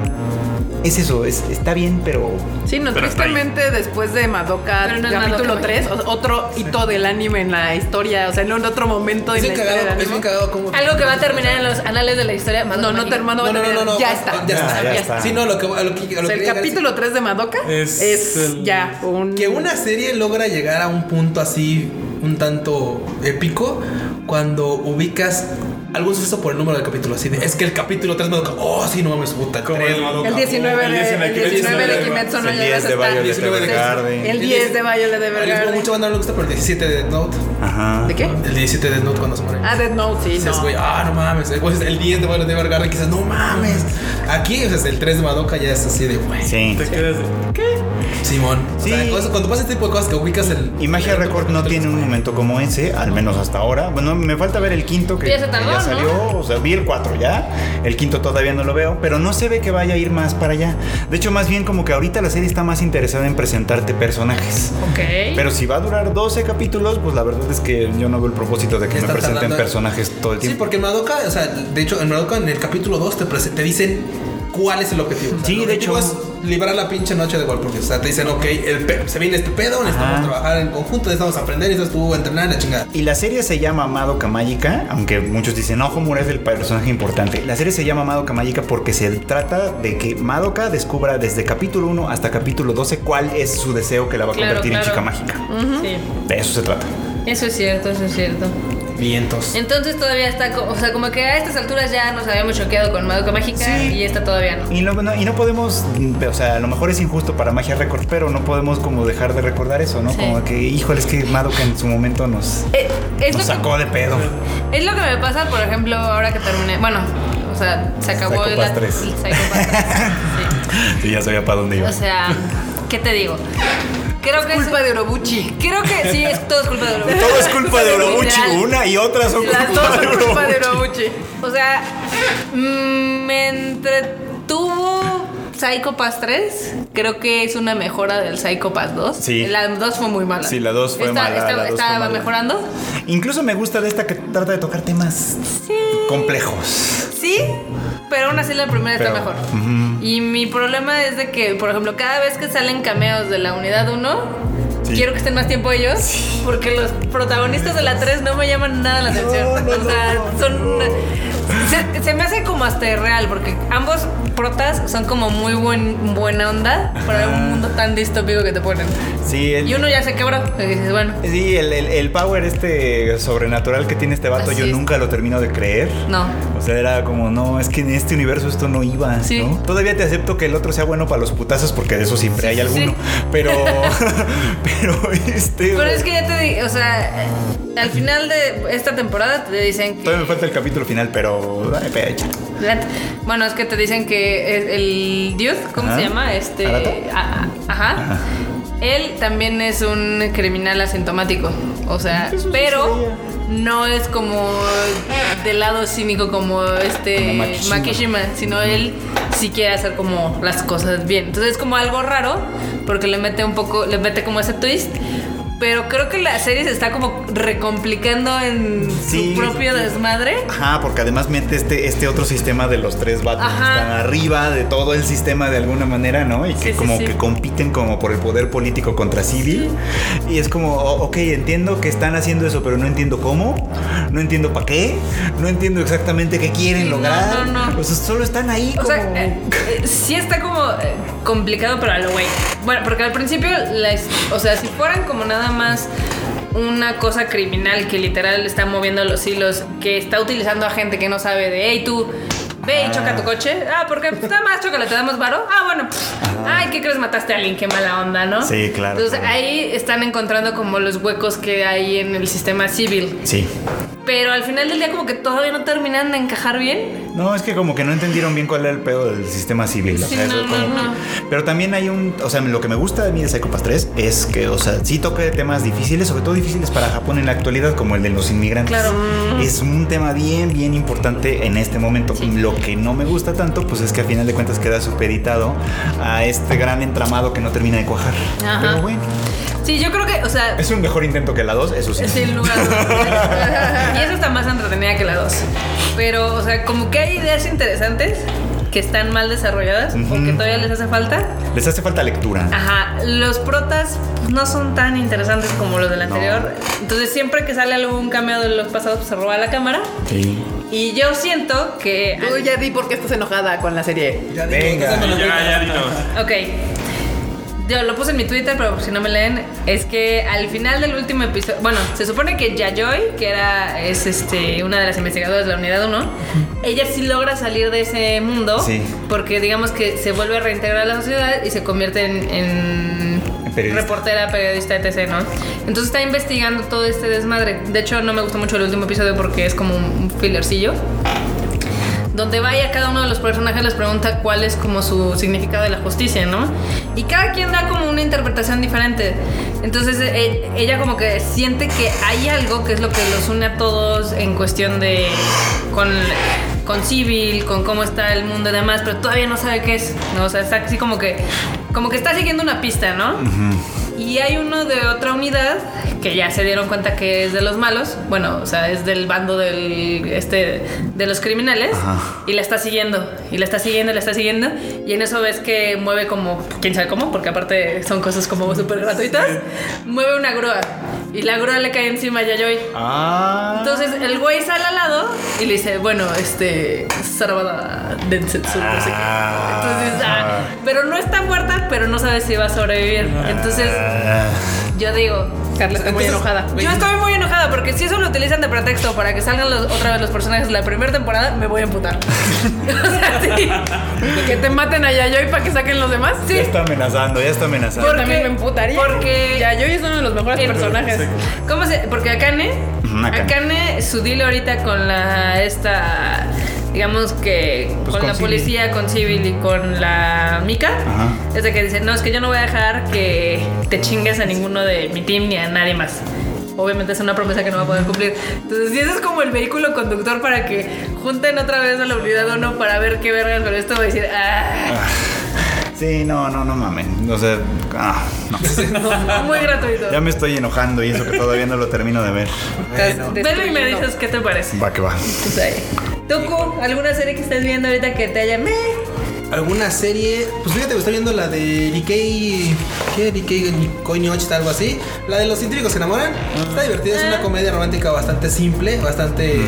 Speaker 7: es eso, es- está bien, pero
Speaker 1: Sí, no,
Speaker 5: Pero hasta ahí.
Speaker 1: tristemente después de Madoka
Speaker 4: Pero no es
Speaker 1: capítulo
Speaker 4: Madoka,
Speaker 1: 3, o- otro hito del anime en la historia, o sea, en un otro momento
Speaker 2: Es
Speaker 1: en la
Speaker 2: bien
Speaker 1: historia del
Speaker 2: cagado, es bien
Speaker 1: anime.
Speaker 2: cagado como.
Speaker 4: Algo que va a terminar en los anales de la historia. Más
Speaker 1: No, no te hermano,
Speaker 2: No, no, no, no, no.
Speaker 1: ya está.
Speaker 2: Ya está, ya
Speaker 7: Ya, ya
Speaker 2: está.
Speaker 7: está.
Speaker 2: Sí, no, lo que. a lo que- a
Speaker 1: O sea,
Speaker 2: lo que
Speaker 1: el
Speaker 2: quería
Speaker 1: capítulo 3 de Madoka es,
Speaker 6: Es el-
Speaker 1: ya un
Speaker 2: Que una serie logra llegar a un punto así un tanto épico cuando ubicas algún suceso por el número del capítulo. Así de, es que el capítulo 3 Madoka. Oh, sí, no mames, puta.
Speaker 6: Como
Speaker 2: tres
Speaker 6: el-
Speaker 2: Madoka.
Speaker 1: el 19
Speaker 6: El
Speaker 1: de,
Speaker 6: 19
Speaker 1: el 19 de
Speaker 6: de-
Speaker 1: Kimetsu no
Speaker 7: el
Speaker 1: llegas
Speaker 7: 10 de
Speaker 1: hasta
Speaker 7: Violet Evergarden.
Speaker 1: el 10 de Violet
Speaker 2: Al mismo
Speaker 1: Evergarden.
Speaker 2: mucha banda no le gusta, pero el 17 de Death Note.
Speaker 7: Ajá.
Speaker 1: ¿De qué?
Speaker 2: El 17 de Death Note cuando se muere.
Speaker 1: Ah, Death Note, sí,
Speaker 2: Dices,
Speaker 1: no.
Speaker 2: güey, ah, no mames. eh, pues, el 10 de Violet Evergarden, que dices, no mames. Aquí, o sea, el 3 de Madoka ya es así de, güey.
Speaker 7: Sí.
Speaker 6: Te quedas de-
Speaker 2: Simón. O sea,
Speaker 7: Sí.
Speaker 2: cosas- cuando pasa este tipo de cosas que ubicas el.
Speaker 7: Y Magia Record no tiene un momento como ese, al menos hasta ahora. Bueno, me falta ver el quinto que
Speaker 4: Ya se tardó,
Speaker 7: que
Speaker 4: ¿no?
Speaker 7: salió. O sea, vi el cuatro ya. El quinto todavía no lo veo, pero no se ve que vaya a ir más para allá. De hecho, más bien como que ahorita la serie está más interesada en presentarte personajes.
Speaker 4: Ok.
Speaker 7: Pero si va a durar 12 capítulos, pues la verdad es que yo no veo el propósito de que me
Speaker 2: Está
Speaker 7: presenten
Speaker 2: tardando.
Speaker 7: personajes todo el
Speaker 2: Sí,
Speaker 7: tiempo.
Speaker 2: porque en Madoka, o sea, de hecho, en Madoka en el capítulo 2 te, prese- te dicen cuál es el objetivo. O sea,
Speaker 7: Sí,
Speaker 2: el
Speaker 7: de
Speaker 2: objetivo
Speaker 7: hecho.
Speaker 2: Es librar la pinche noche de Walpurgis. O sea, te dicen, ok, el pe- se viene este pedo, necesitamos
Speaker 7: Ajá.
Speaker 2: trabajar en conjunto, necesitamos aprender, necesitas tú entrenar, la chingada.
Speaker 7: Y la serie se llama Madoka Mágica, aunque muchos dicen, no, Homura es el personaje importante. La serie se llama Madoka Mágica porque se trata de que Madoka descubra desde capítulo 1 hasta capítulo 12 cuál es su deseo que la va a
Speaker 4: Claro,
Speaker 7: convertir en
Speaker 4: claro.
Speaker 7: chica mágica.
Speaker 4: Sí.
Speaker 7: De eso se trata.
Speaker 4: Eso es cierto, eso es cierto.
Speaker 2: Vientos.
Speaker 4: Entonces todavía está, co- o sea, como que a estas alturas ya nos habíamos choqueado con Madoka Mágica
Speaker 7: Sí.
Speaker 4: y esta todavía no.
Speaker 7: Y no, no- y no podemos, mm, o sea, a lo mejor es injusto para Magia Record, pero no podemos como dejar de recordar eso, ¿no?
Speaker 4: Sí.
Speaker 7: Como que, híjole, es que Madoka en su momento nos,
Speaker 4: Eh, es,
Speaker 7: nos
Speaker 4: lo que,
Speaker 7: sacó de pedo.
Speaker 4: es lo que me pasa, por ejemplo, ahora que terminé. Bueno, o sea, se acabó
Speaker 7: Psycho
Speaker 4: el
Speaker 7: Pass 3.
Speaker 4: el Psycho Pass 3, sí.
Speaker 7: Sí, ya sabía para dónde iba.
Speaker 4: O sea, ¿qué te digo? Creo que
Speaker 1: Culpa
Speaker 4: es,
Speaker 1: de Orobuchi.
Speaker 4: Creo que sí, es todo es culpa de Orobuchi.
Speaker 7: Todo es culpa de Orobuchi,
Speaker 4: Literal.
Speaker 7: una y otra son
Speaker 1: Las dos
Speaker 7: culpa de
Speaker 1: son culpa de
Speaker 7: Orobuchi.
Speaker 1: Orobuchi.
Speaker 4: O sea, mm, me entretuvo Psycho Pass 3. Creo que es una mejora del Psycho Pass 2.
Speaker 7: Sí.
Speaker 4: La 2 fue muy mala.
Speaker 7: Sí, la 2 fue
Speaker 4: Esta-
Speaker 7: mala,
Speaker 4: esta-
Speaker 7: la 2 fue
Speaker 4: estaba
Speaker 7: mala.
Speaker 4: mejorando.
Speaker 7: Incluso me gusta de esta que trata de tocar temas complejos.
Speaker 4: Sí, pero aún así la primera está
Speaker 7: Pero,
Speaker 4: mejor. Y mi problema es de que, por ejemplo, cada vez que salen cameos de la unidad 1.
Speaker 7: Sí.
Speaker 4: Quiero que estén más tiempo ellos porque los protagonistas de la 3 no me llaman nada la atención. o sea, son. Se, se me hace como hasta irreal porque ambos protas son como muy buen, buena onda para un mundo tan distópico que te ponen.
Speaker 7: Sí, el,
Speaker 4: Y uno ya se quebró. Y dices, bueno,
Speaker 7: sí, el, el- el power este sobrenatural que tiene este vato,
Speaker 4: Así
Speaker 7: yo
Speaker 4: es.
Speaker 7: nunca lo termino de creer.
Speaker 4: no.
Speaker 7: O sea, era como, no, es que en este universo esto no iba.
Speaker 4: Sí.
Speaker 7: ¿no? Todavía te acepto que el otro sea bueno para los putazos, porque de eso siempre hay
Speaker 4: sí,
Speaker 7: alguno. Pero, pero este.
Speaker 4: Pero es que ya te digo, o sea, eh, al final de esta temporada te dicen que.
Speaker 7: Todavía me falta el capítulo final, pero. ay, pero ya.
Speaker 4: La- Bueno, es que te dicen que el- el dude, ¿cómo
Speaker 7: Ajá.
Speaker 4: se llama? Este.
Speaker 7: ¿Arata?
Speaker 4: a- a- ajá.
Speaker 7: Ajá.
Speaker 4: Él también es un criminal asintomático. O sea, pero no es como del lado cínico como este
Speaker 7: Como Makishima.
Speaker 4: Makishima, sino él sí quiere hacer como las cosas bien. Entonces es como algo raro porque le mete un poco, le mete como ese twist. Pero creo que la serie se está como recomplicando en
Speaker 7: Sí.
Speaker 4: su propio desmadre.
Speaker 7: Ajá, porque además mete este, este otro sistema de los tres vatos que
Speaker 4: Ajá.
Speaker 7: están arriba de todo el sistema de alguna manera, ¿no? Y que
Speaker 4: Sí, sí,
Speaker 7: como
Speaker 4: sí.
Speaker 7: que compiten como por el poder político contra civil. Y es como, o- ok, entiendo que están haciendo eso, pero no entiendo cómo, no entiendo para qué, no entiendo exactamente qué quieren
Speaker 4: Sí, no,
Speaker 7: lograr.
Speaker 4: no, no.
Speaker 7: O sea, solo están ahí
Speaker 4: O
Speaker 7: como...
Speaker 4: sea, eh, eh, sí está como eh, complicado, pero a lo güey. Bueno, porque al principio, la his- o sea, si fueran como nada más una cosa criminal que literal está moviendo los hilos, que está utilizando a gente que no sabe de, hey, tú Ve y choca tu coche. Ah, porque pues, nada más choca, te damos varo. Ah, bueno. pff. Ay, ¿qué crees? Mataste a alguien, qué mala onda, ¿no?
Speaker 7: Sí, claro,
Speaker 4: Entonces
Speaker 7: claro.
Speaker 4: ahí están encontrando como los huecos que hay en el sistema civil.
Speaker 7: Sí.
Speaker 4: Pero al final del día como que todavía no terminan de encajar bien.
Speaker 7: No, es que como que no entendieron bien cuál era el pedo del sistema civil. o
Speaker 4: Sí,
Speaker 7: sea, eso
Speaker 4: no,
Speaker 7: es como
Speaker 4: no, no.
Speaker 7: que- Pero también hay un. O sea, lo que me gusta de mí de Psycho Pass 3 es que, o sea, sí toca temas difíciles, sobre todo difíciles para Japón en la actualidad, como el de los inmigrantes.
Speaker 4: Claro.
Speaker 7: Es un tema bien, bien importante en este momento. Lo que no me gusta tanto, pues es que a final de cuentas queda supeditado a este gran entramado que no termina de cuajar.
Speaker 4: Ajá.
Speaker 7: Pero bueno,
Speaker 4: Sí, yo creo que, o sea,
Speaker 7: es un mejor intento que la 2, eso sí.
Speaker 4: Sin lugar a dudas. Y esa está más entretenida que la 2. Pero, o sea, como que hay ideas interesantes que están mal desarrolladas o que todavía les hace falta.
Speaker 7: Les hace falta lectura.
Speaker 4: Ajá, los protas pues, no son tan interesantes como los del anterior. Entonces, siempre que sale algún cameo de los pasados, pues, se roba la cámara.
Speaker 7: Sí.
Speaker 4: Y yo siento que.
Speaker 1: Tú ya di por qué estás enojada con la serie.
Speaker 2: Ya
Speaker 7: Venga.
Speaker 2: digo,
Speaker 5: Ya, ya, dinos.
Speaker 4: Ok. Yo lo puse en mi Twitter, pero si no me leen, es que al final del último episodio, bueno, se supone que Yayoi, que era es este una de las investigadoras de la unidad 1, ella sí logra salir de ese mundo
Speaker 7: Sí.
Speaker 4: porque digamos que se vuelve a reintegrar a la sociedad y se convierte en, en
Speaker 7: Periodista.
Speaker 4: reportera, periodista, etc., ¿no? Entonces está investigando todo este desmadre. De hecho, no me gustó mucho el último episodio porque es como un fillercillo donde vaya cada uno de los personajes les pregunta cuál es como su significado de la justicia, ¿no? Y cada quien da como una interpretación diferente. Entonces e- ella como que siente que hay algo que es lo que los une a todos en cuestión de con con civil, con cómo está el mundo y demás, pero todavía no sabe qué es. ¿no? O sea, está así como que como que está siguiendo una pista, ¿no? Y hay uno de otra unidad que ya se dieron cuenta que es de los malos. Bueno, o sea, es del bando del este de los criminales
Speaker 7: Ajá.
Speaker 4: y la está siguiendo y la está siguiendo, la está siguiendo y en eso ves que mueve como quién sabe cómo, porque aparte son cosas como súper gratuitas. Mueve una grúa y la grúa le cae encima a Yayoi.
Speaker 7: Ah.
Speaker 4: Entonces el güey sale al lado y le dice, bueno, este, Sarabada Densetsu, no sé qué.
Speaker 7: Ah.
Speaker 4: Entonces, ah, pero no está muerta, pero no sabe si va a sobrevivir.
Speaker 7: Ah.
Speaker 4: Entonces, yo digo,
Speaker 1: Carla está muy enojada.
Speaker 4: yo estoy muy enojada porque si eso lo utilizan de pretexto para que salgan los- otra vez los personajes de la primera temporada, me voy a emputar. o sea, sí.
Speaker 1: Que te maten a Yayoi para que saquen los demás.
Speaker 7: Ya
Speaker 1: Sí.
Speaker 7: está amenazando, ya está amenazando.
Speaker 1: Yo también me emputaría.
Speaker 4: porque-
Speaker 1: Yayoi es uno de los mejores
Speaker 4: El-
Speaker 1: personajes.
Speaker 4: ¿Cómo se? Porque Akane,
Speaker 7: Ujú, Akane.
Speaker 4: Akane, su deal ahorita con la esta, digamos que
Speaker 7: Pues
Speaker 4: con,
Speaker 7: con
Speaker 4: la
Speaker 7: Civil.
Speaker 4: policía, con Civil y con la Mika,
Speaker 7: Ajá.
Speaker 4: es de que dice, no, es que yo no voy a dejar que te chingues a ninguno de mi team ni a nadie más. Obviamente es una promesa que no va a poder cumplir. Entonces, si ese es como el vehículo conductor para que junten otra vez a la unidad o no para ver qué vergas con esto, voy a decir, ah,
Speaker 7: Sí, no, no, no mames. O sea, ah, no.
Speaker 4: muy gratuito.
Speaker 7: ya me estoy enojando y eso que todavía no lo termino de ver.
Speaker 1: Estás
Speaker 4: Velo y me
Speaker 1: destruyendo.
Speaker 4: dices qué te parece.
Speaker 7: Va que va.
Speaker 4: Pues ahí. ¿Tú, Cu, alguna serie que estés viendo ahorita que te haya... meh?
Speaker 2: ¿Alguna serie? Pues fíjate, me estoy viendo la de Rikei. ¿Qué? Rikei Koiniochita, algo así. La de los científicos que enamoran.
Speaker 5: Ah.
Speaker 2: Está divertida, es una comedia romántica bastante simple, bastante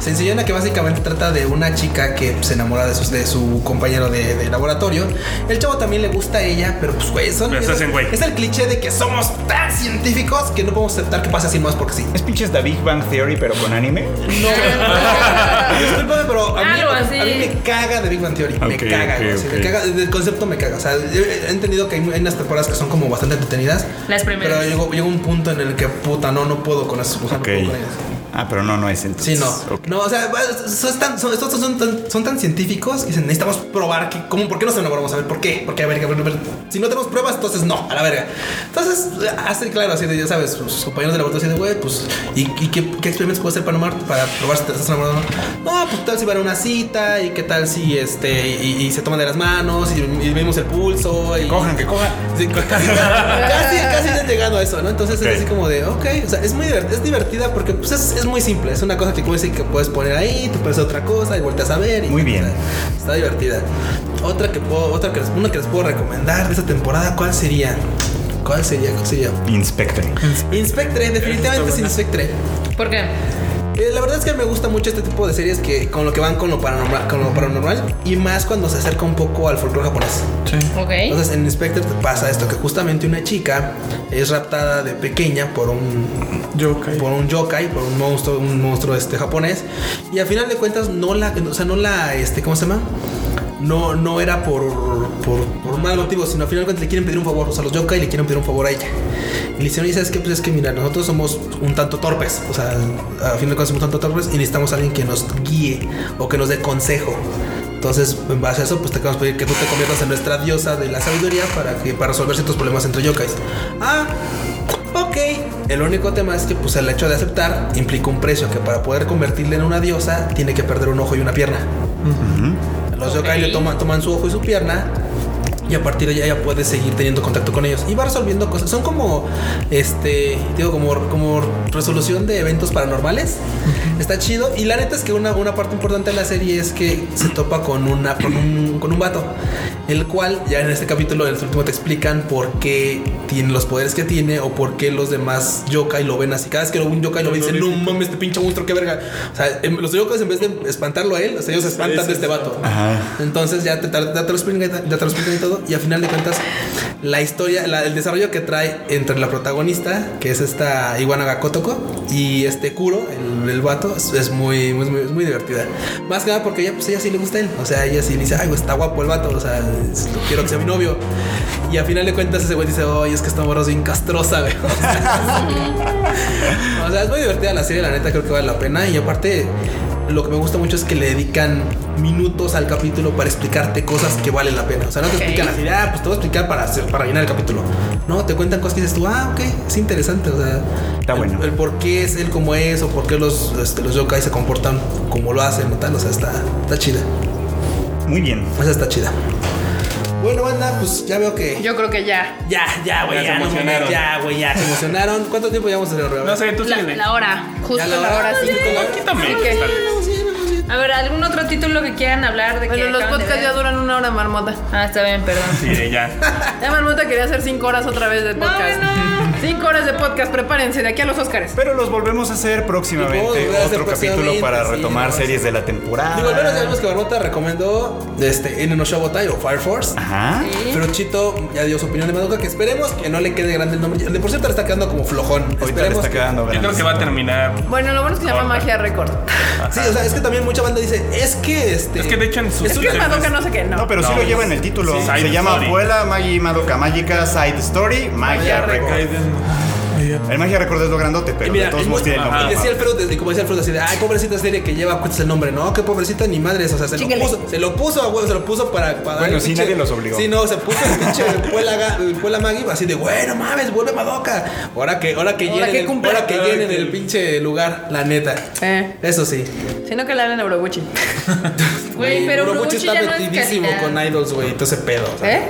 Speaker 2: sencillona, que básicamente trata de una chica que pues, se enamora de su, de su compañero de, de laboratorio. El chavo también le gusta a ella, pero pues, güey, son.
Speaker 5: Pero se hacen güey.
Speaker 2: Es el cliché de que somos tan científicos que no podemos aceptar que pase así más porque sí.
Speaker 7: Es pinches The Big Bang Theory, pero con anime.
Speaker 2: Ay, Discúlpame, pero a mí,
Speaker 4: Algo
Speaker 2: a-
Speaker 4: así.
Speaker 2: a mí me caga de Big Bang Theory. me
Speaker 3: Ok,
Speaker 2: caga, güey,
Speaker 3: ok,
Speaker 2: sí,
Speaker 3: ok.
Speaker 2: me caga. El concepto me caga. O sea, yo he entendido que hay, hay unas temporadas que son como bastante entretenidas.
Speaker 4: Las primeras.
Speaker 2: Pero llegó, llegó un punto en el que, puta, no, no puedo con eso. O sea,
Speaker 7: Ok.
Speaker 2: no puedo con ellas.
Speaker 7: Ah, pero no, no es
Speaker 2: Sí,
Speaker 7: entonces.
Speaker 2: no.
Speaker 7: Ok.
Speaker 2: No, o sea, va- son tan, son, estos son tan, son tan científicos que dicen, necesitamos probar que, ¿cómo, ¿por qué no se enamoramos? A ver, ¿por qué? Porque, a ver, a ver, a ver, si no tenemos pruebas, entonces no, a la verga. Entonces, hace claro, así de, ya sabes, sus sus compañeros de laboratorio así de, güey, pues, ¿y, y qué, qué experimentos puedo hacer para, enamorar- para probar si te estás enamorado o no? No, pues, tal si van a una cita y qué tal si, este, y, y se toman de las manos y, y vemos el pulso. Y,
Speaker 7: Cojan, que cojan.
Speaker 2: Sí, casi, casi, casi ya has llegado a eso, ¿no? Entonces
Speaker 3: Ok.
Speaker 2: es así como de, ok, o sea, es muy divert- es divertida porque pues, es, es muy simple. Es una cosa que puedes, que puedes poner ahí, tú puedes hacer otra cosa y vueltas a ver. y,
Speaker 7: Muy bien.
Speaker 2: o sea, está divertida. Otra que puedo, otra que, les- una que les puedo recomendar de esta temporada, ¿cuál sería? ¿Cuál sería? ¿Cuál sería?
Speaker 7: Inspector.
Speaker 2: Inspectre, definitivamente es Inspectre.
Speaker 4: ¿Por qué?
Speaker 2: Eh, la verdad es que me gusta mucho este tipo de series que con lo que van con lo paranormal, con lo paranormal y más cuando se acerca un poco al folclore japonés.
Speaker 4: Ok.
Speaker 2: Entonces en Spectre pasa esto, que justamente una chica es raptada de pequeña por un
Speaker 6: Yokai.
Speaker 2: por un yokai, por un monstruo, un monstruo este japonés y al final de cuentas no la, o sea, no la este, ¿cómo se llama? No, no era por, por, por mal motivo, sino al final de cuentas le quieren pedir un favor, o sea, los yokai le quieren pedir un favor a ella. Y le dicen, oye, ¿sabes qué? Pues es que mira, nosotros somos un tanto torpes, o sea, al final de cuentas somos un tanto torpes y necesitamos a alguien que nos guíe o que nos dé consejo. Entonces, en base a eso, pues te queremos pedir que tú te conviertas en nuestra diosa de la sabiduría para, que, para resolver ciertos problemas entre yokais. Ah, Ok. El único tema es que pues el hecho de aceptar implica un precio que para poder convertirle en una diosa tiene que perder un ojo y una pierna. Los yokai le toman, toman su ojo y su pierna. Y a partir de allá ya puedes seguir teniendo contacto con ellos. Y va resolviendo cosas. Son como, este, digo, como, como resolución de eventos paranormales. Está chido. Y la neta es que una, una parte importante de la serie es que se topa con, una, con, un, con un vato. El cual ya en este capítulo, en el último, te explican por qué tiene los poderes que tiene o por qué los demás yokai lo ven así. Cada vez que un yokai lo ve, dicen, no mames, este pinche monstruo, qué verga. O sea, em, los yokais en vez de espantarlo a él, o sea, ellos se espantan de este vato. Entonces ya te, tar- ya te lo explican, ya te lo explican y todo. Y al final de cuentas, la historia, la- el desarrollo que trae entre la protagonista, que es esta Iwanaga Kotoko, y este Kuro, el, el vato, es, es muy, muy, muy, es muy divertida. Más que nada porque ella, pues ella sí le gusta a él. O sea, ella sí dice, ay, güey, está guapo el vato. O sea, es- lo quiero que sea mi novio. Y al final de cuentas ese güey dice, oye, es que esta morra es bien castrosa, güey. O sea, o sea, es muy divertida la serie, la neta creo que vale la pena. Y aparte, lo que me gusta mucho es que le dedican minutos al capítulo para explicarte cosas que valen la pena. O sea, no te
Speaker 4: Ok.
Speaker 2: explican así, ah, pues te voy a explicar para, hacer, para llenar el capítulo. No, te cuentan cosas que dices tú, ah, ok, es interesante. O sea,
Speaker 7: Está
Speaker 2: el,
Speaker 7: bueno.
Speaker 2: El por qué es él como es o por qué los, este, los yokai se comportan como lo hacen o tal. O sea, está, está chida.
Speaker 7: Muy bien.
Speaker 2: Esa está chida. Bueno, banda, pues ya veo que.
Speaker 1: Yo creo que ya.
Speaker 2: Ya, ya, güey,
Speaker 5: Ya
Speaker 2: ya,
Speaker 5: se
Speaker 2: no mames,
Speaker 5: emocionaron.
Speaker 2: ya, güey, ya, se emocionaron. ¿Cuánto tiempo llevamos en el reo?
Speaker 5: No sé, tú
Speaker 4: La,
Speaker 5: síguele.
Speaker 4: la hora. Justo
Speaker 2: Ya
Speaker 4: la
Speaker 2: la
Speaker 4: hora.
Speaker 2: hora.
Speaker 1: sí.
Speaker 5: Quítame.
Speaker 1: Ok.
Speaker 5: sale.
Speaker 4: A ver, ¿algún otro título que quieran hablar de que
Speaker 1: Bueno, los
Speaker 4: acaban de
Speaker 1: podcasts ya
Speaker 4: ver?
Speaker 1: duran una hora, marmota.
Speaker 4: Ah, está bien, perdón.
Speaker 5: Sí, ya.
Speaker 1: Ya marmota quería hacer cinco horas otra vez de podcast. Cinco horas de podcast, prepárense, de aquí a los Óscares.
Speaker 7: Pero los volvemos a hacer
Speaker 2: Los
Speaker 7: próximamente.
Speaker 2: volvemos a hacer
Speaker 7: Otro capítulo
Speaker 2: próximamente,
Speaker 7: para
Speaker 2: sí,
Speaker 7: retomar
Speaker 2: no,
Speaker 7: series de la temporada.
Speaker 2: Digo, al menos sabemos que Barbota recomendó este, N no Shabotai o Fire Force.
Speaker 5: Ah.
Speaker 7: Ajá.
Speaker 2: Pero Chito ya dio su opinión de Madoka, que esperemos que no le quede grande el nombre. De por cierto, le está quedando como flojón.
Speaker 7: Ahorita le
Speaker 2: Esperemos
Speaker 7: está
Speaker 2: que-
Speaker 7: quedando
Speaker 5: Yo creo
Speaker 7: grande.
Speaker 5: que va a terminar.
Speaker 1: Bueno, lo bueno es que se llama
Speaker 5: Corta.
Speaker 1: Magia Record.
Speaker 2: Sí, o sea, es que también mucha banda dice, es que este...
Speaker 5: Es que de hecho en su.
Speaker 1: Es que Madoka no sé qué, no.
Speaker 7: No, pero sí
Speaker 5: No,
Speaker 7: lo
Speaker 5: es-
Speaker 7: lleva en el título.
Speaker 5: sí,
Speaker 7: Se
Speaker 5: Side
Speaker 7: llama
Speaker 5: Story.
Speaker 7: Abuela Magi Madoka Mágica Side Story
Speaker 1: Magia
Speaker 7: Magia
Speaker 1: Record.
Speaker 7: Record. El Magia Record es lo grandote, pero de
Speaker 2: Mira,
Speaker 7: todos
Speaker 2: y
Speaker 7: modos
Speaker 2: muy-
Speaker 7: tiene el
Speaker 2: y
Speaker 7: nombre.
Speaker 2: decía el Freud, desde- como decía el Freud, así de, ay, pobrecita serie que lleva, cuesta el nombre, no, qué pobrecita ni madres, o sea, se
Speaker 4: Chíquele.
Speaker 2: lo puso, se lo puso, güey, se lo puso para, para
Speaker 7: Bueno,
Speaker 2: el
Speaker 7: sí, nadie los obligó.
Speaker 2: Sí, no, se puso el pinche Puela, Ga- el Puela Magui, así de, güey, no mames, vuelve Madoka, ahora que, ahora que
Speaker 1: Ahora
Speaker 2: llenen,
Speaker 1: que
Speaker 2: el-
Speaker 1: cumpla.
Speaker 2: ahora que llenen el pinche lugar, la neta,
Speaker 1: Eh,
Speaker 2: eso sí.
Speaker 1: sino que le hablen a Urobuchi.
Speaker 4: Güey, pero
Speaker 2: Urobuchi
Speaker 4: Urobuchi
Speaker 2: está
Speaker 4: ya no es
Speaker 2: metidísimo
Speaker 4: calidad.
Speaker 2: con idols, güey, y todo ese pedo, o sea,
Speaker 1: ¿Eh?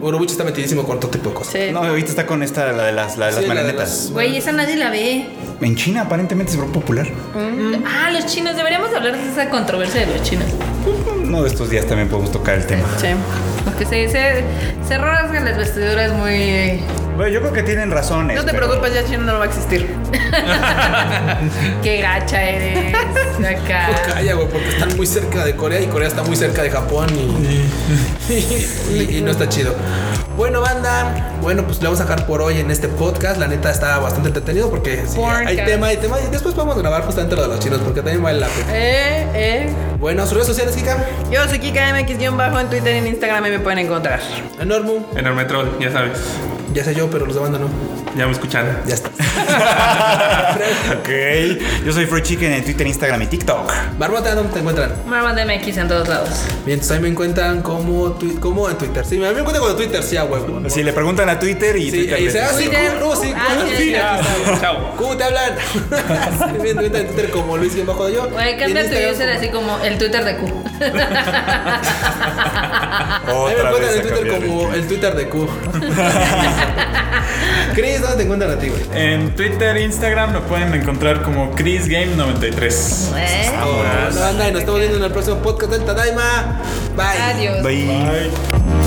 Speaker 2: Urobuchi está metidísimo con todo tipo de cosas.
Speaker 1: Sí.
Speaker 7: No, ahorita está con esta, la de las, la de las
Speaker 2: Sí, la de
Speaker 7: marionetas.
Speaker 4: Güey, esa nadie la ve.
Speaker 7: En China aparentemente es muy popular.
Speaker 1: Mm.
Speaker 4: Ah, los chinos. Deberíamos hablar de esa controversia de los chinos.
Speaker 7: Uno de estos días también podemos tocar el tema.
Speaker 1: Sí.
Speaker 4: Porque se, se, se rasgan las vestiduras muy...
Speaker 7: Bueno, yo creo que tienen razones.
Speaker 1: No te
Speaker 7: pero-
Speaker 1: preocupes, ya Chino no va a existir.
Speaker 4: Qué gacha eres.
Speaker 2: No
Speaker 4: Acá.
Speaker 2: Calla, güey, porque están muy cerca de Corea y Corea está muy cerca de Japón y, y- y no está chido. Bueno, banda, bueno, pues lo vamos a dejar por hoy en este podcast. La neta está bastante entretenido porque sí, hay
Speaker 4: Porncast.
Speaker 2: tema, hay tema. Y después podemos grabar justamente lo de los chinos porque también vale la pena.
Speaker 1: Eh, eh.
Speaker 2: Bueno, sus redes sociales, Kika.
Speaker 1: Yo soy Kika MX-bajo en Twitter y en Instagram ahí me pueden encontrar.
Speaker 2: Enormu,
Speaker 5: En el metro, ya sabes.
Speaker 2: ya sé yo, pero los de banda no.
Speaker 5: Ya me escuchan.
Speaker 2: Ya está.
Speaker 7: ok. Yo soy Free Chicken en Twitter, Instagram y TikTok.
Speaker 2: Barbota, ¿dónde te encuentran?
Speaker 4: Marmot MX en todos lados.
Speaker 2: Bien, entonces ahí me encuentran como, twi- como en Twitter. Sí, a mí me encuentran como en Twitter, sí, a huevo.
Speaker 7: Si le preguntan a Twitter y
Speaker 2: Sí,
Speaker 7: Twitter
Speaker 2: y
Speaker 7: les
Speaker 2: se
Speaker 7: dice,
Speaker 2: hace
Speaker 4: Twitter.
Speaker 2: culo, sí,
Speaker 4: Ah,
Speaker 2: culo,
Speaker 4: sí,
Speaker 2: sí,
Speaker 4: ya.
Speaker 2: aquí está.
Speaker 5: Chao.
Speaker 2: ¿Cómo te hablan? Sí, me encuentran en Twitter como Luis Guión Bajo de Yo.
Speaker 4: Güey,
Speaker 2: Y
Speaker 4: cambia
Speaker 2: en
Speaker 4: tu
Speaker 2: Instagram
Speaker 4: user así como el Twitter de Q.
Speaker 2: como- Ahí me
Speaker 7: Otra
Speaker 2: encuentran
Speaker 7: vez
Speaker 2: en
Speaker 7: a
Speaker 2: Twitter
Speaker 7: cambiar el
Speaker 2: como el Twitter de Q. Chris, ¿dónde te encuentran a ti, güey?
Speaker 6: En Twitter, e Instagram me pueden encontrar como ChrisGame93.
Speaker 4: ¿Eh?
Speaker 2: Bueno, banda, y nos estamos viendo en el próximo podcast del Tadaima. Bye.
Speaker 4: Adiós.
Speaker 7: Bye.
Speaker 6: Bye.